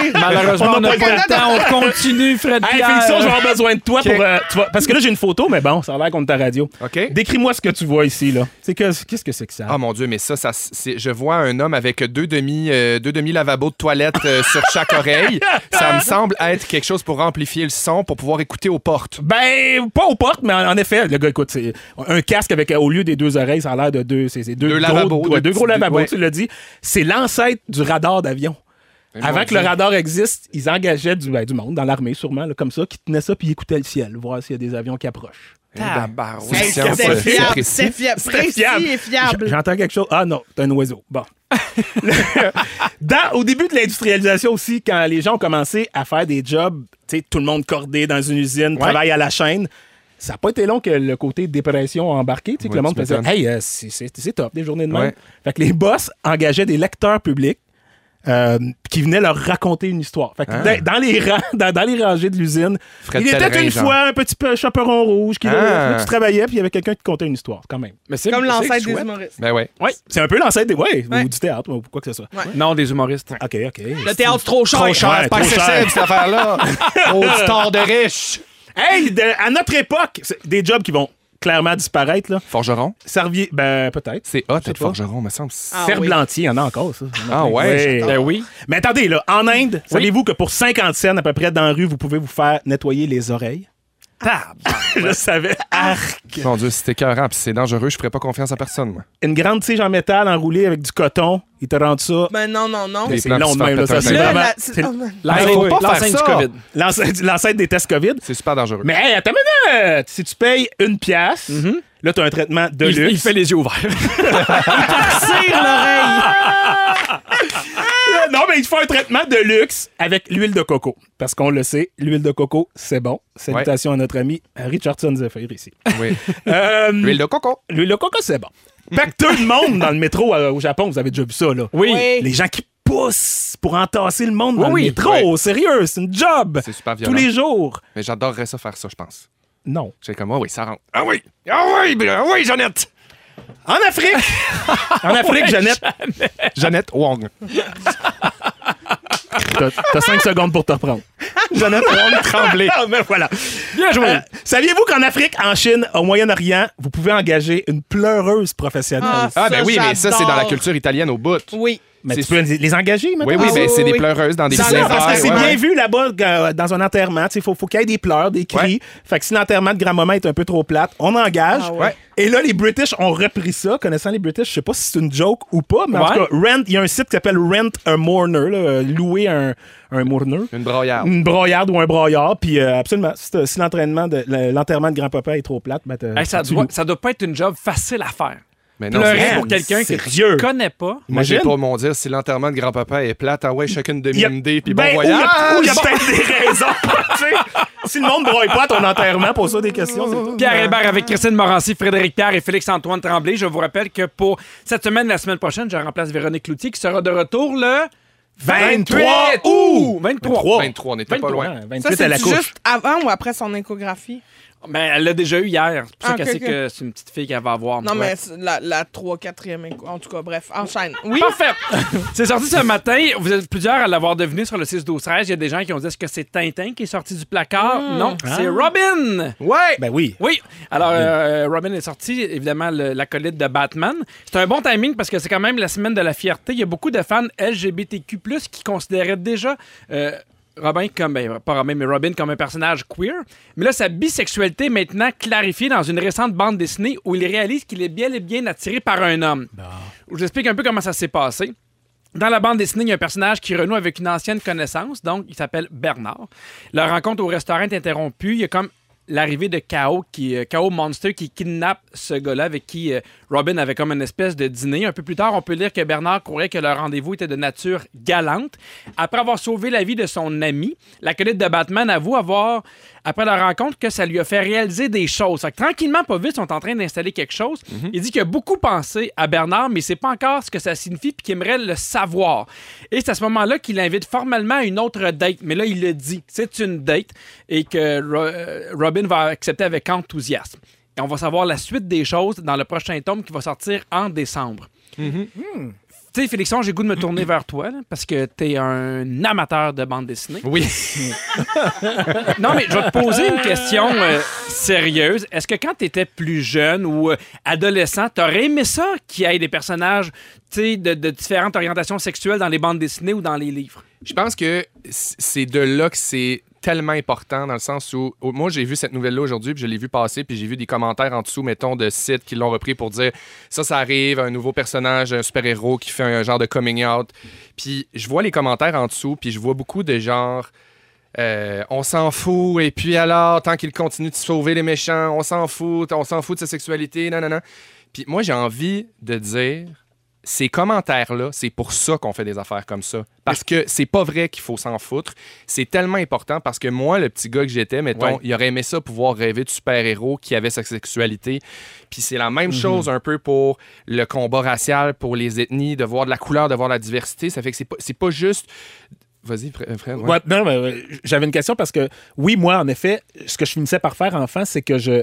[SPEAKER 5] plaisir.
[SPEAKER 2] Malheureusement, on n'a
[SPEAKER 1] pas
[SPEAKER 2] pas
[SPEAKER 1] le
[SPEAKER 2] le
[SPEAKER 1] temps.
[SPEAKER 2] temps. On continue, Fred
[SPEAKER 1] Hey,
[SPEAKER 2] Pierre.
[SPEAKER 1] Félixon, je vais avoir besoin de toi pour. euh, tu vas- parce que là, j'ai une photo, mais bon, ça a l'air contre ta radio.
[SPEAKER 4] OK.
[SPEAKER 1] Décris-moi ce que tu vois ici, là. C'est que- Qu'est-ce que c'est que ça?
[SPEAKER 4] Ah mon Dieu, mais ça, ça c'est- je vois un homme avec deux demi, euh, deux demi lavabos de toilette euh, sur chaque oreille. Ça me semble être quelque chose pour amplifier le son, pour pouvoir écouter aux portes.
[SPEAKER 1] Ben, pas aux portes, mais en, en effet, le gars, écoute, c'est un casque avec, euh, au lieu des deux oreilles, ça a l'air de deux, c'est, c'est deux,
[SPEAKER 4] Deux
[SPEAKER 1] gros,
[SPEAKER 4] lavabos,
[SPEAKER 1] ouais,
[SPEAKER 4] deux
[SPEAKER 1] deux gros
[SPEAKER 4] petits-
[SPEAKER 1] lavabos,
[SPEAKER 4] ouais.
[SPEAKER 1] tu l'as dit. C'est l'ancêtre du radar d'avion. Avant
[SPEAKER 4] Ben, mon
[SPEAKER 1] que le
[SPEAKER 4] Dieu.
[SPEAKER 1] radar existe, ils engageaient du, ben, du monde, dans l'armée sûrement, là, comme ça, qui tenait ça puis ils écoutaient le ciel, voir s'il y a des avions qui approchent.
[SPEAKER 2] Tabarouette.
[SPEAKER 5] Hey,
[SPEAKER 4] Science,
[SPEAKER 5] C'était
[SPEAKER 4] euh, Eh ben, c'est
[SPEAKER 5] fiable,
[SPEAKER 4] précis.
[SPEAKER 5] c'était fiable, précis
[SPEAKER 1] fiable.
[SPEAKER 5] et fiable.
[SPEAKER 1] J- J'entends quelque chose. Ah non, c'est un oiseau. Bon. Dans- au début de l'industrialisation aussi, quand les gens ont commencé à faire des jobs, tu sais, tout le monde cordé dans une usine, travaille à la chaîne. Ça n'a pas été long que le côté dépression a embarqué, tu sais, que
[SPEAKER 4] Ouais,
[SPEAKER 1] le monde
[SPEAKER 4] tu
[SPEAKER 1] faisait
[SPEAKER 4] m'étonnes.
[SPEAKER 1] Hey, euh, c'est- c'est c'est top, des journées de même.
[SPEAKER 4] Ouais.
[SPEAKER 1] Fait que les boss engageaient des lecteurs publics euh, qui venaient leur raconter une histoire. Fait que dans, dans les rangs, dans, dans les rangées de l'usine,
[SPEAKER 4] Ah. Fred
[SPEAKER 1] il était
[SPEAKER 4] Pellerin,
[SPEAKER 1] une
[SPEAKER 4] genre.
[SPEAKER 1] fois un petit peu chaperon rouge qui
[SPEAKER 4] Ah.
[SPEAKER 1] là, tu travaillais, puis il y avait quelqu'un qui te contait une histoire, quand même.
[SPEAKER 2] Mais c'est-
[SPEAKER 5] Comme
[SPEAKER 2] c'est
[SPEAKER 5] l'ancêtre des
[SPEAKER 2] chouette.
[SPEAKER 5] humoristes.
[SPEAKER 4] Ben ouais.
[SPEAKER 1] Oui, c'est un peu l'ancêtre des. Ouais,
[SPEAKER 5] Ouais.
[SPEAKER 1] ou du théâtre, ou quoi que ce soit.
[SPEAKER 2] Non, des humoristes.
[SPEAKER 1] OK, OK.
[SPEAKER 5] Le théâtre trop cher.
[SPEAKER 1] cher,
[SPEAKER 4] Ouais,
[SPEAKER 1] c'est
[SPEAKER 4] c'est
[SPEAKER 1] pas
[SPEAKER 4] pas
[SPEAKER 1] cher.
[SPEAKER 4] accessible, cette affaire-là. Auditeur de riche.
[SPEAKER 1] Hey, de- à notre époque, c'est des jobs qui vont clairement disparaître, là.
[SPEAKER 4] Forgeron,
[SPEAKER 1] Servier, ben, peut-être.
[SPEAKER 4] c'est hot,
[SPEAKER 1] Je sais
[SPEAKER 4] être
[SPEAKER 1] pas.
[SPEAKER 4] forgeron, me semble.
[SPEAKER 5] Ah oui.
[SPEAKER 1] Serblantier, il y en a encore, ça.
[SPEAKER 4] Ah ouais,
[SPEAKER 1] Oui.
[SPEAKER 2] Ben oui.
[SPEAKER 1] Mais attendez, là, en Inde, savez-vous que pour 50 cents à peu près dans la rue, vous pouvez vous faire nettoyer les oreilles? Je savais. Arc.
[SPEAKER 4] Mon Dieu, c'était écœurant, puis c'est dangereux, je ferais pas confiance à personne, moi.
[SPEAKER 1] Une grande tige en métal enroulée avec du coton, ils te rendent ça.
[SPEAKER 5] Ben non, non, non.
[SPEAKER 4] Des
[SPEAKER 1] C'est
[SPEAKER 4] plans
[SPEAKER 1] long
[SPEAKER 4] qui
[SPEAKER 1] de
[SPEAKER 4] se
[SPEAKER 1] même,
[SPEAKER 4] font
[SPEAKER 1] là, ça,
[SPEAKER 4] péter
[SPEAKER 1] c'est
[SPEAKER 4] un
[SPEAKER 5] Là,
[SPEAKER 1] vraiment-
[SPEAKER 5] la- c'est-
[SPEAKER 1] c'est
[SPEAKER 5] oh, man.
[SPEAKER 4] Hey, faut pas faire
[SPEAKER 2] L'enseigne du
[SPEAKER 4] ça.
[SPEAKER 2] COVID.
[SPEAKER 1] L'ancêtre l'ancêtre des tests COVID.
[SPEAKER 4] C'est super dangereux.
[SPEAKER 1] Mais hey, attends une minute! Si tu payes une pièce, là, tu as un traitement de
[SPEAKER 2] Mhm. Il,
[SPEAKER 1] luxe.
[SPEAKER 2] il fait les yeux ouverts.
[SPEAKER 5] Tire l'oreille.
[SPEAKER 1] Euh, Non, mais il faut un traitement de luxe avec l'huile de coco. Parce qu'on le sait, l'huile de coco, c'est bon. Salutations à notre ami Richardson Zephyr ici.
[SPEAKER 4] Oui.
[SPEAKER 1] Euh,
[SPEAKER 4] L'huile de coco.
[SPEAKER 1] l'huile de coco, c'est bon. Pacteux de monde dans le métro euh, au Japon, vous avez déjà vu ça, là.
[SPEAKER 5] Oui.
[SPEAKER 1] Les gens qui poussent pour entasser le monde
[SPEAKER 2] Oui,
[SPEAKER 1] dans le
[SPEAKER 2] oui.
[SPEAKER 1] métro.
[SPEAKER 4] Oui.
[SPEAKER 1] Sérieux, c'est une job.
[SPEAKER 4] C'est super
[SPEAKER 1] Tous
[SPEAKER 4] violent.
[SPEAKER 1] les jours.
[SPEAKER 4] Mais j'adorerais ça faire ça, je pense.
[SPEAKER 1] Non.
[SPEAKER 4] J'ai comme, ah oui, ça rentre. Ah oui! Ah oui! ben, Ah oui, Jeannette!
[SPEAKER 1] En Afrique! en Afrique, Jeannette,
[SPEAKER 4] Jeannette Wong.
[SPEAKER 1] t'as t'as cinq secondes pour te reprendre.
[SPEAKER 4] Jeannette Wong tremblée.
[SPEAKER 1] Ah, ben voilà.
[SPEAKER 2] Bien joué.
[SPEAKER 1] Euh, Saviez-vous qu'en Afrique, en Chine, au Moyen-Orient, vous pouvez engager une pleureuse professionnelle?
[SPEAKER 4] Ah ben oui, mais ça, c'est dans la
[SPEAKER 5] j'adore.
[SPEAKER 4] culture italienne au bout.
[SPEAKER 5] Oui.
[SPEAKER 1] mais tu
[SPEAKER 4] c'est-
[SPEAKER 1] peux les- les engager, maintenant?
[SPEAKER 4] Oui, oui,
[SPEAKER 5] Ah,
[SPEAKER 4] ben,
[SPEAKER 5] oui,
[SPEAKER 4] c'est
[SPEAKER 5] oui,
[SPEAKER 4] des
[SPEAKER 5] oui.
[SPEAKER 4] pleureuses dans des
[SPEAKER 5] Ça,
[SPEAKER 1] Non, non,
[SPEAKER 4] cinémas,
[SPEAKER 1] parce que c'est
[SPEAKER 4] ouais,
[SPEAKER 1] bien
[SPEAKER 4] ouais.
[SPEAKER 1] vu là-bas euh, dans un enterrement. Il faut, faut qu'il y ait des pleurs, des cris. Fait que si l'enterrement de grand-maman est un peu trop plate, on engage.
[SPEAKER 5] Ah ouais.
[SPEAKER 1] Et là, les British ont repris ça. Connaissant les British, je sais pas si c'est une joke ou pas, mais en
[SPEAKER 2] Ouais.
[SPEAKER 1] tout cas, Rent, il y a un site qui s'appelle Rent a Mourner, là, euh, louer un, un mourner.
[SPEAKER 4] Une broyarde.
[SPEAKER 1] Une broyarde ou un broyard. Puis euh, absolument, si, euh, si l'entraînement de, le- l'enterrement de grand-papa est trop plate, ben, t'as-
[SPEAKER 2] Hey, ça,
[SPEAKER 1] tu
[SPEAKER 2] doit,
[SPEAKER 1] loues.
[SPEAKER 2] ça doit pas être une job facile à faire.
[SPEAKER 4] Mais non, c'est-
[SPEAKER 2] Pleurer
[SPEAKER 1] vrai,
[SPEAKER 2] pour quelqu'un que
[SPEAKER 1] sérieux.
[SPEAKER 2] tu connais pas.
[SPEAKER 4] moi, j'ai
[SPEAKER 1] Imagine.
[SPEAKER 4] pas mon dire si l'enterrement de grand-papa est plate. Ah ouais, chacune
[SPEAKER 1] Il y a-
[SPEAKER 4] demi-mdé, puis
[SPEAKER 1] ben,
[SPEAKER 4] bon
[SPEAKER 1] ou il y a-
[SPEAKER 4] voyage.
[SPEAKER 1] ou il y a
[SPEAKER 4] ben-
[SPEAKER 1] peut-être des raisons. tu sais. si le monde broye pas à ton enterrement, pose-toi des questions. c'est tout.
[SPEAKER 2] Pierre Hébert avec Christine Morancy, Frédéric Pierre et Félix-Antoine Tremblay. Je vous rappelle que pour cette semaine, la semaine prochaine, je remplace Véronique Cloutier qui sera de retour le
[SPEAKER 1] 23 août.
[SPEAKER 2] 23.
[SPEAKER 4] 23, on était pas
[SPEAKER 2] 23,
[SPEAKER 4] loin.
[SPEAKER 1] Ouais,
[SPEAKER 5] Ça,
[SPEAKER 1] 28 à la
[SPEAKER 5] c'est
[SPEAKER 1] couche.
[SPEAKER 5] juste avant ou après son échographie?
[SPEAKER 2] Ben, Mais elle l'a déjà eu hier. C'est pour ça
[SPEAKER 5] Ah,
[SPEAKER 2] qu'elle
[SPEAKER 5] ok,
[SPEAKER 2] sait
[SPEAKER 5] ok.
[SPEAKER 2] que c'est une petpetite fille qu'elle va avoir.
[SPEAKER 5] Non,
[SPEAKER 2] Ouais.
[SPEAKER 5] mais c'est la, la 3 4 en tout cas, bref, enchaîne. Oui,
[SPEAKER 2] Parfait! c'est sorti ce matin. Vous êtes plusieurs à l'avoir deviné sur le 6-12-13. Il y a des gens qui ont dit est-ce que c'est Tintin qui est sorti du placard?
[SPEAKER 5] Hmm.
[SPEAKER 2] Non,
[SPEAKER 5] Ah.
[SPEAKER 2] c'est Robin!
[SPEAKER 4] Ouais!
[SPEAKER 1] Ben oui.
[SPEAKER 2] Oui. Alors, euh, Robin est sorti, évidemment, le- l'acolyte de Batman. C'est un bon timing parce que c'est quand même la semaine de la fierté. Il y a beaucoup de fans LGBTQ, qui considéraient déjà. euh, Robin comme, ben, pas Robin, mais Robin comme un personnage queer. Mais là, sa bisexualité est maintenant clarifiée dans une récente bande dessinée où il réalise qu'il est bien et bien attiré par un homme. Je vous explique un peu comment ça s'est passé. Dans la bande dessinée, il y a un personnage qui renoue avec une ancienne connaissance, donc il s'appelle Bernard. La rencontre au restaurant est interrompue. Il y a comme l'arrivée de K.O. qui euh, K.O. Monster qui kidnappe ce gars-là avec qui euh, Robin avait comme une espèce de dîner. Un peu plus tard, on peut lire que Bernard courait que leur rendez-vous était de nature galante. Après avoir sauvé la vie de son ami, l'acolyte de Batman avoue avoir, après la rencontre, que ça lui a fait réaliser des choses. Fait que tranquillement, pas vite, ils sont en train d'installer quelque chose. Il dit qu'il a beaucoup pensé à Bernard, mais c'est pas encore ce que ça signifie puis qu'il aimerait le savoir. Et c'est à ce moment-là qu'il invite formellement à une autre date. Mais là, il le dit, c'est une date et que Ro- euh, Robin va accepter avec enthousiasme. Et on va savoir la suite des choses dans le prochain tome qui va sortir en décembre. Tu sais, Félixon, j'ai goût de me tourner vers toi là, parce que t'es un amateur de bande dessinée.
[SPEAKER 4] Oui.
[SPEAKER 2] Non, mais je vais te poser une question euh, sérieuse. Est-ce que quand tu étais plus jeune ou euh, adolescent, t'aurais aimé ça qu'il y ait des personnages tu sais, de, de différentes orientations sexuelles dans les bandes dessinées ou dans les livres?
[SPEAKER 4] Je pense que c- c'est de là que c'est tellement important dans le sens où où- moi j'ai vu cette nouvelle là aujourd'hui puis je l'ai vu passer puis j'ai vu des commentaires en dessous mettons de sites qui l'ont repris pour dire ça ça arrive un nouveau personnage un super-héros qui fait un genre de coming out puis je vois les commentaires en dessous puis je vois beaucoup de genre euh, on s'en fout et puis alors tant qu'il continue de sauver les méchants on s'en fout on s'en fout de sa sexualité nanana puis moi j'ai envie de dire ces commentaires-là, c'est pour ça qu'on fait des affaires comme ça. Parce que c'est pas vrai qu'il faut s'en foutre. C'est tellement important parce que moi, le petit gars que j'étais, mettons,
[SPEAKER 2] Ouais.
[SPEAKER 4] il aurait aimé ça pouvoir rêver de super-héros qui avait sa sexualité. Puis c'est la même chose un peu pour le combat racial, pour les ethnies, de voir de la couleur, de voir la diversité. Ça fait que c'est pas, c'est pas juste. Vas-y, fr- frère. ouais.
[SPEAKER 1] Ouais, non, mais euh, j'avais une question parce que, oui, moi, en effet, ce que je finissais par faire enfant, c'est que je.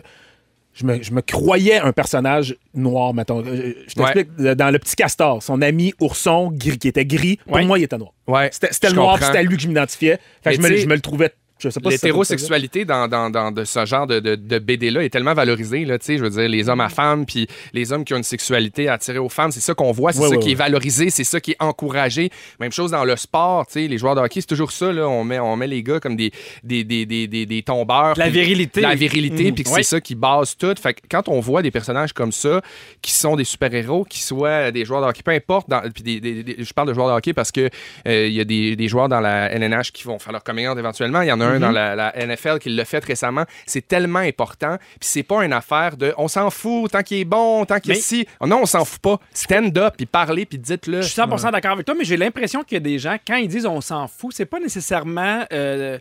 [SPEAKER 1] Je me, je me croyais un personnage noir, mettons. Euh, Je t'explique, euh, dans Le Petit Castor, son ami ourson gris, qui était gris, pour
[SPEAKER 2] Ouais.
[SPEAKER 1] moi, il était noir.
[SPEAKER 4] Ouais,
[SPEAKER 1] C'était c'était
[SPEAKER 4] je
[SPEAKER 1] le noir, puis
[SPEAKER 4] comprends.
[SPEAKER 1] c'était à lui que je m'identifiais.
[SPEAKER 4] Mais
[SPEAKER 1] Fait que je me,
[SPEAKER 4] tu sais,
[SPEAKER 1] je me le trouvais, je sais pas si ça-
[SPEAKER 4] L'hétérosexualité dans, dans, dans de ce genre de, de, de BD-là est tellement valorisée. Là, tu sais, je veux dire, les hommes à
[SPEAKER 1] Mm.
[SPEAKER 4] femmes, puis les hommes qui ont une sexualité attirée aux femmes, c'est ça qu'on voit, c'est
[SPEAKER 1] Ouais,
[SPEAKER 4] ça
[SPEAKER 1] ouais,
[SPEAKER 4] qui
[SPEAKER 1] ouais.
[SPEAKER 4] est valorisé, c'est ça qui est encouragé. Même chose dans le sport, tu sais, les joueurs de hockey, c'est toujours ça. Là, on, met, on met les gars comme des, des, des, des, des, des tombeurs.
[SPEAKER 2] La
[SPEAKER 4] puis-
[SPEAKER 2] virilité.
[SPEAKER 4] La
[SPEAKER 1] Mm.
[SPEAKER 4] virilité, puis que
[SPEAKER 2] Ouais.
[SPEAKER 4] c'est ça qui base tout. Fait que quand on voit des personnages comme ça, qui sont des super-héros, qui soient des joueurs de hockey, peu importe, dans- puis des- des- des- je parle de joueurs de hockey parce que euh, il y a des, des joueurs dans la LNH qui vont faire leur coming out éventuellement. Il y en a un
[SPEAKER 2] Mhm.
[SPEAKER 4] dans la, la NFL qui l'a fait récemment. C'est tellement important. Puis c'est pas une affaire de on s'en fout tant qu'il est bon, tant qu'il
[SPEAKER 2] Mais-
[SPEAKER 4] est si. Non, on s'en fout pas. Stand up, puis parlez, puis dites-le.
[SPEAKER 2] Je suis 100 d'accord avec toi, mais j'ai l'impression qu'il y a des gens, quand ils disent on s'en fout, c'est pas nécessairement euh,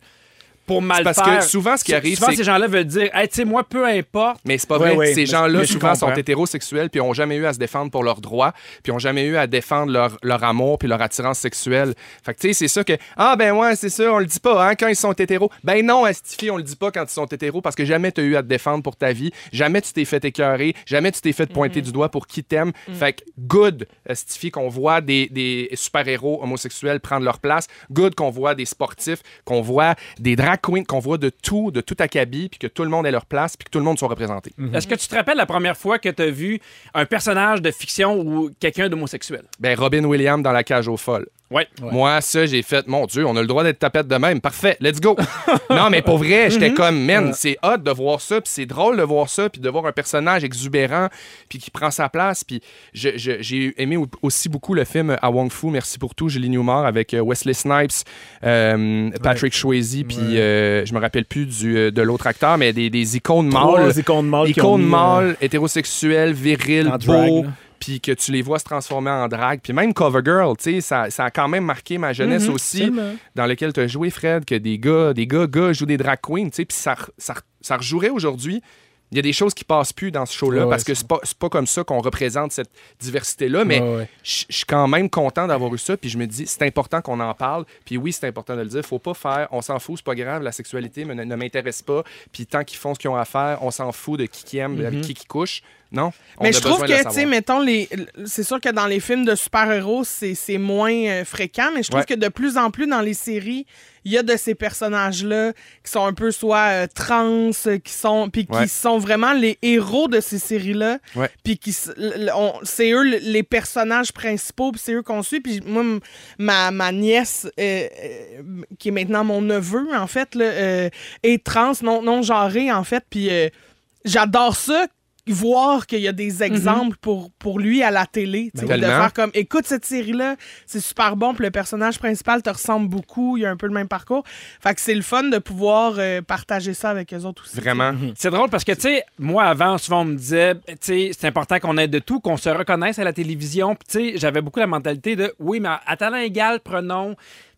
[SPEAKER 2] pour mal
[SPEAKER 4] C'est parce
[SPEAKER 2] faire.
[SPEAKER 4] que souvent, ce qui
[SPEAKER 2] Sou-
[SPEAKER 4] arrive,
[SPEAKER 2] souvent,
[SPEAKER 4] c'est-
[SPEAKER 2] ces gens-là veulent dire hey, tu sais, moi, peu importe.
[SPEAKER 4] Mais c'est pas
[SPEAKER 1] Ouais,
[SPEAKER 4] vrai.
[SPEAKER 1] ouais,
[SPEAKER 4] Ces
[SPEAKER 1] mais-
[SPEAKER 4] gens-là,
[SPEAKER 2] mais je
[SPEAKER 4] souvent, sont
[SPEAKER 2] comprends.
[SPEAKER 4] hétérosexuels, puis ont jamais eu à se défendre pour leurs droits, puis ont jamais eu à défendre leur, leur amour, puis leur attirance sexuelle. Fait que, tu sais, c'est ça que. Ah, ben ouais, c'est ça, on le dit pas, hein, quand ils sont hétéros. Ben non, Astifi, on le dit pas quand ils sont hétéros, parce que jamais t'as eu à te défendre pour ta vie, jamais tu t'es fait écœurer, jamais tu t'es fait pointer du doigt pour qui t'aime. Fait que, good, Astifi, qu'on voit des, des super-héros homosexuels prendre leur place. Good qu'on voit des sportifs, qu'on voit des drag queens, qu'on voit de tout, de tout acabit, puis que tout le monde ait leur place, puis que tout le monde soit représenté.
[SPEAKER 2] Est-ce que tu te rappelles la première fois que tu as vu un personnage de fiction ou quelqu'un d'homosexuel?
[SPEAKER 4] Ben, Robin Williams dans la cage aux folles.
[SPEAKER 2] Oui.
[SPEAKER 4] Moi, ça, j'ai fait, mon Dieu, on a le droit d'être tapette de même. Parfait, let's go. non, mais pour vrai, j'étais comme, man, c'est hot de voir ça, puis c'est drôle de voir ça, puis de voir un personnage exubérant, puis qui prend sa place. Puis je- je- j'ai aimé au- aussi beaucoup le film À Wong Fu, Merci pour tout, Julie Newmar, avec euh, Wesley Snipes, euh, Patrick Swayze, puis euh, je me rappelle plus du, euh, de l'autre acteur, mais des, des icônes
[SPEAKER 1] Trois
[SPEAKER 4] mâles.
[SPEAKER 1] icônes mâles qui ont
[SPEAKER 4] Icônes
[SPEAKER 1] mis, euh,
[SPEAKER 4] mâles, hétérosexuels, virils,
[SPEAKER 1] en drag,
[SPEAKER 4] beaux
[SPEAKER 1] là.
[SPEAKER 4] puis que tu les vois se transformer en drague. Puis même Covergirl, tu sais, ça, ça a quand même marqué ma jeunesse aussi, dans lequel tu as joué, Fred, que des gars, des gars, gars jouent des drag queens, tu sais, puis ça, re- ça, re- ça rejouerait aujourd'hui. Il y a des choses qui passent plus dans ce show-là
[SPEAKER 1] Ouais,
[SPEAKER 4] parce
[SPEAKER 1] ouais,
[SPEAKER 4] que c'est pas, c'est pas comme ça qu'on représente cette diversité-là, mais
[SPEAKER 1] Ouais, ouais.
[SPEAKER 4] je je suis quand même content d'avoir eu ça. Puis je me dis, c'est important qu'on en parle. Puis oui, c'est important de le dire. Faut pas faire, on s'en fout, c'est pas grave, la sexualité me- ne, ne m'intéresse pas. Puis tant qu'ils font ce qu'ils ont à faire, on s'en fout de qui qui aime, avec qui qui couche. Non. on
[SPEAKER 5] Mais
[SPEAKER 4] a
[SPEAKER 5] je trouve
[SPEAKER 4] besoin de le
[SPEAKER 5] que, tu sais,
[SPEAKER 4] savoir.
[SPEAKER 5] mettons, les, l- c'est sûr que dans les films de super-héros, c'est, c'est moins euh, fréquent, mais je trouve
[SPEAKER 4] Ouais.
[SPEAKER 5] que de plus en plus dans les séries, il y a de ces personnages-là qui sont un peu soit euh, trans, euh, qui sont, puis
[SPEAKER 4] Ouais.
[SPEAKER 5] qui sont vraiment les héros de ces séries-là.
[SPEAKER 4] Ouais.
[SPEAKER 5] Puis qui, s- l- l- on- c'est eux l- les personnages principaux, puis c'est eux qu'on suit. Puis moi, m- ma, ma nièce, euh, euh, qui est maintenant mon neveu, en fait, là, euh, est trans, non, non genré, en fait, puis. euh, j'adore ça voir qu'il y a
[SPEAKER 2] Mhm.
[SPEAKER 5] des exemples pour, pour lui à la télé. tu sais, de
[SPEAKER 4] Ben tellement.
[SPEAKER 5] faire comme, écoute cette série-là, c'est super bon, puis le personnage principal te ressemble beaucoup, il a un peu le même parcours. Fait que c'est le fun de pouvoir euh, partager ça avec eux autres aussi.
[SPEAKER 4] Vraiment.
[SPEAKER 2] C'est drôle parce que, tu sais, moi, avant, souvent, on me disait, tu sais, c'est important qu'on aide de tout, qu'on se reconnaisse à la télévision. Puis, tu sais, j'avais beaucoup la mentalité de, oui, mais à talent égal, prenons.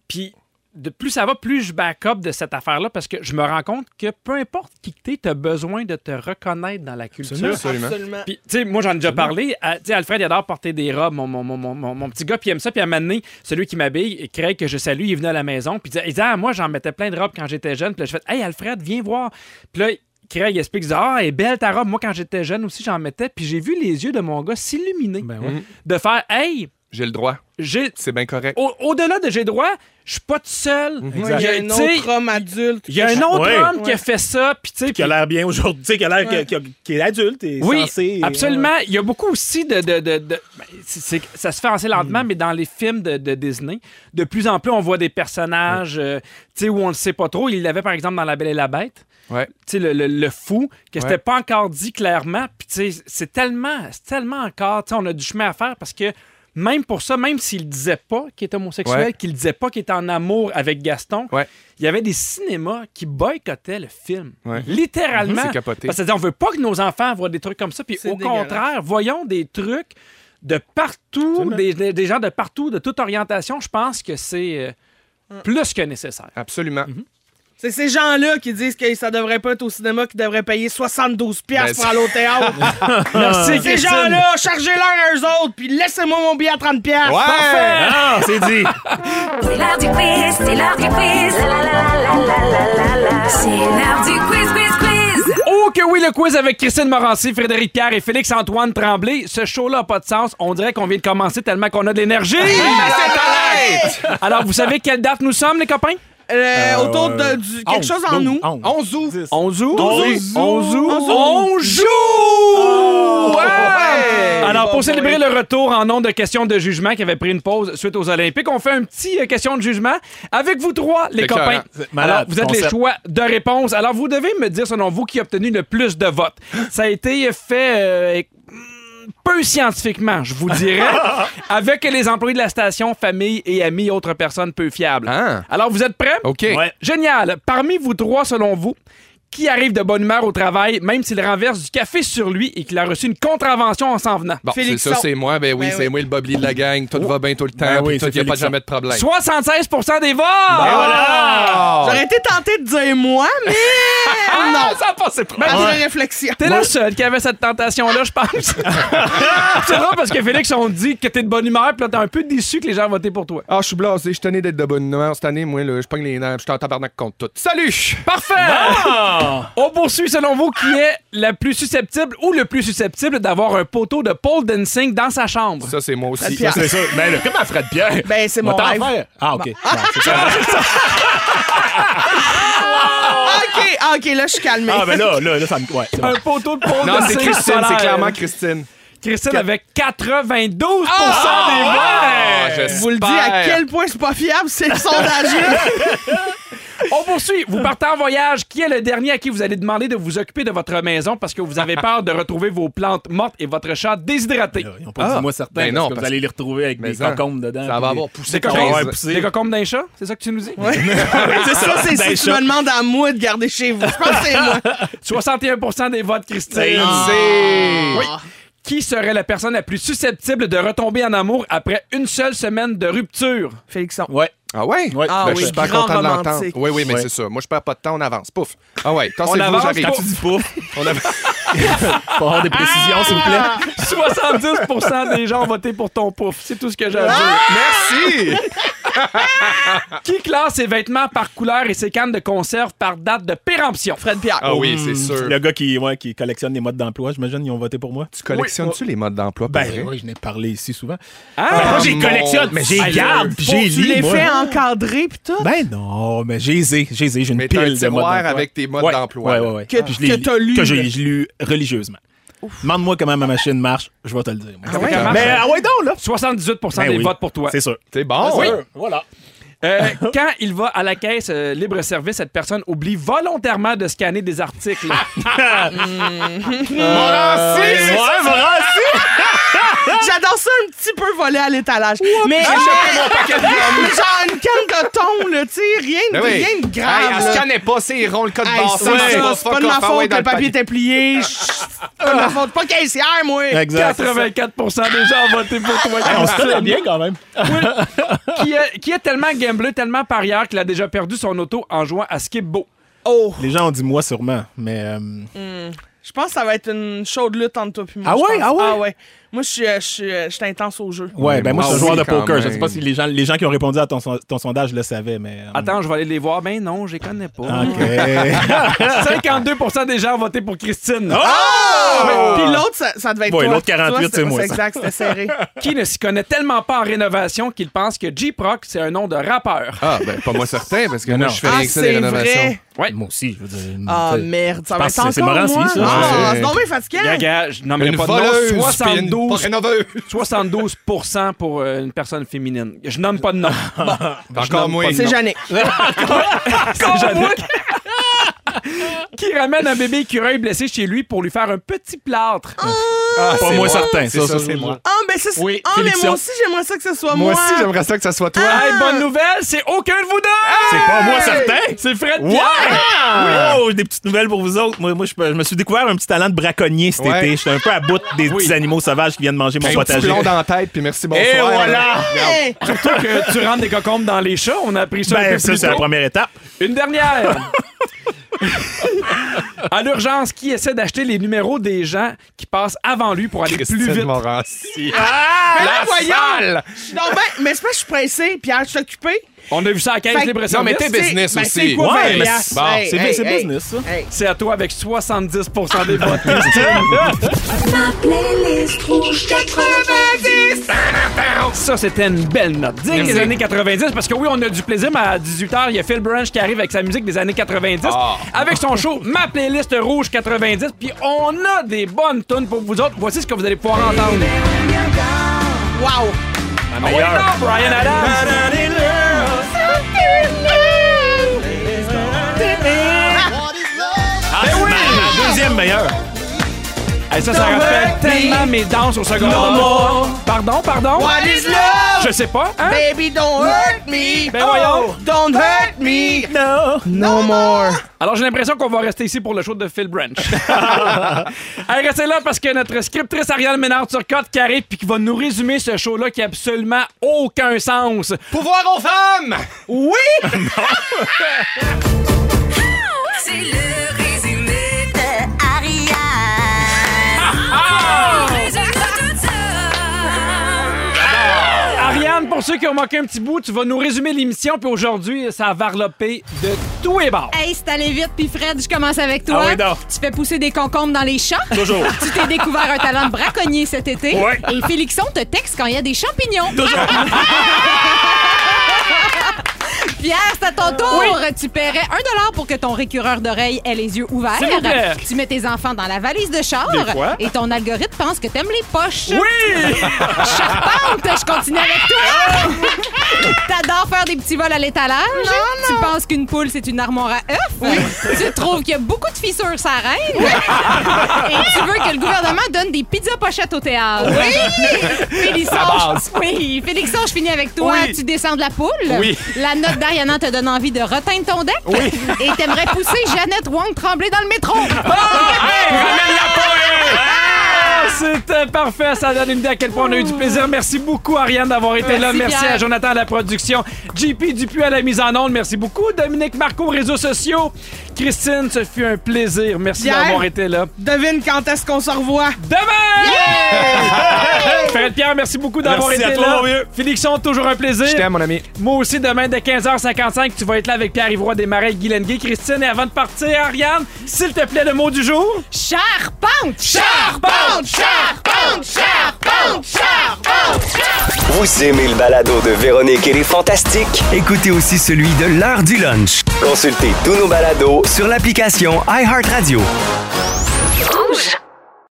[SPEAKER 2] Puis, de plus ça va, plus je back up de cette affaire-là parce que je me rends compte que peu importe qui que t'es, t'as besoin de te reconnaître dans la culture.
[SPEAKER 4] Absolument.
[SPEAKER 5] Absolument.
[SPEAKER 2] Puis, tu sais, moi, j'en ai déjà parlé. À- Tu sais, Alfred, il adore porter des robes, mon, mon, mon, mon, mon- mon petit gars, puis il aime ça. Puis, à un moment donné, celui qui m'habille, Craig, que je salue, il venait à la maison. Puis, il disait, il disait, ah, moi, j'en mettais plein de robes quand j'étais jeune. Puis là, je fais, hey, Alfred, viens voir. Puis là, Craig explique, il dit, ah, elle est belle ta robe. Moi, quand j'étais jeune aussi, j'en mettais. Puis, j'ai vu les yeux de mon gars s'illuminer. Mm-hmm.
[SPEAKER 1] Ben ouais.
[SPEAKER 2] De faire, hey,
[SPEAKER 4] J'ai le droit.
[SPEAKER 2] j'ai.
[SPEAKER 4] C'est bien correct.
[SPEAKER 2] au- Au-delà de j'ai droit, je suis pas tout seul.
[SPEAKER 5] Il y a un
[SPEAKER 2] tu sais,
[SPEAKER 5] autre homme adulte.
[SPEAKER 2] Il y a un autre
[SPEAKER 1] Mm-hmm. Ouais.
[SPEAKER 2] homme qui a fait ça, puis tu sais,
[SPEAKER 1] Qui a l'air bien aujourd'hui, tu sais, qui a l'air
[SPEAKER 5] Ouais.
[SPEAKER 1] qui a- qui est adulte et
[SPEAKER 2] Oui,
[SPEAKER 1] sensé
[SPEAKER 4] euh,
[SPEAKER 5] euh,
[SPEAKER 1] et-
[SPEAKER 2] absolument. Il y a beaucoup aussi de... de, de, de- ben, c'est- c'est- ça se fait assez
[SPEAKER 4] Hmm.
[SPEAKER 2] lentement, mais dans les films de, de Disney, de plus en plus, on voit des personnages euh, tu sais, où on ne sait pas trop. Il l'avait, par exemple, dans La Belle et la Bête.
[SPEAKER 4] Ouais.
[SPEAKER 2] Tu sais, le, le- le fou, que
[SPEAKER 4] Ouais.
[SPEAKER 2] c'était pas encore dit clairement. Puis, tu sais, c'est tellement, c'est tellement encore... tu sais, On a du chemin à faire parce que même pour ça, même s'il disait pas qu'il est homosexuel,
[SPEAKER 4] Ouais.
[SPEAKER 2] qu'il disait pas qu'il était en amour avec Gaston,
[SPEAKER 4] Ouais.
[SPEAKER 2] il y avait des cinémas qui boycottaient le film.
[SPEAKER 4] Ouais. Mhm,
[SPEAKER 2] Littéralement.
[SPEAKER 4] C'est capoté.
[SPEAKER 2] Parce que on veut pas que nos enfants voient des trucs comme ça. Puis
[SPEAKER 5] C'est
[SPEAKER 2] au
[SPEAKER 5] dégueulasse.
[SPEAKER 2] contraire, voyons des trucs de partout, des, des- des gens de partout, de toute orientation. Je pense que c'est euh,
[SPEAKER 5] Mm.
[SPEAKER 2] plus que nécessaire.
[SPEAKER 4] Absolument.
[SPEAKER 5] C'est ces gens-là qui disent que ça devrait pas être au cinéma, qui devraient payer 72$
[SPEAKER 4] Ben,
[SPEAKER 5] piastres pour
[SPEAKER 4] c'est-
[SPEAKER 5] aller au théâtre.
[SPEAKER 2] Merci,
[SPEAKER 5] ces
[SPEAKER 2] Christine.
[SPEAKER 5] gens-là, chargez-leur eux autres, puis laissez-moi mon billet à 30$. piastres.
[SPEAKER 4] Ouais!
[SPEAKER 1] Ah, c'est dit.
[SPEAKER 7] C'est l'heure du quiz, c'est l'heure du quiz. La la la la la la la la. C'est l'heure du quiz, quiz, quiz.
[SPEAKER 2] Oh que oui, le quiz avec Christine Morancy, Frédéric Pierre et Félix-Antoine Tremblay. Ce show-là n'a pas de sens. On dirait qu'on vient de commencer tellement qu'on a de l'énergie.
[SPEAKER 5] Ah,
[SPEAKER 2] Alors, vous savez quelle date nous sommes, les copains?
[SPEAKER 5] Euh, autour de, du, quelque
[SPEAKER 1] Onze,
[SPEAKER 5] chose en
[SPEAKER 1] douze,
[SPEAKER 5] nous.
[SPEAKER 1] onze.
[SPEAKER 4] 11 août.
[SPEAKER 2] 11 août.
[SPEAKER 1] Onze
[SPEAKER 2] 11
[SPEAKER 1] août.
[SPEAKER 2] août.
[SPEAKER 5] Onze août.
[SPEAKER 2] Onze août. Ouais.
[SPEAKER 5] Ouais.
[SPEAKER 2] Alors,
[SPEAKER 5] Bon
[SPEAKER 2] pour
[SPEAKER 5] boy.
[SPEAKER 2] célébrer le retour en nom de questions de jugement qui avait pris une pause suite aux Olympiques, on fait un petit euh, question de jugement avec vous trois, les
[SPEAKER 4] C'est
[SPEAKER 2] copains.
[SPEAKER 4] écœurant.
[SPEAKER 1] malade,
[SPEAKER 2] Alors, vous êtes les
[SPEAKER 1] concept.
[SPEAKER 2] choix de réponse. Alors, vous devez me dire, selon vous, qui a obtenu le plus de votes. Ça a été fait euh, peu scientifiquement, je vous dirais, avec les employés de la station, famille et amis, autres personnes peu fiables.
[SPEAKER 4] Ah.
[SPEAKER 2] Alors, vous êtes prêts?
[SPEAKER 4] OK.
[SPEAKER 1] Ouais.
[SPEAKER 2] Génial. Parmi vous trois, selon vous, qui arrive de bonne humeur au travail, même s'il renverse du café sur lui et qu'il a reçu une contravention en s'en venant?
[SPEAKER 4] Bon, c'est
[SPEAKER 5] Félixon.
[SPEAKER 4] ça, c'est moi. Ben oui,
[SPEAKER 5] Ben
[SPEAKER 4] c'est
[SPEAKER 5] oui.
[SPEAKER 4] moi le Bobli de la gang. Tout va bien tout le temps.
[SPEAKER 1] Ben oui,
[SPEAKER 4] puis tout,
[SPEAKER 1] c'est
[SPEAKER 4] il n'y a pas
[SPEAKER 1] Félixon.
[SPEAKER 4] jamais de problème.
[SPEAKER 2] 76 des votes!
[SPEAKER 5] J'aurais été tenté de dire moi, mais
[SPEAKER 2] Ah, ça a passé
[SPEAKER 4] Ben,
[SPEAKER 2] proche.
[SPEAKER 5] pas de réflexion.
[SPEAKER 2] T'es la seule qui avait cette tentation-là, je pense. c'est drôle parce que Félix, on dit que t'es de bonne humeur, puis là, t'es un peu déçu que les gens ont voté pour toi.
[SPEAKER 4] Ah, je suis blasé, je tenais d'être de bonne humeur cette année, moi, là, je pogne les nerfs, je suis en tabarnak contre tout. Salut!
[SPEAKER 2] Parfait!
[SPEAKER 1] Ah!
[SPEAKER 2] On poursuit selon vous qui est la plus susceptible ou le plus susceptible d'avoir un poteau de pole dancing dans sa chambre.
[SPEAKER 4] Ça, c'est moi aussi.
[SPEAKER 5] Pierre.
[SPEAKER 1] Ça, c'est ça. Ben là, comment Fred Pierre?
[SPEAKER 5] Ben, c'est
[SPEAKER 1] On va
[SPEAKER 5] mon
[SPEAKER 1] t'en
[SPEAKER 5] rêve.
[SPEAKER 1] faire. Ah, OK. Bon, c'est ça.
[SPEAKER 5] OK, ah, OK, là, je suis calmée.
[SPEAKER 1] Ah, ben là, là, là, ça me. Ouais, c'est bon.
[SPEAKER 2] Un poteau de pole
[SPEAKER 4] Non, c'est
[SPEAKER 2] dancing
[SPEAKER 4] Christine,
[SPEAKER 2] solaire.
[SPEAKER 4] c'est clairement Christine.
[SPEAKER 2] Christine avec 92 des votes.
[SPEAKER 4] Ah, je
[SPEAKER 5] vous le dis à quel point c'est pas fiable, ces sondages-là.
[SPEAKER 2] On poursuit. Vous partez en voyage. Qui est le dernier à qui vous allez demander de vous occuper de votre maison parce que vous avez peur de retrouver vos plantes mortes et votre chat déshydraté?
[SPEAKER 1] Ils n'ont pas
[SPEAKER 4] Ah.
[SPEAKER 1] dit moi certain,
[SPEAKER 4] Ben
[SPEAKER 1] parce
[SPEAKER 4] non,
[SPEAKER 1] que vous
[SPEAKER 4] parce-
[SPEAKER 1] allez les retrouver avec
[SPEAKER 4] Mais
[SPEAKER 1] des
[SPEAKER 4] ça-
[SPEAKER 1] cocombes dedans.
[SPEAKER 4] Ça va
[SPEAKER 1] puis des-
[SPEAKER 4] avoir poussé
[SPEAKER 2] Des cocombes.
[SPEAKER 1] Ouais,
[SPEAKER 4] 15.
[SPEAKER 1] poussé.
[SPEAKER 2] Des cocombes d'un chat? C'est ça que tu nous dis?
[SPEAKER 1] C'est
[SPEAKER 5] Ça, c'est
[SPEAKER 1] Ben,
[SPEAKER 5] si tu
[SPEAKER 1] ça-
[SPEAKER 5] me demandes à moi de garder chez vous. Je pense que c'est moi.
[SPEAKER 2] 61 des votes,
[SPEAKER 1] C'est-
[SPEAKER 2] Christine.
[SPEAKER 4] C'est-
[SPEAKER 2] Oui. Qui serait la personne la plus susceptible de retomber en amour après une seule semaine de rupture?
[SPEAKER 5] Félixon.
[SPEAKER 1] Ouais.
[SPEAKER 4] Ah ouais?
[SPEAKER 1] Ouais.
[SPEAKER 5] Ah
[SPEAKER 4] Ben,
[SPEAKER 5] oui,
[SPEAKER 4] je suis super
[SPEAKER 5] grand
[SPEAKER 4] content de
[SPEAKER 5] romantique.
[SPEAKER 4] l'entendre. Oui, oui, mais
[SPEAKER 1] Ouais.
[SPEAKER 4] c'est ça. Moi, je perds pas de temps, on avance. Pouf. Ah ouais,
[SPEAKER 2] On
[SPEAKER 4] tassez-vous,
[SPEAKER 2] avance,
[SPEAKER 4] j'arrive.
[SPEAKER 2] pas.
[SPEAKER 1] Quand tu dis pouf,
[SPEAKER 4] On avance.
[SPEAKER 1] Pour avoir des précisions, s'il vous
[SPEAKER 5] Ah.
[SPEAKER 1] plaît.
[SPEAKER 2] 70 des gens ont voté pour ton pouf. C'est tout ce que j'ai à dire.
[SPEAKER 4] Merci!
[SPEAKER 2] Qui classe ses vêtements par couleur et ses cannes de conserve par date de péremption?
[SPEAKER 5] Fred Pierre.
[SPEAKER 4] Ah oui, c'est sûr.
[SPEAKER 1] Le gars qui, ouais, qui collectionne les modes d'emploi, j'imagine, ils ont voté pour moi.
[SPEAKER 4] Tu collectionnes-tu les modes d'emploi? pour vrai?
[SPEAKER 1] Ben oui, je n'ai parlé ici souvent.
[SPEAKER 2] Ah!
[SPEAKER 1] Ben, moi, j'ai
[SPEAKER 4] mon
[SPEAKER 1] collectionne, mais j'ai
[SPEAKER 2] Dieu.
[SPEAKER 1] garde, puis j'ai
[SPEAKER 5] Tu
[SPEAKER 1] lis,
[SPEAKER 5] les
[SPEAKER 1] moi.
[SPEAKER 5] fais encadrer pis tout.
[SPEAKER 1] Ben non, mais j'ai aisé, j'ai aisé, j'ai une
[SPEAKER 4] Mais t'as un
[SPEAKER 1] pile de modes
[SPEAKER 4] tiroir
[SPEAKER 1] d'emploi.
[SPEAKER 4] avec tes modes
[SPEAKER 1] Ouais,
[SPEAKER 4] d'emploi,
[SPEAKER 1] Ouais,
[SPEAKER 4] là.
[SPEAKER 1] ouais, ouais.
[SPEAKER 5] Que-
[SPEAKER 1] Ah. Je les
[SPEAKER 5] que
[SPEAKER 1] lis-
[SPEAKER 5] t'as lu.
[SPEAKER 1] Que j'ai j'ai lu religieusement. Demande-moi comment ma machine marche, je vais te le dire. moi.
[SPEAKER 2] ouais?
[SPEAKER 1] Mais ah ouais donc, là.
[SPEAKER 2] 78
[SPEAKER 1] Ben
[SPEAKER 2] des
[SPEAKER 1] oui.
[SPEAKER 2] votes pour toi.
[SPEAKER 1] C'est sûr.
[SPEAKER 4] T'es bon?
[SPEAKER 1] Oui,
[SPEAKER 4] hein?
[SPEAKER 1] voilà.
[SPEAKER 2] Euh, quand il va à la caisse euh, libre-service, cette personne oublie volontairement de scanner des articles.
[SPEAKER 1] Ah, Morassi! Ouais, Morassi! Ben.
[SPEAKER 5] J'adore ça un petit peu voler à l'étalage. Mais
[SPEAKER 1] Ah.
[SPEAKER 5] genre une canne de thon, là, tu sais, rien, de-
[SPEAKER 4] Ben oui.
[SPEAKER 5] rien de
[SPEAKER 4] Hey,
[SPEAKER 5] grave.
[SPEAKER 4] elle
[SPEAKER 5] là.
[SPEAKER 4] scannait pas, c'est rond le code
[SPEAKER 5] Hey,
[SPEAKER 4] barre.
[SPEAKER 5] ça,
[SPEAKER 4] Ouais.
[SPEAKER 5] ça,
[SPEAKER 4] Fuck
[SPEAKER 5] c'est pas de ma
[SPEAKER 4] off, ah ouais,
[SPEAKER 5] faute que
[SPEAKER 4] dans
[SPEAKER 5] le papier était plié. Chut, C'est pas de ma faute. Pas caissière, moi.
[SPEAKER 1] Exact.
[SPEAKER 2] 84 des gens ont voté pour toi.
[SPEAKER 1] Hey, Ah, on se connaît bien quand même.
[SPEAKER 2] qui, est, qui est tellement gambleux, tellement parieur qu'il a déjà perdu son auto en jouant à Skip Beau.
[SPEAKER 5] Oh,
[SPEAKER 1] Les gens ont dit moi sûrement, mais euh,
[SPEAKER 5] je pense que ça va être une chaude lutte entre toi et moi.
[SPEAKER 1] Ah
[SPEAKER 5] je
[SPEAKER 1] ouais,
[SPEAKER 5] pense.
[SPEAKER 1] ah ouais?
[SPEAKER 5] Moi, je suis, euh, je suis, euh, je suis intense au jeu.
[SPEAKER 1] ouais, ben moi
[SPEAKER 4] moi
[SPEAKER 1] je suis un joueur de
[SPEAKER 4] aussi, quand
[SPEAKER 1] poker. Je sais pas
[SPEAKER 4] même.
[SPEAKER 1] si les gens, les gens qui ont répondu à ton, son- ton sondage le savaient, mais. euh,
[SPEAKER 2] Attends, je vais aller les voir. Ben non, je les connais pas.
[SPEAKER 1] Ah, Ok. Ah!
[SPEAKER 2] 52 des gens ont voté pour Christine.
[SPEAKER 5] Ouais, Puis l'autre, ça, ça devait être
[SPEAKER 1] Oh. Ouais,
[SPEAKER 5] toi.
[SPEAKER 1] l'autre 48,
[SPEAKER 5] Toi,
[SPEAKER 1] c'est moi,
[SPEAKER 5] C'est
[SPEAKER 1] ça.
[SPEAKER 5] exact, c'était serré. Ah,
[SPEAKER 2] Qui ne s'y connaît tellement pas en rénovation qu'il pense que J-Proc, c'est un nom de rappeur.
[SPEAKER 4] Ah, ben pas moi certain, parce que moi,
[SPEAKER 1] non.
[SPEAKER 4] je fais rien
[SPEAKER 5] ah,
[SPEAKER 4] que ça des
[SPEAKER 5] c'est
[SPEAKER 4] rénovations.
[SPEAKER 5] vrai.
[SPEAKER 1] moi aussi, je veux dire.
[SPEAKER 5] Ah,
[SPEAKER 1] tu sais.
[SPEAKER 5] merde, ça
[SPEAKER 1] Je
[SPEAKER 5] va
[SPEAKER 1] pense
[SPEAKER 5] être
[SPEAKER 1] que c'est
[SPEAKER 5] encore
[SPEAKER 1] Morancy,
[SPEAKER 5] moi.
[SPEAKER 1] ça,
[SPEAKER 5] Non,
[SPEAKER 4] c'est-
[SPEAKER 5] c'est donc bien fatigant.
[SPEAKER 2] Gars, gars, je nommerai
[SPEAKER 4] Une
[SPEAKER 2] pas de
[SPEAKER 4] voleuse,
[SPEAKER 2] nom.
[SPEAKER 4] puis une
[SPEAKER 2] 72,
[SPEAKER 4] rénoveuse.
[SPEAKER 2] 72 pour euh, une personne féminine. Je nomme pas de nom.
[SPEAKER 1] Ah,
[SPEAKER 4] Encore moins.
[SPEAKER 5] C'est Jannick.
[SPEAKER 2] Encore moi. qui ramène un bébé écureuil blessé chez lui pour lui faire un petit plâtre.
[SPEAKER 4] Ah,
[SPEAKER 1] Pas
[SPEAKER 4] c'est
[SPEAKER 1] moi
[SPEAKER 4] moi.
[SPEAKER 1] certain.
[SPEAKER 4] C'est
[SPEAKER 1] Ça,
[SPEAKER 4] ça,
[SPEAKER 1] ça,
[SPEAKER 4] c'est
[SPEAKER 1] c'est
[SPEAKER 4] moi.
[SPEAKER 1] moi.
[SPEAKER 5] Ah, ben ça, c'est.
[SPEAKER 1] Oui,
[SPEAKER 5] ah, mais
[SPEAKER 1] Félixon.
[SPEAKER 5] moi aussi, j'aimerais ça que ce soit moi.
[SPEAKER 4] Moi aussi, j'aimerais ça que ça soit toi.
[SPEAKER 2] Hey, bonne nouvelle, c'est aucun de vous deux!
[SPEAKER 1] C'est pas moi certain. Ah.
[SPEAKER 2] C'est Fred
[SPEAKER 1] Ouais! Wow, j'ai Oh, des petites nouvelles pour vous autres. Moi, moi je, peux- je me suis découvert un petit talent de braconnier cet
[SPEAKER 4] Ouais.
[SPEAKER 1] été. Je suis un peu à bout des petits animaux sauvages qui viennent manger mon
[SPEAKER 4] J'ai un petit
[SPEAKER 1] potager.
[SPEAKER 4] plomb dans la tête, puis merci, bonsoir.
[SPEAKER 1] Et voilà!
[SPEAKER 5] Hey!
[SPEAKER 2] Surtout que tu rentres des cocombes dans les chats, on a appris ça un
[SPEAKER 1] Ben,
[SPEAKER 2] peu
[SPEAKER 1] ça,
[SPEAKER 2] plus
[SPEAKER 1] c'est la
[SPEAKER 2] tôt.
[SPEAKER 1] première étape.
[SPEAKER 2] Une dernière! en urgence, qui essaie d'acheter les numéros des gens qui passent avant lui pour aller plus
[SPEAKER 4] Christine
[SPEAKER 2] vite?
[SPEAKER 4] Morancy.
[SPEAKER 5] Ben là,
[SPEAKER 4] La
[SPEAKER 5] voyons!
[SPEAKER 4] salle!
[SPEAKER 5] Non, ben, mais c'est pas que je suis pressé, Pierre, je suis occupé.
[SPEAKER 2] On a vu ça à la caisse
[SPEAKER 5] Fait-
[SPEAKER 2] libre
[SPEAKER 4] Non, mais t'es
[SPEAKER 2] service.
[SPEAKER 4] business
[SPEAKER 5] Ben,
[SPEAKER 4] aussi.
[SPEAKER 5] c'est quoi,
[SPEAKER 1] Ouais,
[SPEAKER 5] 20
[SPEAKER 1] mais
[SPEAKER 5] piastres?
[SPEAKER 4] bon,
[SPEAKER 5] Hey,
[SPEAKER 1] c'est
[SPEAKER 5] hey,
[SPEAKER 1] c'est
[SPEAKER 5] hey.
[SPEAKER 1] business, ça.
[SPEAKER 5] Hey.
[SPEAKER 2] C'est à toi avec 70 des votes. Ça, c'était une belle note. Digne des années 90, parce que oui, on a du plaisir, mais à 18h, il y a Phil Branch qui arrive avec sa musique des années 90,
[SPEAKER 4] Ah.
[SPEAKER 2] avec son show Ma Playlist Rouge 90, puis on a des bonnes tunes pour vous autres. Voici ce que vous allez pouvoir entendre.
[SPEAKER 5] Wow!
[SPEAKER 1] La
[SPEAKER 2] Ah oui, non,
[SPEAKER 1] meilleure.
[SPEAKER 2] Brian Adams.
[SPEAKER 1] Ah, oui! La deuxième meilleure.
[SPEAKER 2] Hey, ça, ça rappelle tellement mes danses au secondaire. Pardon, pardon?
[SPEAKER 5] What is love?
[SPEAKER 2] Je sais pas, hein?
[SPEAKER 5] Baby, don't hurt me! Oh,
[SPEAKER 2] Ben voyons.
[SPEAKER 5] Don't hurt me!
[SPEAKER 1] Non.
[SPEAKER 5] No more!
[SPEAKER 2] Alors, j'ai l'impression qu'on va rester ici pour le show de Phil Branch. Allez, restez là parce que notre scriptrice Ariane Ménard-Turcotte qui arrive puis qui va nous résumer ce show-là qui a absolument aucun sens.
[SPEAKER 4] Pouvoir aux femmes!
[SPEAKER 7] C'est le résumé de Ariane.
[SPEAKER 2] Ah!
[SPEAKER 7] Résume tout ça.
[SPEAKER 2] Ariane, pour ceux qui ont manqué un petit bout, tu vas nous résumer l'émission puis aujourd'hui, ça a varlopé de tous les bords.
[SPEAKER 8] Hey, c'est allé vite, puis Fred, je commence avec toi.
[SPEAKER 1] Ah oui, donc.
[SPEAKER 8] tu fais pousser des concombres dans les champs.
[SPEAKER 1] Toujours.
[SPEAKER 8] Tu t'es découvert un talent de braconnier cet été.
[SPEAKER 1] Ouais.
[SPEAKER 8] Et Félixon te texte quand il y a des champignons. Pierre, c'est à ton tour. Tu paierais un dollar pour que ton récureur d'oreille ait les yeux ouverts.
[SPEAKER 2] S'il vous plaît.
[SPEAKER 8] Tu mets tes enfants dans la valise de char.
[SPEAKER 2] Des fois.
[SPEAKER 8] Et ton algorithme pense que t'aimes les poches.
[SPEAKER 2] Oui!
[SPEAKER 8] Charpente, je continue avec toi. T'adores faire des petits vols à l'étalage. Tu penses qu'une poule, c'est une armoire à œufs. Tu trouves qu'il y a beaucoup de fissures sur la reine. Et tu veux que le gouvernement donne des pizzas pochettes au théâtre. Oui! Félixon, je- oui. Félixon, je finis avec toi.
[SPEAKER 2] Oui.
[SPEAKER 8] Tu descends de la poule.
[SPEAKER 2] Oui.
[SPEAKER 8] La note d'Ariana te donne envie de reteindre ton deck. Et t'aimerais pousser Jeannette Wong trembler dans le métro.
[SPEAKER 2] Ah, hey, ramène la poêle! C'était parfait. Ça donne une idée à quel point on a eu du plaisir. Merci beaucoup, Ariane, d'avoir été là.
[SPEAKER 8] Merci,
[SPEAKER 2] Merci à
[SPEAKER 8] Pierre.
[SPEAKER 2] Jonathan à la production. JP Dupuis à la mise en onde. Merci beaucoup. Dominique Marco, réseaux sociaux. Christine, ce fut un plaisir. Merci
[SPEAKER 5] Pierre.
[SPEAKER 2] d'avoir été là.
[SPEAKER 5] Devine quand est-ce qu'on se revoit.
[SPEAKER 2] Demain! Fred Pierre, merci beaucoup d'avoir
[SPEAKER 1] Merci
[SPEAKER 2] été
[SPEAKER 1] à toi,
[SPEAKER 2] là.
[SPEAKER 1] mon vieux.
[SPEAKER 2] Félixon, toujours un plaisir.
[SPEAKER 4] Je t'aime, mon ami.
[SPEAKER 2] Moi aussi, demain dès 15h55, tu vas être là avec Pierre-Yvroy Desmarais, Guy Lenguet, Christine. Et avant de partir, Ariane, s'il te plaît, le mot du jour.
[SPEAKER 8] Charpente! Charpente! Charpente! Charpente! Charpente!
[SPEAKER 9] Vous aimez le balado de Véronique et les Fantastiques?
[SPEAKER 10] Écoutez aussi celui de l'heure du lunch
[SPEAKER 9] Consultez tous nos balados
[SPEAKER 10] sur l'application iHeartRadio.
[SPEAKER 7] Rouge.